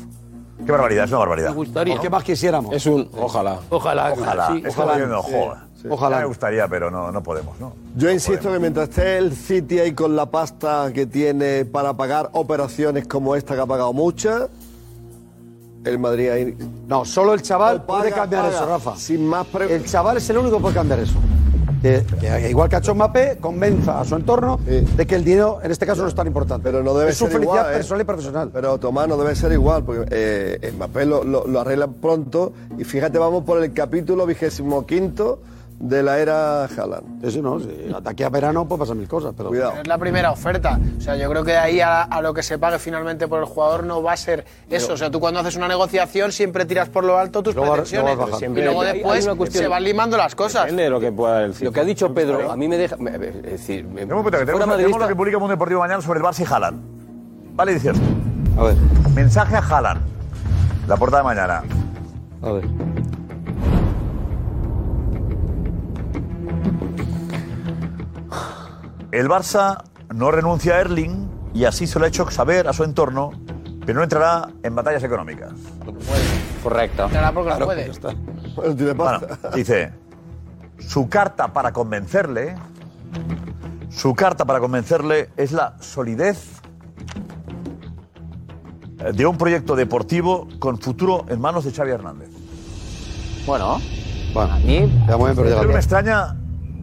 Qué barbaridad, es una barbaridad. Me gustaría. ¿O ¿Qué más quisiéramos? Es un ojalá. Ojalá. Ojalá. sí, Es como ojalá. diciendo, Sí, joder, sí. Ojalá. Me gustaría, pero no, no podemos, ¿no? Yo insisto que mientras esté el City ahí con la pasta que tiene para pagar operaciones como esta que ha pagado muchas, el Madrid ahí. No, solo el chaval O paga, puede cambiar paga. eso, Rafa. Sin más El chaval es el único que puede cambiar eso. Que- que igual que ha hecho Mbappé, convenza a su entorno de que el dinero en este caso no es tan importante. Pero no debe es su ser felicidad igual, ¿eh? personal y profesional. Pero Tomás no debe ser igual, porque eh, Mbappé lo, lo, lo arregla pronto. Y fíjate, vamos por el capítulo vigésimo quinto de la era Haaland. Eso no, de aquí a verano puede pasar mil cosas, pero. Cuidado. Pero es la primera oferta. O sea, yo creo que de ahí a, a lo que se pague finalmente por el jugador no va a ser eso. O sea, tú cuando haces una negociación siempre tiras por lo alto tus Luego- pretensiones. luego baja. y Siempre- luego hay- hay después una cuestión- se van limando las cosas. Depende lo que pueda el Lo que ha dicho Pedro, a mí me deja. me- me- es decir, me- Tenemos, que- si fuera tenemos- tenemos lo madridista- que publica Mundo Deportivo mañana sobre el Barça y Haaland. Vale, dice esto. A ver. Mensaje a Haaland. La portada de mañana. A ver. El Barça no renuncia a Erling y así se lo ha hecho saber a su entorno que no entrará en batallas económicas. Correcto. Entrará porque no puede. pues Bueno, dice, su carta para convencerle, su carta para convencerle es la solidez de un proyecto deportivo con futuro en manos de Xavi Hernández. Bueno, bueno, ya muy bien, pero ya lo va que bien. me extraña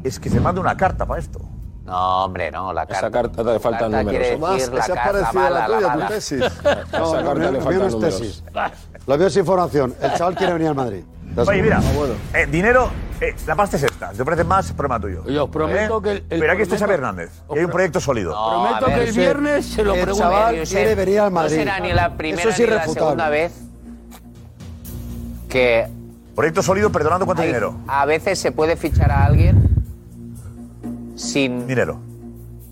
es que se mande una carta para esto. No, hombre, no, la carta. Esa carta te faltan carta números. quiere decir Tomás, la esa es carta parecida a la mala, tuya, tu mala. tesis. No, Esa lo mío- carta le lo faltan mío no es números. tesis. Lo mío es información. El chaval quiere venir al Madrid. Oye, mira, eh, dinero, eh, la pasta es esta. Te ofrecen más, problema tuyo. ¿Eh? Yo os prometo que el- el Pero aquí está prometo- Xavi Hernández. Y hay un proyecto sólido. prometo que el viernes se lo pregunto. No será ni la primera ni la segunda vez que... Proyecto sólido, perdonando cuánto Hay- dinero. A veces se puede fichar a alguien sin... Dinero.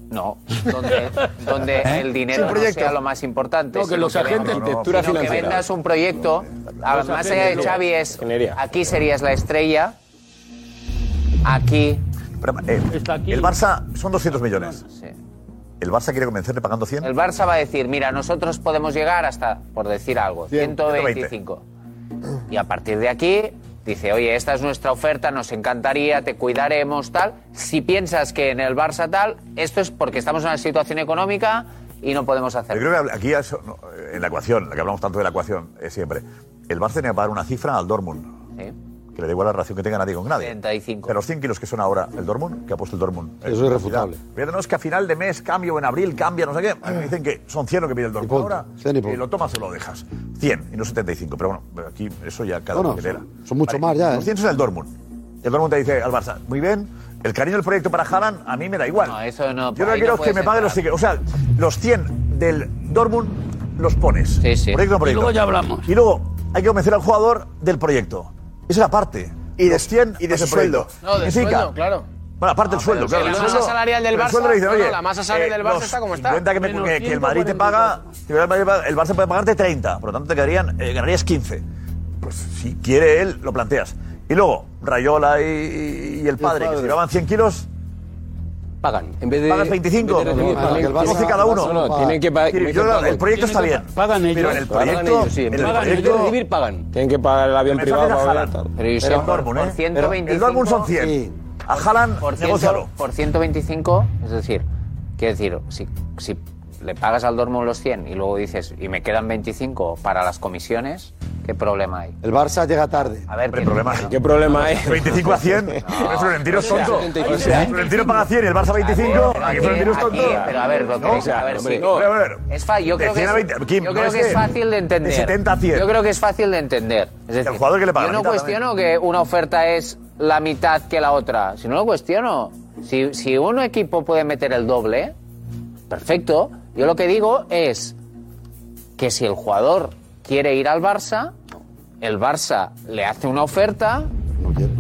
No, donde, donde ¿Eh? el Sin dinero no proyecto. sea lo más importante. No, que sino los agentes- vendas- Arquitectura sino que financiera. vendas un proyecto, a- Los más allá de agentes- Xavi es, Ingeniería. aquí serías la estrella, aquí Pero, eh, el Barça son 200 millones. ¿El Barça quiere convencerle pagando 100? El Barça va a decir, mira, nosotros podemos llegar hasta, por decir algo, 125. Y a partir de aquí dice, oye, esta es nuestra oferta, nos encantaría, te cuidaremos, tal. Si piensas que en el Barça tal, esto es porque estamos en una situación económica y no podemos Yo hacerlo. creo que aquí es- no, eh, en la ecuación, la que hablamos tanto de la ecuación eh, siempre, el Barça tiene que pagar una cifra al Dortmund. Que le da igual la relación que tenga nadie con nadie. 75. Pero los 100 kilos que son ahora el Dortmund, que ha puesto el Dortmund. eh, Eso es irrefutable. Fíjate, no es que a final de mes cambia o en abril cambia, no sé qué. A mí me dicen que son 100 lo que pide el Dortmund punto. ahora. Cien y punto. y lo tomas o lo dejas. 100 y no 75. Pero bueno, aquí eso ya cada No, uno no, que quiera. son mucho más ya, ¿eh? Los 100 son el Dortmund. El Dortmund te dice al Barça, muy bien, el cariño del proyecto para Haaland a mí me da igual. No, eso no. Yo lo ahí que quiero no es que me puedes pague los entrar. tickets. O sea, los 100 del Dortmund los pones. Sí, sí. Proyecto a Y proyecto. luego ya hablamos. Y luego hay que convencer al jugador del proyecto. Esa es la parte. Y de 100 y de su sueldo. No, del sueldo, claro. Bueno, aparte el sueldo, pero si claro. el la masa sueldo- salarial del el Barça- sueldo le dicen, no, no, oye, eh, la masa salarial del Barça los está como está. 50 que, me- Menos que- que el Madrid te paga, que el Madrid paga- el Barça puede pagarte 30, por lo tanto te quedarían, eh, ganarías 15. Pues si quiere él, lo planteas. Y luego, Rayola y, y- y el padre, que se padre. llevaban 100 kilos, Pagan. En vez de, pagas 25, en vez de recibir, pagan. 12 cada uno. No, no, tienen que pagar. Quiero decir, yo, el proyecto está bien. Pero en el proyecto, ellos, sí, en en el vez de- en vez de proyecto- recibir, pagan. Tienen que pagar el avión Me parece privado que a para Haaland. volar. Pero yo sé, Pero por- Dortmund, por ¿eh? 125 El Dortmund son 100. A Haaland, por, ciento- negócialo. por 125, es decir, quiero decir, si, si le pagas al Dortmund los 100 y luego dices, y me quedan 25 para las comisiones, ¿qué problema hay? El Barça llega tarde. A ver, ¿qué problema hay? ¿Qué problema hay? 25 a 100. Pero Florentino es tonto. O sea, Florentino paga 100 y el Barça 25. Aquí Florentino es tonto. Aquí, pero a ver, lo No, queréis- a ver, hombre, sí. no, a ver. Es fa- yo De creo que 100 a es, 20, Kim, yo no creo es que es que fácil de entender. de 70 a 100. Yo creo que es fácil de entender. Es decir, jugador que le paga yo la no mitad cuestiono que una oferta es la mitad que la otra. Si no lo cuestiono, si, si un equipo puede meter el doble, perfecto. Yo lo que digo es que si el jugador quiere ir al Barça, el Barça le hace una oferta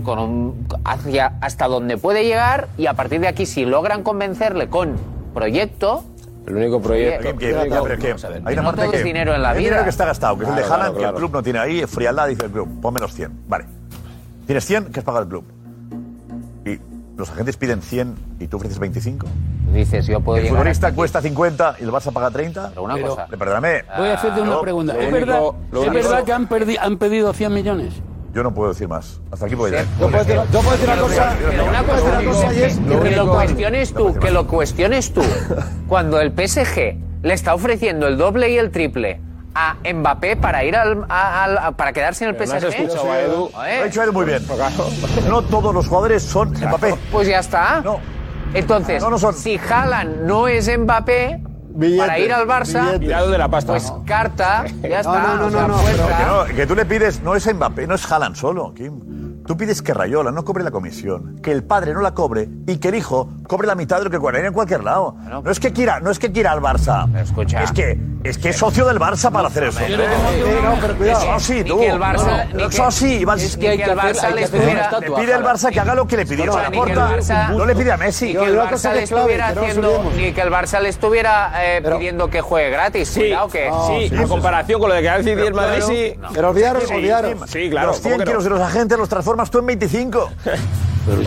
con un, hacia, hasta donde puede llegar y a partir de aquí, si logran convencerle con proyecto, El único eh. proyecto. Kim, Kim, Kim, Kim, Pero que hay que una no parte todo que es dinero en la hay vida. dinero que está gastado, que es el de Claro, Haaland, que el claro. club no tiene ahí, frialdad, dice el club, pon menos 100. Vale. Tienes 100, que has pagado el club. Y los agentes piden 100 y tú ofreces 25. Dices, yo puedo El llegar futbolista cuesta 50 y el Barça paga 30. Pero una cosa. Perdóname. Voy a hacerte una Yo- pregunta. Ah, lo ¿Es único- verdad, lo ¿es único- verdad que han, perdi- han pedido 100 millones? Yo no puedo decir más. Hasta aquí puedo llegar. Yo puedo decir una cosa. una cosa, que, lo cuestiones tú, que lo cuestiones tú. Cuando el PSG le está ofreciendo el doble y el triple a Mbappé para ir al, a- al- a- para quedarse en el Pero PSG. no has escuchado a Edu. Eh. Joder, Lo ha hecho Edu muy bien. No todos los jugadores son Mbappé. Pues ya está. Entonces, si Haaland no es Mbappé para ir al Barça, Cuidado de la pasta. pues carta, ya está. o sea, Pero fuerza. que, no, que tú le pides, no es Mbappé, no es Haaland solo, Kim. Tú pides que Rayola no cobre la comisión, que el padre no la cobre y que el hijo cobre la mitad de lo que cobraría en cualquier lado. No es que quiera, no es que quiera al Barça. Es que es que es socio del Barça para hacer eso. Eh, Eso sí, tú. Ni que el Barça- ni Eso que- sí, Iván. es que hay que hacer- hay que hacer una Le estatua, pide al Haaland. Barça que haga lo que le pidió Escucha, a ni que el Laporta. Barça- No le pide a Messi. Ni que el Barça le estuviera haciendo, ni que el Barça le estuviera eh, pidiendo que juegue gratis. Cuidado que. sí, en comparación con lo de que ha decidido el Madrid, sí. Pero olvidaros, Sí, olvidaros. Sí, claro. Los 100 ¿cómo que no? kilos de los agentes los transformas tú en 25. Pero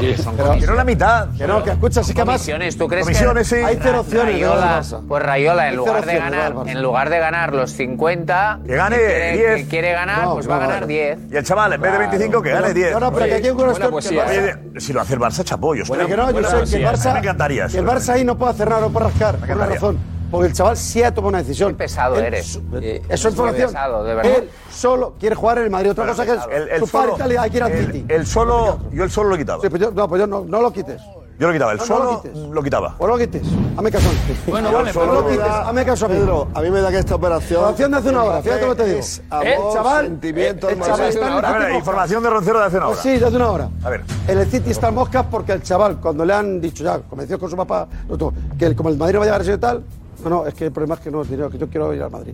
que no la mitad. Que no, que escucha, sí que más. Comisiones, ¿tú crees Comisiones, que sí. Hay cero opciones, le da Rayola, al Barça. pues Rayola, Hay en cero lugar, de opciones, le da ganar, al Barça. en lugar de ganar los 50, Que gane quiere, 10. que quiere ganar, No, pues no, va a ganar no. 10. Y el chaval, en vez de 25, que gane 10. No, no, pero que aquí hay una cuestión que el Barça- Oye, Si lo hace el Barça, chapo, yo estoy... Pero que no, yo Buena sé que el poesía. Barça. Me encantaría. ¿eh? que el Barça ahí no puede hacer nada, no puede rascar. Por una encantaría. razón. Porque el chaval sí ha tomado una decisión. Qué pesado eres. Eh, Eso es muy formación. pesado, de verdad. Él solo quiere jugar en el Madrid. Otra Pero cosa que es. pesado. El- el su padre solo- tal y hay que ir al el- City. El solo, yo el solo lo quitaba. Sí, pues yo- no, pues yo no, no lo quites. Yo lo quitaba, el No, no lo solo quites. lo quitaba. O no lo quites. Hazme caso. Bueno, Yo vale, solo pero lo quites. Hazme caso a mí. Pedro, a mí me da que esta operación. Operación de hace una hora, fíjate lo que te digo. Es El amor, chaval- sentimientos, el chaval maldad. está en el A ver, último- información de Roncero de hace una Pues hora. sí, de hace una hora. A ver. El City está en moscas porque el chaval, cuando le han dicho ya, convencido con su papá, no, tú, que el- como el Madrid no va a llegar a ser tal, no, no, es que el problema es que no es dinero, que yo quiero ir al Madrid.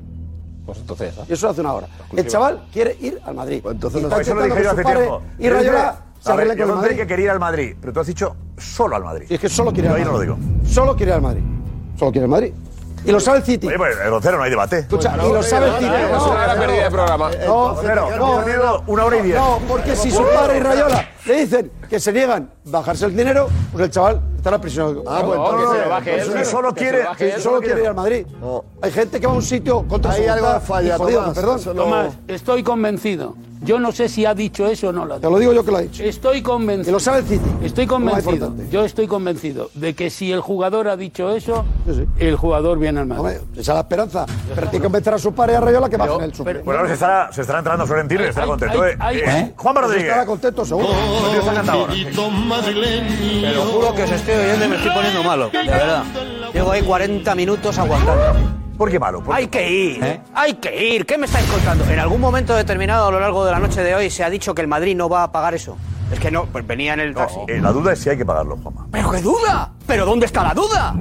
Pues entonces. Y eso hace una hora. El chaval quiere ir al Madrid. entonces Pues Eso lo dije yo hace tiempo. Y Rayola se A ver, arregla yo con el no Madrid. que quería ir al Madrid, pero tú has dicho solo al Madrid. Y es que solo quiere ir Yo al ahí no lo Madrid. digo. Solo quiere ir al Madrid. Solo quiere el Madrid. Y lo sabe el City. Oye, pues, Rocero, no hay debate. Escucha, y lo sabe el City. programa. No, Eh, Rocero, no, perdido una hora y diez. No, porque si su padre y Rayola le dicen que se niegan bajarse el dinero, pues el chaval estará prisionero. Ah, pues No, entonces- no, no, que se lo baje pues él, si solo que se quiere, lo baje si él, solo no quiere quiero. ir al Madrid. Hay gente que va a un sitio contra Hay su algo voluntad de falla, y jodido, Tomás, perdón. eso Tomás, estoy convencido. Yo no sé si ha dicho eso o no lo ha dicho. Te lo digo yo que lo ha dicho. Estoy convencido. lo sabe el City. Estoy Lo más convencido. importante. Yo estoy convencido de que si el jugador ha dicho eso, el jugador viene al Madrid. Esa es la esperanza. Pero tiene que convencer a su padre y a Rayola que bajen el sueldo. Bueno, ahora se estará, se estará entrando Florentino y estará contento. ay, eh. ay. Eh, ¿Eh? Juanma Pues Rodríguez. estará contento, seguro. Los tíos han cantado ahora. Te lo juro que os estoy oyendo y me estoy poniendo malo, de verdad. Llevo ahí 40 minutos aguantando. ¿Por qué ¿Eh? malo? Hay que ir, hay que ir. ¿Qué me estáis contando? En algún momento determinado a lo largo de la noche de hoy se ha dicho que el Madrid no va a pagar eso. Es que no, pues venía en el taxi. Eh, la duda es si hay que pagarlo, Juanma. ¡Pero qué duda! ¿Pero dónde está la duda?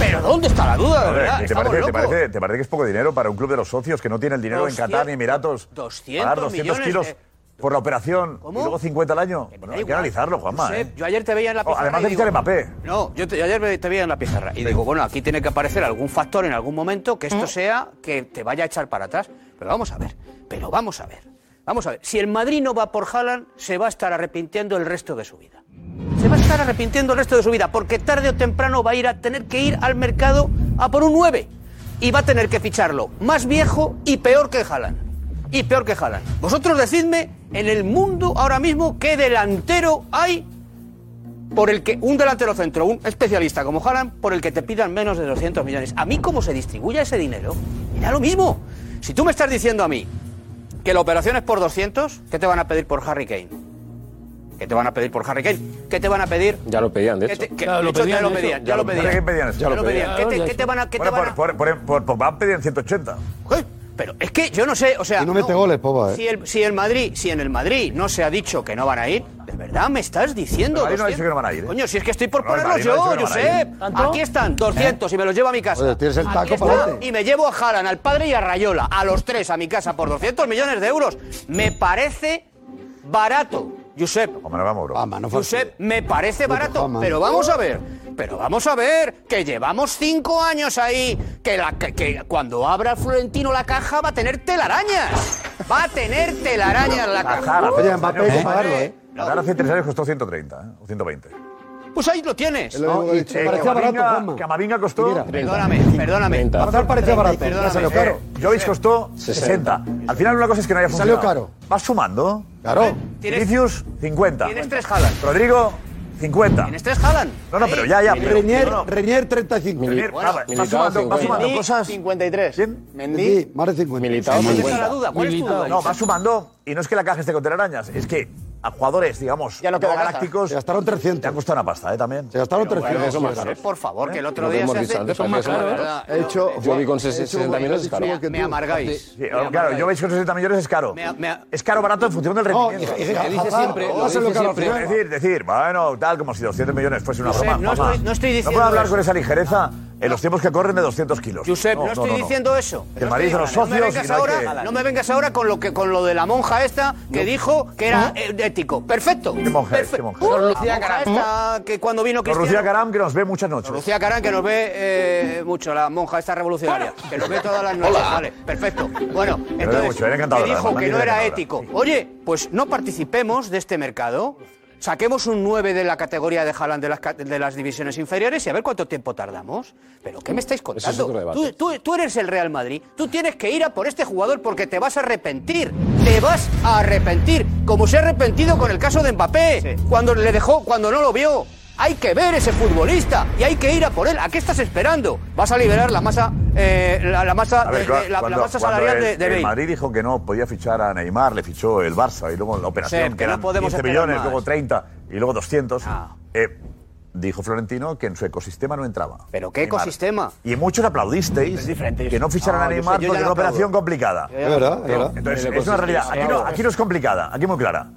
¿Pero dónde está la duda, de Joder, verdad? ¿te, Estamos parece, te, locos. parece, te parece que es poco dinero para un club de los socios que no tiene el dinero en 200, Qatar ni Emiratos? 200 pagar 200 millones kilos de- por la operación ¿Cómo? y luego 50 al año. Bueno, hay que analizarlo, Juanma. Josep, eh. Yo ayer te veía en la Oh, pizarra. además de y digo- fichar Mbappé. No, yo te- ayer me- te veía en la pizarra y digo, bueno, aquí tiene que aparecer algún factor en algún momento que esto sea que te vaya a echar para atrás. Pero vamos a ver, pero vamos a ver. Vamos a ver, si el Madrid no va por Haaland, se va a estar arrepintiendo el resto de su vida. Se va a estar arrepintiendo el resto de su vida, porque tarde o temprano va a ir a tener que ir al mercado a por un 9 y va a tener que ficharlo más viejo y peor que Haaland y peor que Haaland. Vosotros decidme en el mundo ahora mismo qué delantero hay por el que un delantero centro, un especialista como Haaland, por el que te pidan menos de 200 millones. A mí cómo se distribuya ese dinero, mira lo mismo. Si tú me estás diciendo a mí que la operación es por 200, ¿qué te van a pedir por Harry Kane? ¿Qué te van a pedir por Harry Kane? ¿Qué te van a pedir? Ya lo pedían, de ¿Qué hecho. te- qué- Claro, lo de hecho, ya pedían lo eso. pedían, ya lo pedían. ¿Qué pedían eso? Ya lo Ya lo pedían. pedían. ¿Qué te- qué te van a- qué te Bueno, van a- por, por, por, por- van a pedir 180. Pero es que yo no sé, o sea... Y no mete goles, Popa, eh. Si, el, si el Madrid, si en el Madrid no se ha dicho que no van a ir, de verdad me estás diciendo... El Madrid no ha dicho 200? que no van a ir, eh. Coño, si es que estoy por No, el ponerlos Madrid no ha yo, dicho que no van a Josep. ir. ¿Eh? ¿Aquí? están, 200, y me los llevo a mi casa. Oye, tienes el Aquí taco está, para y me llevo a Jalan, al padre y a Rayola, a los tres, a mi casa, por 200 millones de euros. Me parece barato, Josep. Josep, me parece barato, Juanma. pero vamos a ver. Pero vamos a ver, que llevamos cinco años ahí, que, la, que, que cuando abra Florentino la caja va a tener telarañas. Va a tener telarañas la caja. Oye, Mbappé hay que pagarlo, ¿eh? Qatar hace tres años costó 130, ¿eh? o 120. Pues ahí lo tienes. No, y que Camavinga- Camavinga costó... Perdóname, perdóname. Qatar parecía barato, Perdóname. ya salió caro. Jovic costó 60. Al final una cosa es que no haya Salió funcionado. Vas sumando. Claro. Tienes- Vinicius, 50. tienes tres Haaland. Rodrigo, 50. Tienes tres Haaland. No, no, pero ya, ya. Pero, Reñer, no, no. Reñer 35. Reñer, Bueno, ah, va- va sumando, va sumando cosas. 53. Mendy, más de 50. No, va sumando. Y no es que la caja esté con telarañas, es que a jugadores, digamos, ya no queda galácticos. gastaron 300. Te ha costado una pasta, ¿eh? También. Se gastaron Por favor, que el otro Lo que día hemos se hace... dicho antes, Son parece más que son caros. más caros. De hecho, Yo vi con he hecho 60 igual millones, que es caro. tú. Me, me amargáis. Sí, oh, Me claro, amargáis. yo veis que 60 millones es caro. Es caro barato en función del No, rendimiento. Ah, y- y- que dice siempre, lo dice siempre. Es decir, decir, bueno, tal, como si 200 millones fuese una Josep, broma. no Juanma. estoy- no estoy diciendo No puedo hablar eso. con esa ligereza en los tiempos que corren de 200 kilos. Josep, no, no, estoy no, no. diciendo eso. Que el Madrid No son los estoy- socios. No me vengas y no hay ahora, que- no me vengas ahora con, lo que, con lo de la monja esta que dijo que era eh, ético. Perfecto. ¿Qué monja ¿Qué monja? Lucía Caram. esta que cuando vino Con Cristiano... Lucía Caram, que nos ve muchas noches. Lucía Carán, que nos ve eh, mucho, la monja esta revolucionaria, que nos ve todas las noches. Vale, perfecto. Bueno, Me entonces, mucho, era encantadora, que dijo además, que no era encantadora. era ético. Oye, pues no participemos de este mercado, saquemos un 9 de la categoría de Haaland de las, ca- de las divisiones inferiores y a ver cuánto tiempo tardamos. ¿Pero qué me estáis Eso es contando? otro debate. tú, tú- tú eres el Real Madrid, tú tienes que ir a por este jugador porque te vas a arrepentir, te vas a arrepentir, como se ha arrepentido con el caso de Mbappé, cuando le dejó, cuando no lo vio. Hay que ver ese futbolista y hay que ir a por él. ¿A qué estás esperando? Vas a liberar la masa, eh, la, la masa, A ver, de- claro, de- la, la cuando- masa cuando salarial el- de, de el Bale. Madrid dijo que no podía fichar a Neymar, le fichó el Barça y luego la operación, Josep, que que no eran podemos 15 esperar millones, más. Ah. luego 30 y luego 200. Eh, dijo Florentino que en su ecosistema no entraba. ¿Pero qué ecosistema? Y muchos aplaudisteis que no ficharan No, a yo sé, Neymar yo porque ya no era una aplaudo. operación complicada. Yo ya Es no verdad, aplaudo. es verdad. Entonces, El es una realidad. ecosistema. Aquí no, aquí no es complicada, aquí muy clara.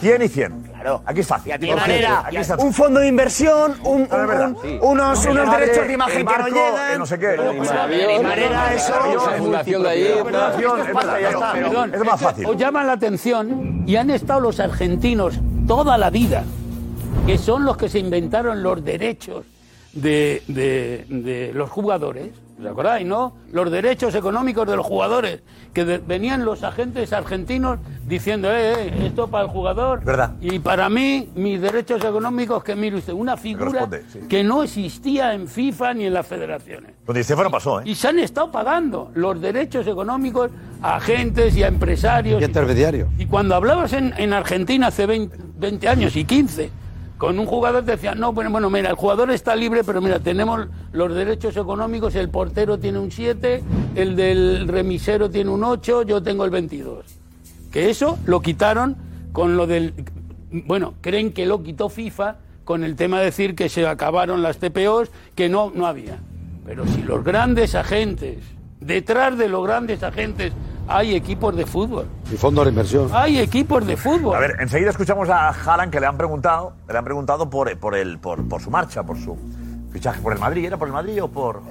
100 y 100. Aquí es fácil. De Por cierto, manera, aquí está- un fondo de inversión, un- No, es un- verdad. un- Sí. unos, El unos avión, derechos de imagen el que barco, no llegan. el no sé qué. Pero, pues, de manera, eso. La fundación de ahí. La fundación, es verdad, ya está. Perdón, Es más que fácil. Os llama la atención y han estado los argentinos toda la vida, que son los que se inventaron los derechos de, de- de los jugadores, ¿Os acordáis, no? Los derechos económicos de los jugadores. Que de- venían los agentes argentinos diciendo, eh, eh, esto para el jugador. ¿Verdad? Y para mí, mis derechos económicos, que mire usted, una figura corresponde, sí. que no existía en FIFA ni en las federaciones. Donde Estefano pasó, ¿eh? Y se han estado pagando los derechos económicos a agentes y a empresarios. Y intermediarios. Y cuando hablabas en, en Argentina hace 20, 20 años y 15, con un jugador te decían, no, bueno, bueno, mira, el jugador está libre, pero mira, tenemos los derechos económicos, el portero tiene un 7, el del remisero tiene un 8, yo tengo el 22. Que eso lo quitaron con lo del... Bueno, creen que lo quitó FIFA con el tema de decir que se acabaron las TPOs, que no, no había. Pero si los grandes agentes, detrás de los grandes agentes, hay equipos de fútbol. Y fondos de inversión. Hay equipos de fútbol. A ver, enseguida escuchamos a Haaland que le han preguntado, le han preguntado por, eh, por, el, por, por su marcha, por su fichaje por el Madrid. ¿Era por el Madrid o por...?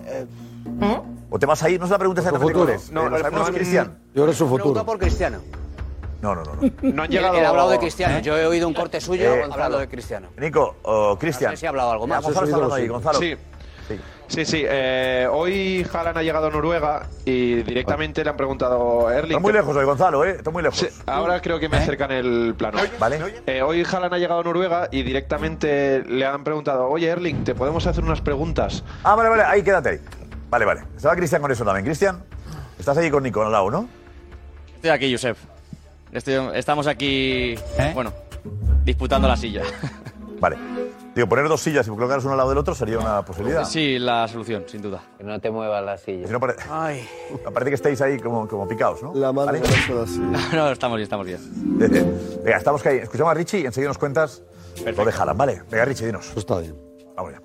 ¿O te vas a ir? No se la pregunta Por su exactamente cuál futuro. es. No, Eh, lo sabemos no, Cristian. Yo era su futuro. Pregunta por Cristiano. No, no, no. no. No han llegado- ¿Eh? Él ha hablado de Cristiano. Yo he oído un corte suyo hablando de Cristiano. Eh, Nico, o Cristian. No sé si ha hablado algo Ya, más. Gonzalo está hablando ahí, Gonzalo. Sí. Sí, sí. eh, hoy Haaland ha llegado a Noruega y directamente le han preguntado a Erling. Está muy lejos hoy, Gonzalo, ¿eh? Está muy lejos. Ahora creo ¿Eh? que me acercan el plano. Vale. Eh, hoy Haaland ha llegado a Noruega y directamente le han preguntado, oye Erling, ¿te podemos hacer unas preguntas? Ah, vale, vale, ahí quédate ahí. Vale, vale. Estaba Cristian con eso también. Cristian, estás ahí con Nico al lado, ¿no? Estoy aquí, Josep. Estoy- estamos aquí, bueno, disputando la silla. Vale. Digo, poner dos sillas y colocarlas una al lado del otro sería una posibilidad. Sí, la solución, sin duda. Que no te muevas la silla. Si no pare- Parece que estáis ahí como, como picados, ¿no? La madre No, estamos bien, estamos bien. Venga, estamos que ahí. Escuchamos a Richie y enseguida nos cuentas lo de Haaland, ¿vale? Venga, Richie, dinos. Pues está bien. Vamos ya.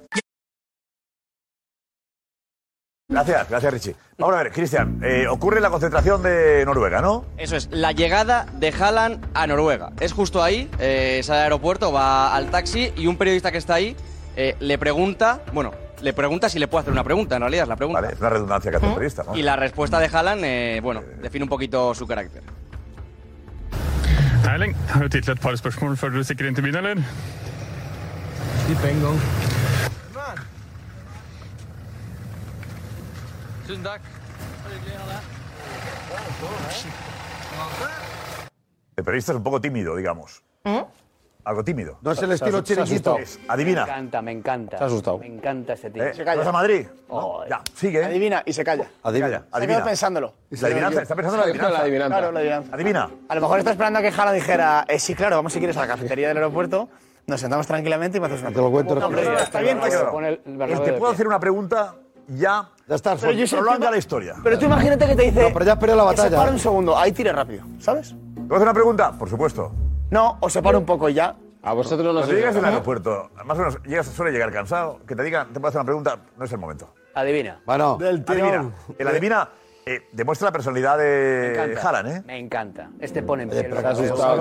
Gracias, gracias, Richie. Vamos a ver, Cristian, eh, ocurre la concentración de Noruega, ¿no? Eso es, la llegada de Haaland a Noruega. Es justo ahí, eh, sale al aeropuerto, va al taxi y un periodista que está ahí eh, le pregunta, bueno, le pregunta si le puede hacer una pregunta, en realidad es la pregunta. Vale, es una redundancia que hace el periodista, ¿no? Y la respuesta de Haaland, eh, bueno, define un poquito su carácter. Erling, har du tid til et par spørsmål før du stikker inn til byen, eller? Slipp en gang. Tusen takk. El periodista es un poco tímido, digamos. ¿Eh? Algo tímido. No es el estilo chiringuito. Adivina. Me encanta, me encanta. Se ha asustado. Me encanta ese tío. ¿Eh? Se calla. ¿Vas a Madrid? Ya, sigue. Adivina y se calla. Adivina. Se quedó pensándolo. La adivinanza, está pensando en la adivinanza. Claro, la adivinanza. Adivina. A lo mejor está esperando a que Jala dijera, eh, sí, claro, vamos si quieres a la cafetería del aeropuerto, nos sentamos tranquilamente y me haces una. Te lo cuento. está bien, pues, pues, Te pero- pone el te puedo hacer una pregunta ya. Ya está, Pero yo sé que prolonga va- la historia. Pero tú imagínate que te dice. No, pero ya esperé la "Eh, se batalla, para ¿eh? un segundo, ahí tire rápido, ¿sabes? ¿Te voy a hacer una pregunta? Por supuesto. No, o se para un poco y ya. A vosotros no Cuando os llegas llega. al aeropuerto, más o menos, llegas, suele llegar cansado, que te digan, te puedo hacer una pregunta, no es el momento. Adivina. Bueno, adivina. El adivina eh, demuestra la personalidad Me de encanta. Haaland, ¿eh? Me encanta. Este pone en piel. A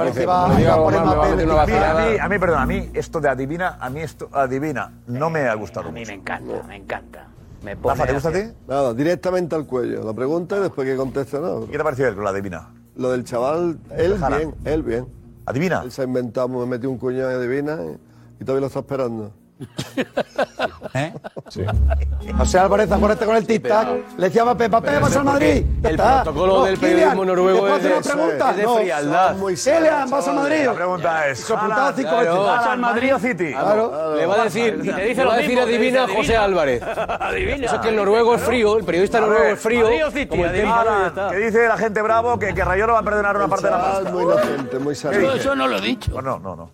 mí, a mí, a mí, perdón, a mí esto de adivina, a mí esto adivina, no me ha gustado mucho. A mí me encanta, me encanta. Me Rafa, ¿te gusta a ti? Nada, directamente al cuello. La pregunta y después que conteste, ¿no? ¿Qué te ha parecido con la adivina? Lo del chaval, él Jala. bien, él bien. ¿Adivina? Él se ha inventado, me metió un cuñado de adivina y, y todavía lo está esperando. O sea, Álvarez Zamorete con el tic-tac. Le decía a Pepe, Pepe, vas al Madrid. Ya el está. protocolo del periodismo noruego ¿te puedo hacer una es de- pregunta? es de frialdad. No. Kylian, vas al Madrid. La pregunta es. Se apuntaba cinco Claro. veces. ¿Vas al Madrid o City? Claro. Le va a decir, Y te dice le va lo a decir mismo, te adivina dice José adivina. Álvarez. Adivina. Eso es que el noruego es frío, el periodista noruego es frío. como el tiempo. ¿Qué dice la gente bravo? Que, que Rayola va a perdonar una parte de la pasta. Muy inocente, muy sano. dicho. no, no, no.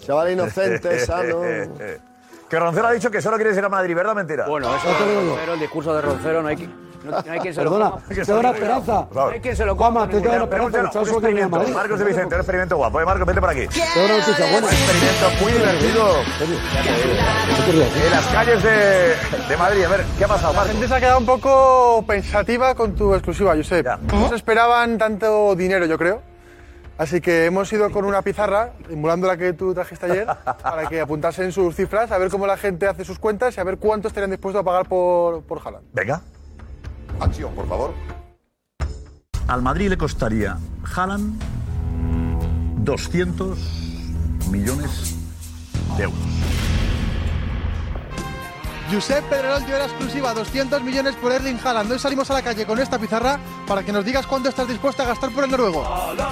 Chaval inocente, sano. que Roncero ha dicho que solo quieres ir a Madrid, ¿verdad o mentira? Bueno, eso de Roncero, el discurso de Roncero, no hay, qui- no, no hay quien se Perdona, lo coma. te da una esperanza. No hay quien se lo coma. te da una Pero- esperanza. Un experimento. Marcos de Vicente, un experimento guapo. Eh, Marcos, vete por aquí. Un experimento muy divertido. En las calles de, de Madrid. A ver, ¿qué ha pasado, La Marcos? gente se ha quedado un poco pensativa con tu exclusiva, Josep. No se esperaban tanto dinero, yo creo. Así que hemos ido con una pizarra, emulando la que tú trajiste ayer, para que apuntasen sus cifras, a ver cómo la gente hace sus cuentas y a ver cuánto estarían dispuestos a pagar por, por Haaland. Venga. Acción, por favor. Al Madrid le costaría Haaland 200 millones de euros. Josep Pedrerol dio la exclusiva 200 millones por Erling Haaland. Hoy salimos a la calle con esta pizarra para que nos digas cuánto estás dispuesto a gastar por el noruego.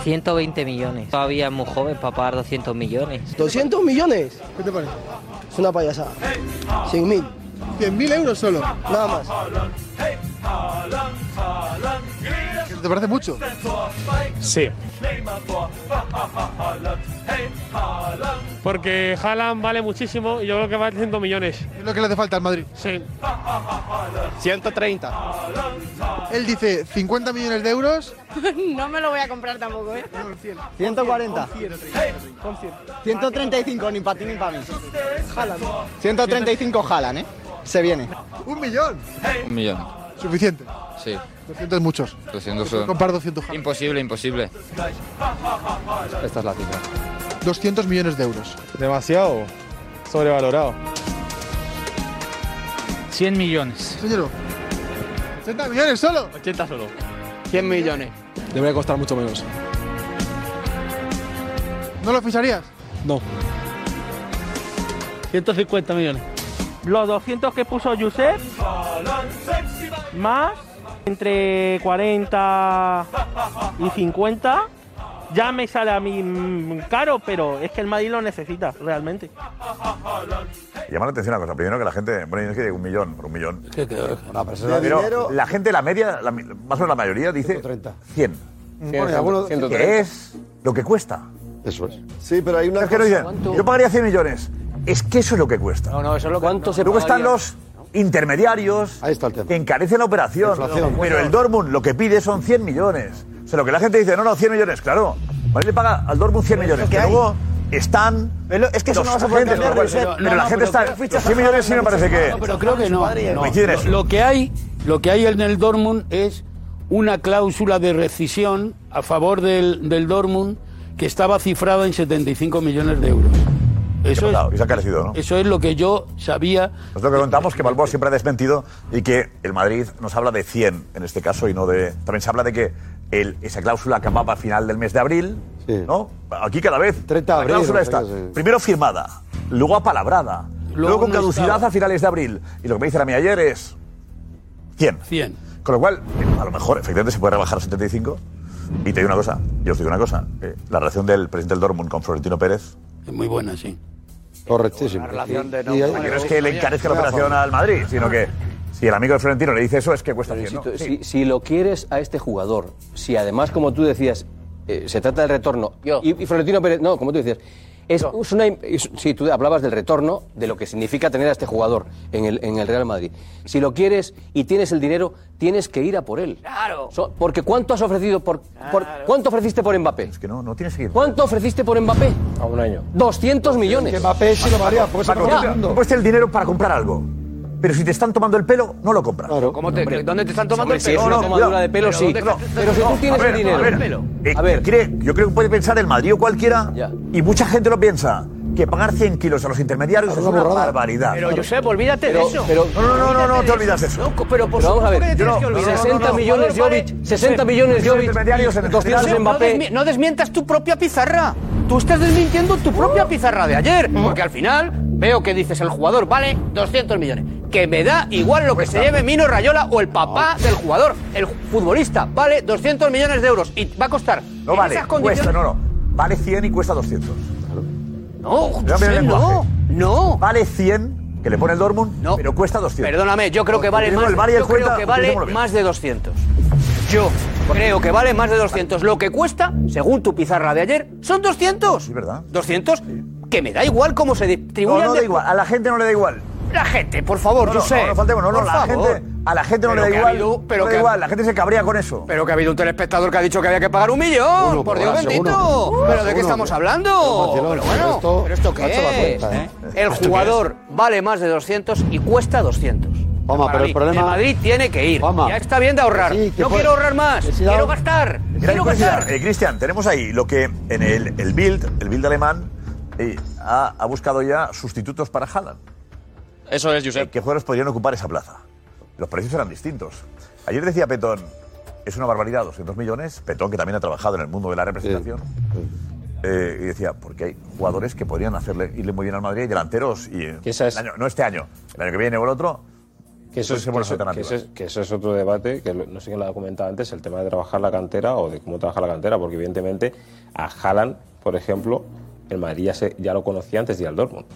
120 millones. Todavía es muy joven para pagar 200 millones. 200 millones. ¿Qué te parece? Es una payasada. 100 mil. 100 mil euros solo. Nada más. ¿Te parece mucho? Sí. Porque Haaland vale muchísimo y yo creo que vale 100 millones. Es lo que le hace falta al Madrid. Sí. 130. Él dice 50 millones de euros. no me lo voy a comprar tampoco, ¿eh? 140. 135, ni para ti ni para mí. 135 jalan, ¿eh? Se viene. Un millón. Un millón. Suficiente. Sí. 200 es muchos. 200 Yo son- comparo 200 Haaland. Imposible, imposible. Esta es la cifra. 200 millones de euros. Demasiado. Sobrevalorado. 100 millones. Señor. 80 millones solo. 80 solo. 100 millones. Debería costar mucho menos. ¿No lo ficharías? No. 150 millones. Los 200 que puso Josep, más entre 40 y 50, ya me sale a mí mm, caro, pero es que el Madrid lo necesita realmente. Llama la atención una cosa. Primero que la gente. Bueno, es que un millón, por un millón. Bueno, pero eso Pero da dinero. la gente, la media, la- más o menos la mayoría, dice 100. Bueno, y algunos- Que es lo que cuesta. Eso es. Sí, pero hay una cosa- yo pagaría 100 millones. Es que eso es lo que cuesta. No, no, eso es lo que ¿Cuánto Luego están los intermediarios que encarecen la operación. Inflación. Pero el Dortmund lo que pide son 100 millones. O sea, lo que la gente dice, no, no, 100 millones, claro. Madrid le paga al Dortmund 100 millones. que Que hay. luego están. es que eso no vas a poder agentes, cambiar, los cuales- Josep. pero No, la no, gente pero está. creo que los 100 millones sí me parece que. No, pero creo que no. no. Coinciden Lo, lo que hay, lo que hay en el Dortmund es una cláusula de rescisión a favor del, del Dortmund que estaba cifrada en 75 millones de euros. Eso es, y se ha carecido, ¿no? eso es lo que yo sabía. Es lo que contamos, que Balboa siempre ha desmentido y que el Madrid nos habla de 100 en este caso y no de... También se habla de que el- esa cláusula acababa a final del mes de abril, ¿no? Aquí cada vez 30 la abril, cláusula no sé está qué, sí. primero firmada, luego apalabrada, luego, con no caducidad estaba. a finales de abril. Y lo que me dicen a mí ayer es 100. 100. Con lo cual, eh, a lo mejor, efectivamente, se puede rebajar a 75. Y te digo una cosa, yo os digo una cosa. eh, la relación del presidente del Dortmund con Florentino Pérez... Es muy buena, sí. Correctísimo. Y- y- y no es que le encarezca la operación al Madrid, sino que si el amigo de Florentino le dice eso es que cuesta 100, ¿no? Insisto, si, si lo quieres a este jugador, si además, como tú decías, eh, se trata del retorno, Y, y Florentino Pérez, no, como tú decías, es, es una. im- es- sí, tú hablabas del retorno, de lo que significa tener a este jugador en el, en el Real Madrid. Si lo quieres y tienes el dinero, tienes que ir a por él. Claro. porque ¿cuánto has ofrecido por, por- ¿Cuánto ofreciste por Mbappé? Es que no, no tienes que ir. ¿Cuánto ofreciste por Mbappé? A un año. 200 millones. Mbappé sí lo valía, porque se Paco, acabó tú te- el mundo. tú puedes el dinero para comprar algo. Pero si te están tomando el pelo, no lo compras. ¿Cómo te- ¿Dónde te están tomando Hombre, el si pelo? es una tomadura de pelo, sí. ¿dónde No, te- pero si tú no, tienes a ver, el dinero. a ver, pelo. Eh, cree- yo creo que puede pensar el Madrid o cualquiera, y mucha gente lo piensa, que pagar 100 kilos a los intermediarios es una barbaridad. Pero Josep, olvídate de Pero- eso. pero- No, no, no, no, no, te olvidas de eso. No, pero por Pero vamos a supuesto ver, que te yo tienes no- que olvidar. no, no, no, 60 Jugador millones vale- Jovic, 60 millones Jovic, Intermediarios en el 200 Josep, Mbappé. No, desmi- no desmientas tu propia pizarra. Tú estás desmintiendo tu ¿Eh? propia pizarra de ayer. Porque al final veo que dices el jugador vale 200 millones. Que me da igual lo que se lleve Mino Rayola o el papá del jugador. El futbolista vale 200 millones de euros y va a costar. No en vale, esas condiciones- cuesta, no, no. Vale 100 y cuesta 200. No, Mira, mira el Josep, no. lenguaje. No. Vale 100, que le pone el Dortmund, pero cuesta 200. Perdóname, yo creo que vale Utilicemos más, Oh, el VAR y el yo creo cuenta, que vale utilicémoslo bien. más de 200. Yo creo que vale más de 200. Lo que cuesta, según tu pizarra de ayer, son 200. ¿verdad? 200 que me da igual cómo se distribuyan. No, no da de- igual, a la gente no le da igual. La gente, por favor, No, yo no, sé. no, no faltemos, no, no, Por la favor. gente- a la gente no le da que ha igual, no le da igual, la gente se cabrea con eso. Pero que ha habido un telespectador que ha dicho que había que pagar un millón, Uno, por por Dios ahora, bendito. seguro. ¿Pero de Seguro. qué estamos hablando? Pero, Pero, Marcelo, bueno, esto- ¿pero esto esto va a qué es? cuenta, ¿eh? El ¿Esto qué jugador vale más de 200 y cuesta 200. Juanma, Para pero el mí, problema- Madrid tiene que ir. Juanma. ya está bien de ahorrar. Que sí, que no fue- quiero ahorrar más. Quiero gastar. Gran Quiero curiosidad. gastar. Eh, Cristian, tenemos ahí lo que en el, el Bild, el Bild alemán, eh, ha, ha buscado ya sustitutos para Haaland. Eh, Eso es, Josep. ¿Qué jugadores podrían ocupar esa plaza? Los precios eran distintos. Ayer decía Petón, es una barbaridad, 200 millones. Petón, que también ha trabajado en el mundo de la representación. eh, y decía, porque hay jugadores que podrían hacerle irle muy bien al Madrid, y delanteros, y eh, esas- el año- no este año, el año que viene o el otro. Que eso, es, Pueden ser que, buenas eso, que alternativas. eso es- que eso es otro debate, que lo- no sé quién lo ha comentado antes, el tema de trabajar la cantera o de cómo trabajar la cantera, porque evidentemente a Haaland, por ejemplo, el Madrid ya, se- ya lo conocía antes de ir al Dortmund.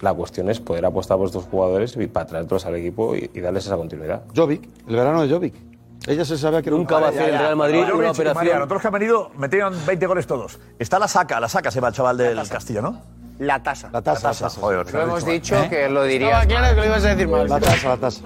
La cuestión es poder apostar por estos jugadores y para traerlos al equipo y, y darles esa continuidad. Jovic, el verano de Jovic. Ella se sabía que Nunca va a hacer el Real Madrid una operación. otros que han venido metieron 20 goles todos. Está la saca, la saca se va el chaval del Castillo, ¿no? La tasa. La tasa, joder. Lo hemos dicho ¿eh? que lo diría. dirías claro que lo ibas a decir mal. La tasa, la tasa.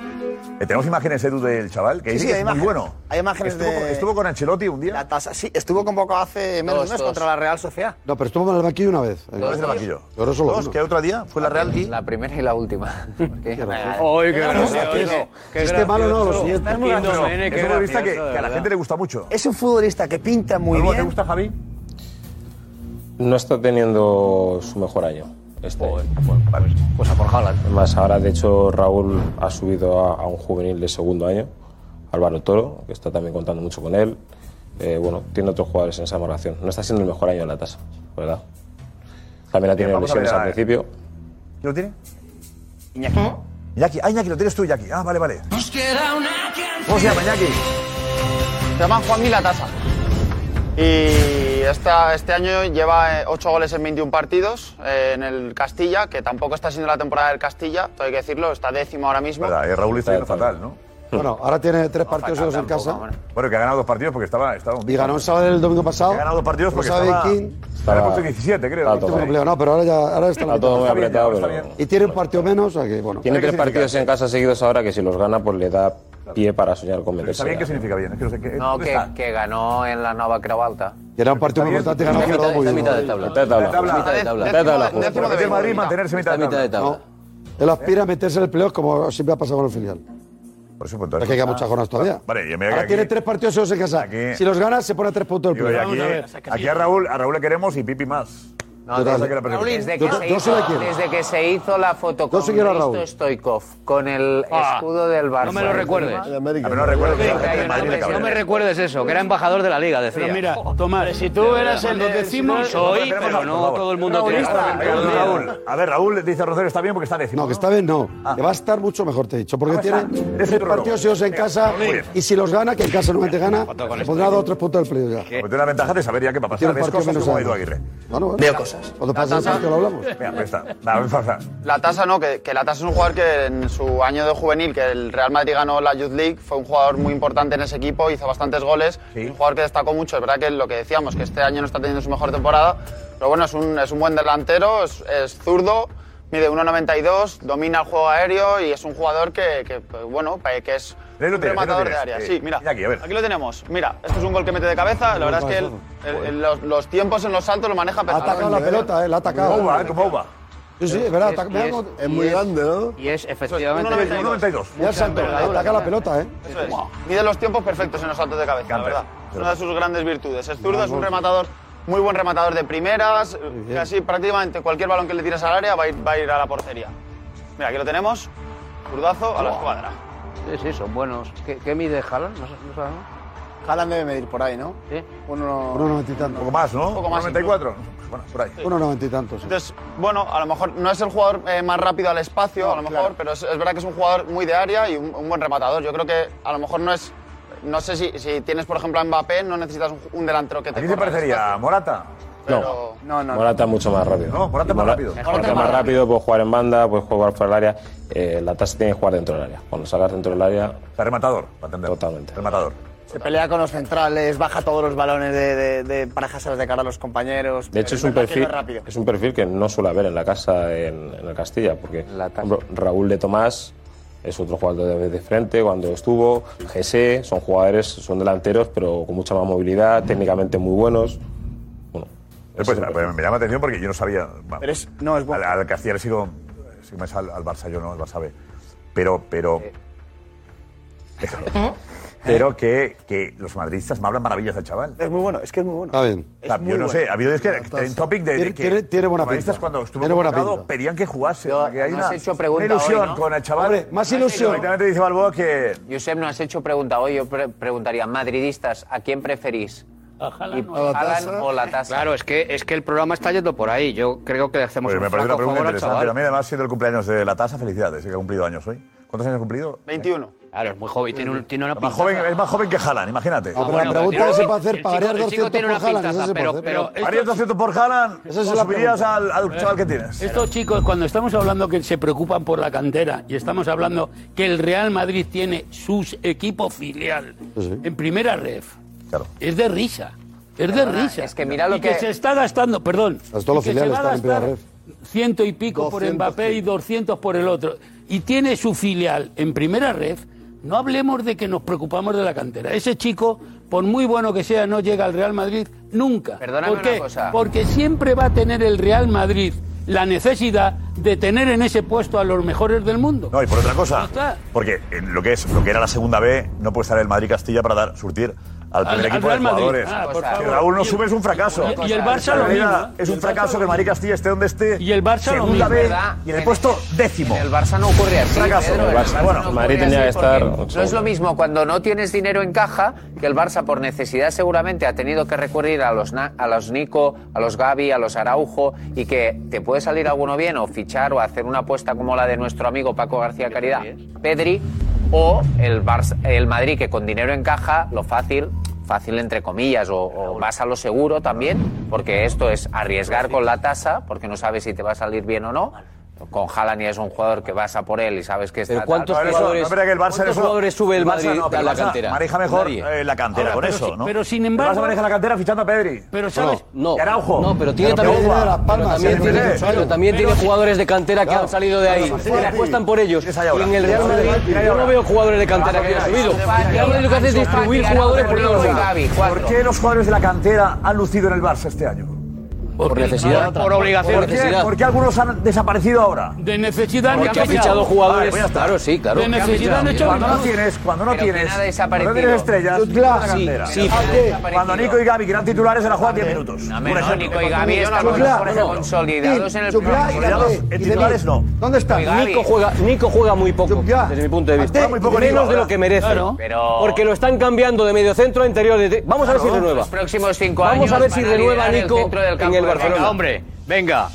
Eh, tenemos imágenes, Edu, del chaval, que Sí, dice sí, que hay es muy imágenes. bueno. Hay imágenes Estuvo- de- Estuvo con Ancelotti un día. La tasa, sí, estuvo convocado hace menos de Dos, un mes dos. contra la Real Sociedad. No, pero estuvo en el banquillo una vez. Dos veces en el banquillo. Ahora solo Dos, uno. que otro día Ah, fue la Real y... La primera y la última. ¡Ay, qué gracioso, qué Este malo no, lo gracioso. siguiente. Estás muy gracioso. eh, Nene, Es qué un futbolista que, gracioso, de que a la verdad. gente le gusta mucho. Es un futbolista que pinta muy bien. ¿Te gusta, Javi? No está teniendo su mejor año. Este Pues a por Haaland. Además, ahora de hecho Raúl ha subido a, a un juvenil de segundo año, Álvaro Toro, que está también contando mucho con él. Eh, bueno, tiene otros jugadores en esa relación. No está siendo el mejor año de la tasa, ¿verdad? También ha tenido Bien, vamos a ver lesiones a- al principio. ¿Quién lo tiene? Iñaki. Iñaki, ah, Iñaki, lo tienes tú, Iñaki. Ah, vale, vale. ¿Cómo se llama, Iñaki? Se llama Juan Milatasa. Y esta- este año lleva 8 goles en 21 partidos eh, en el Castilla, que tampoco está siendo la temporada del Castilla, todo hay que decirlo, está décimo ahora mismo. Eh, Raúl hizo yendo fatal, ¿no? Bueno, ahora tiene tres partidos en en casa. Bueno, que ha ganado dos partidos porque estaba... estaba un Y ganó el sábado del domingo pasado. Ha ganado dos partidos porque Rosa estaba... Viking. Estaba en el puesto 17, creo. Tuvo un problema, no, pero ahora, ya, ahora está la Está todo muy mitad. apretado, pero- Y tiene un partido menos, o sea que bueno. Tiene tres partidos en casa seguidos ahora que si los gana, pues le da pie para soñar con meterse. bien, ya. ¿qué significa bien? Es que no sé qué... No, que, que ganó en la Nova Craualta. Era un partido muy importante, ganó Está Gerardo mitad- muy está bien. mitad de tabla. Mitad de tabla. Mitad de tabla. Mitad de tabla. Décimo- décimo de Porque el Madrid veinte. mantenerse mitad Está de tabla. Él aspira a meterse en el playoff como siempre ha pasado con el filial. Por eso, pues, entonces- Es que queda muchas jornadas todavía. Vale, ya me Ahora aquí- tiene tres partidos solos en casa. Aquí- Si los gana, se pone a tres puntos del Digo, y playoff. aquí, aquí a Raúl, a Raúl le queremos y Pipi más. No, Yo desde, creo que la pregunta- desde que se hizo, desde que se hizo la foto con sí quiero a Raúl. Risto Stoikov, con el Ah, escudo del Barça. no me lo recuerdes. encima. Ah, No me recuerdes eso, que era embajador de la liga, decía. Pero mira, Tomás, si tú eras el decimo- soy, Tenemos pero a- no por favor. todo el mundo tiene. Raúl, Raúl, a ver, Raúl dice Rosario está bien porque está décimo. No, que esta vez no. Que va a estar mucho mejor, te he dicho. Porque Ah, tiene está. tres Ese prólogo. partidos solos en Venga, casa. muy bien. Y si los gana, que en casa no te gana, con se esto. pondrá dos o tres puntos del playoff ya. Pues tiene la ventaja de saber ya qué va a pasar. Tiene Ves partido cosas menos como además. Edu Aguirre. Bueno, bueno. Veo cosas. Cuando pase el partido lo hablamos. Mira, pues está. Va, vamos a pasar. La tasa no, que, que la tasa es un jugador que en su año de juvenil, que el Real Madrid ganó la Youth League, fue un jugador muy importante en ese equipo, hizo bastantes goles, un jugador que destacó mucho. Es verdad que lo que decíamos, que este año no está teniendo su mejor temporada, pero bueno, es un, es un buen delantero, es, es zurdo, mide 1,92, domina el juego aéreo y es un jugador que, que, pues, bueno, pa- que es Ahí lo un tienes, ahí lo rematador de tienes. área. Eh, Sí, mira, Iñaki, a ver. aquí lo tenemos. Mira, esto es un gol que mete de cabeza, la verdad es que él- el- el- los, los tiempos en los saltos lo maneja Ha atacado la pelota, eh, la ha atacado. Como Uba, eh, como Uba. Sí, sí, es verdad. Y es- ataca- y mira es- cómo- y es muy grande, ¿no? Y es efectivamente. 1,92. Mira el salto, Mucha ataca la pelota, ¿eh? Eso es. Mide los tiempos perfectos en los saltos de cabeza, la verdad. Es una de sus grandes virtudes. Es zurdo, es un rematador, muy buen rematador de primeras. Casi prácticamente cualquier balón que le tires al área va a ir, va a, ir a la portería. Mira, aquí lo tenemos. Zurdazo a la escuadra. Sí, sí, son buenos. ¿Qué, qué mide Haaland? No, no sabemos. Jalan debe medir por ahí, ¿no? Sí. Uno noventa y tantos. poco más, ¿no? Un poco más, 94. Bueno, por ahí. Uno noventa y tantos. sí. Entonces, bueno, a lo mejor no es el jugador eh, más rápido al espacio, a lo mejor, pero es, es verdad que es un jugador muy de área y un, un buen rematador. Yo creo que a lo mejor no es. No sé si, si tienes, por ejemplo, a Mbappé, no necesitas un, un delantero que te. ¿A quién te corra al parecería? espacio. ¿Morata? Pero- no, no. Morata mucho más rápido. No, Morata más Mora- rápido. Morata más rápido, puede jugar en banda, puede jugar fuera del área. Eh, la tasa tiene que jugar dentro del área. Cuando salgas dentro del área. Está rematador, para entender. Totalmente. Rematador. Se pelea con los centrales, baja todos los balones de, de, de para dejárselo de cara a los compañeros. De hecho, Pero es un, verdad que perfil, no es rápido. es un perfil que no suele haber en la casa en, en el Castilla, porque por ejemplo, Raúl de Tomás es otro jugador de, de frente cuando estuvo, GC, son jugadores, son delanteros, pero con mucha más movilidad, técnicamente muy buenos. Eh, pues, pues, me llama la atención porque yo no sabía. Pero es, no, es bueno. Al, al Castilla le sigo. sigo más al, al Barça, yo no, al Barça B. Pero, pero. Eh. Pero, pero que, que los madridistas me hablan maravillas del chaval. Es muy bueno, es que es muy bueno. Está bien. O sea, yo muy no bueno. sé, ha habido es que en topic de, de Tiene- que tiene- tiene buena los madridistas pinta. cuando estuvo Tiene buena convocado pinta. pedían que jugase. o sea, que hay no una, has hecho una pregunta hoy, ilusión ¿no? con el chaval. Hombre, más ilusión. Directamente dice Balboa que Josep, no has hecho pregunta hoy. Yo pre- preguntaría, madridistas, ¿a quién preferís? Y- o la tasa. o la tasa. Claro, es que, es que el programa está yendo por ahí. Yo creo que le hacemos Pues un me parece una flaco pregunta favor al interesante. chaval. También, además, siendo el cumpleaños de la tasa, felicidades, eh, que ha cumplido años hoy. ¿Cuántos años ha cumplido? 21. Claro, es muy joven. Tiene, un, tiene una Más joven, es más joven que Haaland, imagínate. Ah, bueno, pero tiene- el chico- el chico tiene una pintaza, pero- pero Pero, ¿Pagarías 200 por Haaland? Esa Eso es es la subirías pregunta. al, al chaval que tienes? Estos chicos, cuando estamos hablando que se preocupan por la cantera y estamos hablando que el Real Madrid tiene sus equipo filial en primera ref, es de risa. Es de Perdona, risa. es que mira lo y que- se está gastando, perdón. Pues todos los y que se filiales va a están en primera gastar red. Ciento y pico por 200, Mbappé y 200 por el otro. Y tiene su filial en primera red. No hablemos de que nos preocupamos de la cantera. Ese chico, por muy bueno que sea, no llega al Real Madrid nunca. Perdóname ¿Por qué? una cosa. Porque siempre va a tener el Real Madrid la necesidad de tener en ese puesto a los mejores del mundo. No, y por otra cosa, está. porque eh, lo que es, lo que era la segunda B, no puede estar el Madrid Castilla para dar, surtir al Al- primer al equipo Real de Madrid. jugadores. Ah, por si favor. Raúl no Y- sube es un fracaso. y- y el Barça lo La realidad mismo. Es un fracaso que el Madrid Castilla esté donde esté. Y el Barça lo segunda mismo. B ¿Verdad? y en el puesto décimo. El Barça no ocurre así. Fracaso. Pedro, El Barça- no bueno, ocurre Madrid así tenía que porque estar- No es lo mismo cuando no tienes dinero en caja, que el Barça por necesidad seguramente ha tenido que recurrir a los, Na- a los Nico, a los Gaby, a los Araujo, y que te puede salir alguno bien o fichar o hacer una apuesta como la de nuestro amigo Paco García Caridad, Pedri, o el, Barça- el Madrid que con dinero en caja, lo fácil fácil entre comillas o, o vas a lo seguro también porque esto es arriesgar con la tasa porque no sabes si te va a salir bien o no con Haaland y es un jugador que vas a por él y sabes que está Pero ¿cuántos tal. jugadores- No, pero que el Barça ¿cuántos en eso- jugadores sube el el Barça Madrid no, pero a la el Barça cantera? maneja mejor, Nadie. eh, la cantera, con pero eso, si- ¿no? Pero sin El embargo. Barça maneja la cantera fichando a Pedri. Pero sabes. No, Y Araujo. no, pero tiene Pero también, Pogba. pero también, Pero tiene, tiene- pero también tiene jugadores de cantera que han salido de ahí, que le apuestan por ellos. Y en el Real Madrid yo no veo jugadores de cantera que hayan subido. El Real Madrid lo que hace es distribuir jugadores por todos lados. ¿Por qué los jugadores de la cantera han lucido en el Barça este año? Por necesidad. Por obligación. ¿Por qué, Necesidad. por qué algunos han desaparecido ahora? De necesidad Porque ha fichado jugadores. Claro, sí, claro. De necesidad han hecho Cuando no jugadores. tienes- cuando no Pero tienes- ¿quién ha desaparecido? cuando no tienes estrellas, Sí, tienes la cantera. Sí, ¿A pero- qué? Cuando Nico y Gaby, que eran titulares, se la juegan 10 minutos. A Por menos ejemplo. Nico y Gaby están consolidados en el Consolidados en titulares, no. ¿Dónde está? Gavi. Nico juega, Nico juega muy poco, Ah, desde mi punto de vista. Juega muy poco Menos Nico, de lo ahora. que merece. Claro. Pero- Porque lo están cambiando de mediocentro a interior. De... Vamos a ver si renueva. Los próximos cinco Vamos años a ver si van renueva liderar el Nico centro del en campo el de Barcelona. Venga, hombre, venga.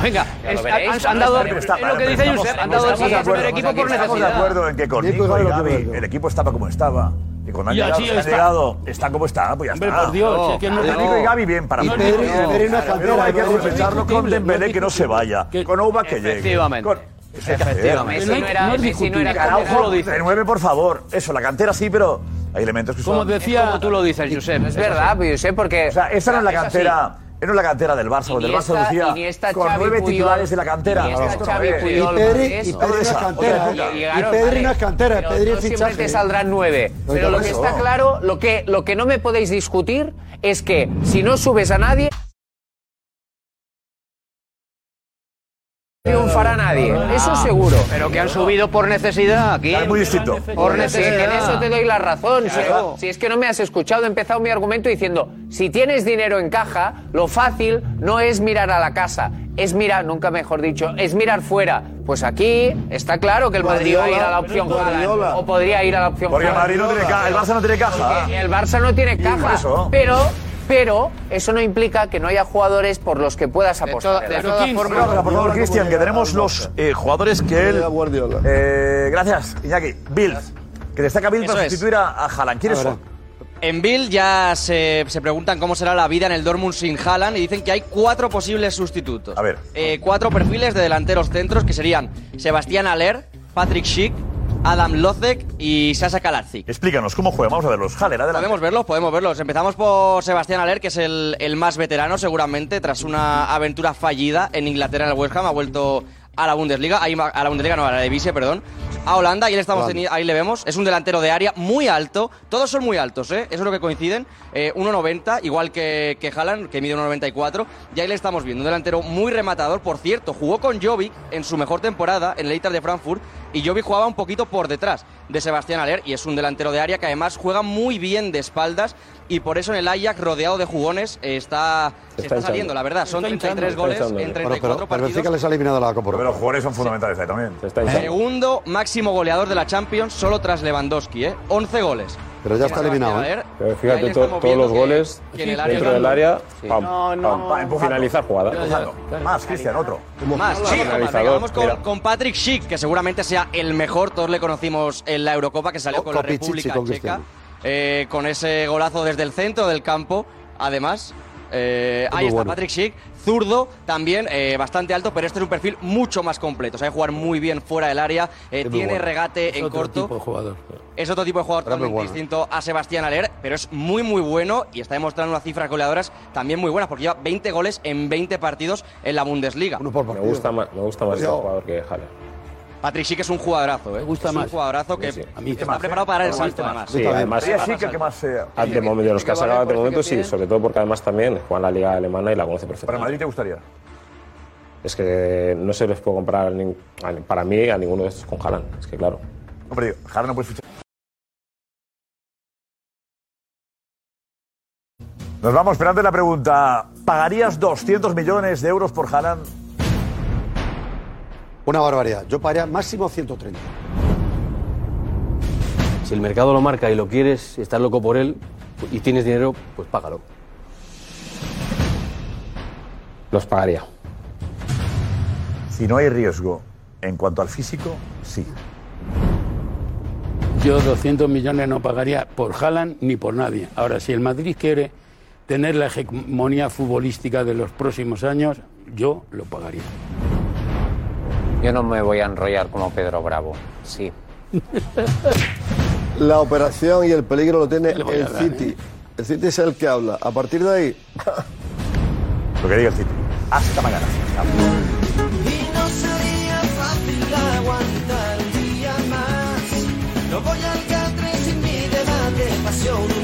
Venga, Ya lo es- veréis, han, han cuando dado, estaremos, es lo que dice Estamos- Josep, han dado estamos el de acuerdo, primer equipo por Estamos de necesidad. acuerdo en que con pues Nico y Nico y Gavi lo Gaby el equipo estaba como estaba. Y cuando han Y llegado, así han está. llegado, está como está, pues ya Hombre, está. por Dios, si es que no- Para Nico y Gaby bien, para Y mí. Pedri- Pedri no es Pero cantera, hay que es aprovecharlo con discutible, no Dembélé es que no se vaya, con Ouba que llegue. Efectivamente. con- Eso hay que hacer. Efectivamente, Messi no era- No es Messi no era discutible. cantera, Araujo, lo dice. de nueve, por favor. Eso, la cantera sí, pero hay elementos que son... Como decía- Es como tú lo dices, Josep. Es verdad, así. Josep, porque... O sea, esa no es la es así. cantera... Era la cantera del Barça, porque el Barça Iniesta- lucía Iniesta, con Xavi, nueve Puyol, titulares de la cantera. Iniesta, Esto no Xavi, es. Puyol, Y Pedri- y Pedri no es Otra cantera, época. ¿eh? Y Pedri no es cantera, Pero Pedri no es siempre fichaje. pues, oh. te saldrán nueve. No, Pero yo lo no que eso. está claro, lo que, lo que no me podéis discutir es que si no subes a nadie... Triunfará nadie, eso seguro. Pero que han subido por necesidad aquí. Es muy distinto. Por Pues Sí, necesidad. en eso te doy la razón. si- Claro. Si, es que no me has escuchado, he empezado mi argumento diciendo, si tienes dinero en caja, lo fácil no es mirar a la casa, es mirar, nunca mejor dicho, es mirar fuera. Pues aquí está claro que el Madrid va a ir a la opción Haaland, o podría ir a la opción Porque el Haaland. Madrid no tiene caja, el Barça no tiene caja. Porque El Barça no tiene por caja, eso. pero... Pero eso no implica que no haya jugadores por los que puedas apostar. Pero, Kim, Guardiola, por favor, Cristian, que tenemos los eh, jugadores que él. Eh, gracias, Iñaki. Bill. Que destaca Bill Eso para es. sustituir a, a Haaland. ¿Quiénes son? En Bill ya se, se preguntan cómo será la vida en el Dortmund sin Haaland y dicen que hay cuatro posibles sustitutos. A ver. Eh, cuatro perfiles de delanteros centros que serían Sebastián Aller, Patrick Schick, Adam Lozek y Sasa Kalarczyk. Explícanos cómo juegan. Vamos a verlos. Haaland, adelante. Podemos verlos, podemos verlos. Empezamos por Sebastián Aller, que es el, el más veterano seguramente, tras una aventura fallida en Inglaterra en el West Ham, ha vuelto a la Bundesliga, ahí ma- a la Bundesliga no, a la Divise, perdón, a Holanda, y él estamos Holanda. teni- ahí le vemos, es un delantero de área muy alto, todos son muy altos, ¿eh? eso es lo que coinciden, eh, 1,90, igual que, que Haaland, que mide 1,94, y ahí le estamos viendo, un delantero muy rematador, por cierto, jugó con Jovic en su mejor temporada en el Eitar de Frankfurt, y Jovic jugaba un poquito por detrás de Sebastián Aller, y es un delantero de área que además juega muy bien de espaldas, y por eso en el Ajax, rodeado de jugones, eh, está, se está, hinchando. saliendo, la verdad. Son 33 goles en 34 pero, partidos. Benfica les ha eliminado la Copa. Pero los jugadores son fundamentales ahí también. Segundo máximo goleador de la Champions, solo tras Lewandowski, ¿eh? 11 goles. Pero ya está Sebastián eliminado, ¿eh? Aller, Pero ahí le fíjate, to- estamos todos viendo los que- goles que en el área dentro del ganando. área, Sí. pam, No, no. pam, pam, Empujando. finalizar jugada. Empujando. Más, Cristian, otro. Más, sí, Finalizador, venga, vamos con, mira. con Patrick Schick, que seguramente sea el mejor. Todos le conocimos en la Eurocopa, que salió con la Copichichi República con Checa. Cristiano. eh, con ese golazo desde el centro del campo, además. eh, muy ahí está bueno. Patrick Schick, zurdo también, eh, bastante alto, pero este es un perfil mucho más completo. Sabe jugar muy bien fuera del área, eh, muy tiene bueno. regate en otro corto. tipo de jugador. Es otro tipo de jugador Ahora me totalmente guardo. distinto a Sebastián Aller, pero es muy muy bueno y está demostrando unas cifras goleadoras también muy buenas, porque lleva 20 goles en 20 partidos en la Bundesliga. Me gusta más, me gusta más este Cuidado. jugador que Haaland. Patrick sí que es un jugadorazo, ¿eh? gusta es más. un jugadorazo que Sí, sí. A mí está este más, preparado para dar el salto, además. Sí, además. Para dar el que salto. más eh, Ah, de momento, de los que ha vale sacado de por momento este que sí, pide. sobre todo porque además también juega en la liga alemana y la conoce ¿Para perfectamente. Madrid te gustaría? Es que no se les puede comprar a nin- a- para mí a ninguno de estos con Haaland, es que claro. Hombre, Haaland no Pues puedes fichar. Nos vamos, pero antes la pregunta. ¿Pagarías 200 millones de euros por Haaland? Una barbaridad. Yo pagaría máximo 130. Si el mercado lo marca y lo quieres, estás loco por él y tienes dinero, pues págalo. Los pagaría. Si no hay riesgo en cuanto al físico, sí. Yo 200 millones no pagaría por Haaland ni por nadie. Ahora, si el Madrid quiere tener la hegemonía futbolística de los próximos años, yo lo pagaría. Yo no me voy a enrollar como Pedro Bravo. Sí. La operación y el peligro lo tiene voy a el dar, eh. City. El City es el que habla. A partir de ahí. lo que diga el City. Hasta mañana. Y no sería fácil aguantar un día más. No voy al catre sin mi debate, pasión.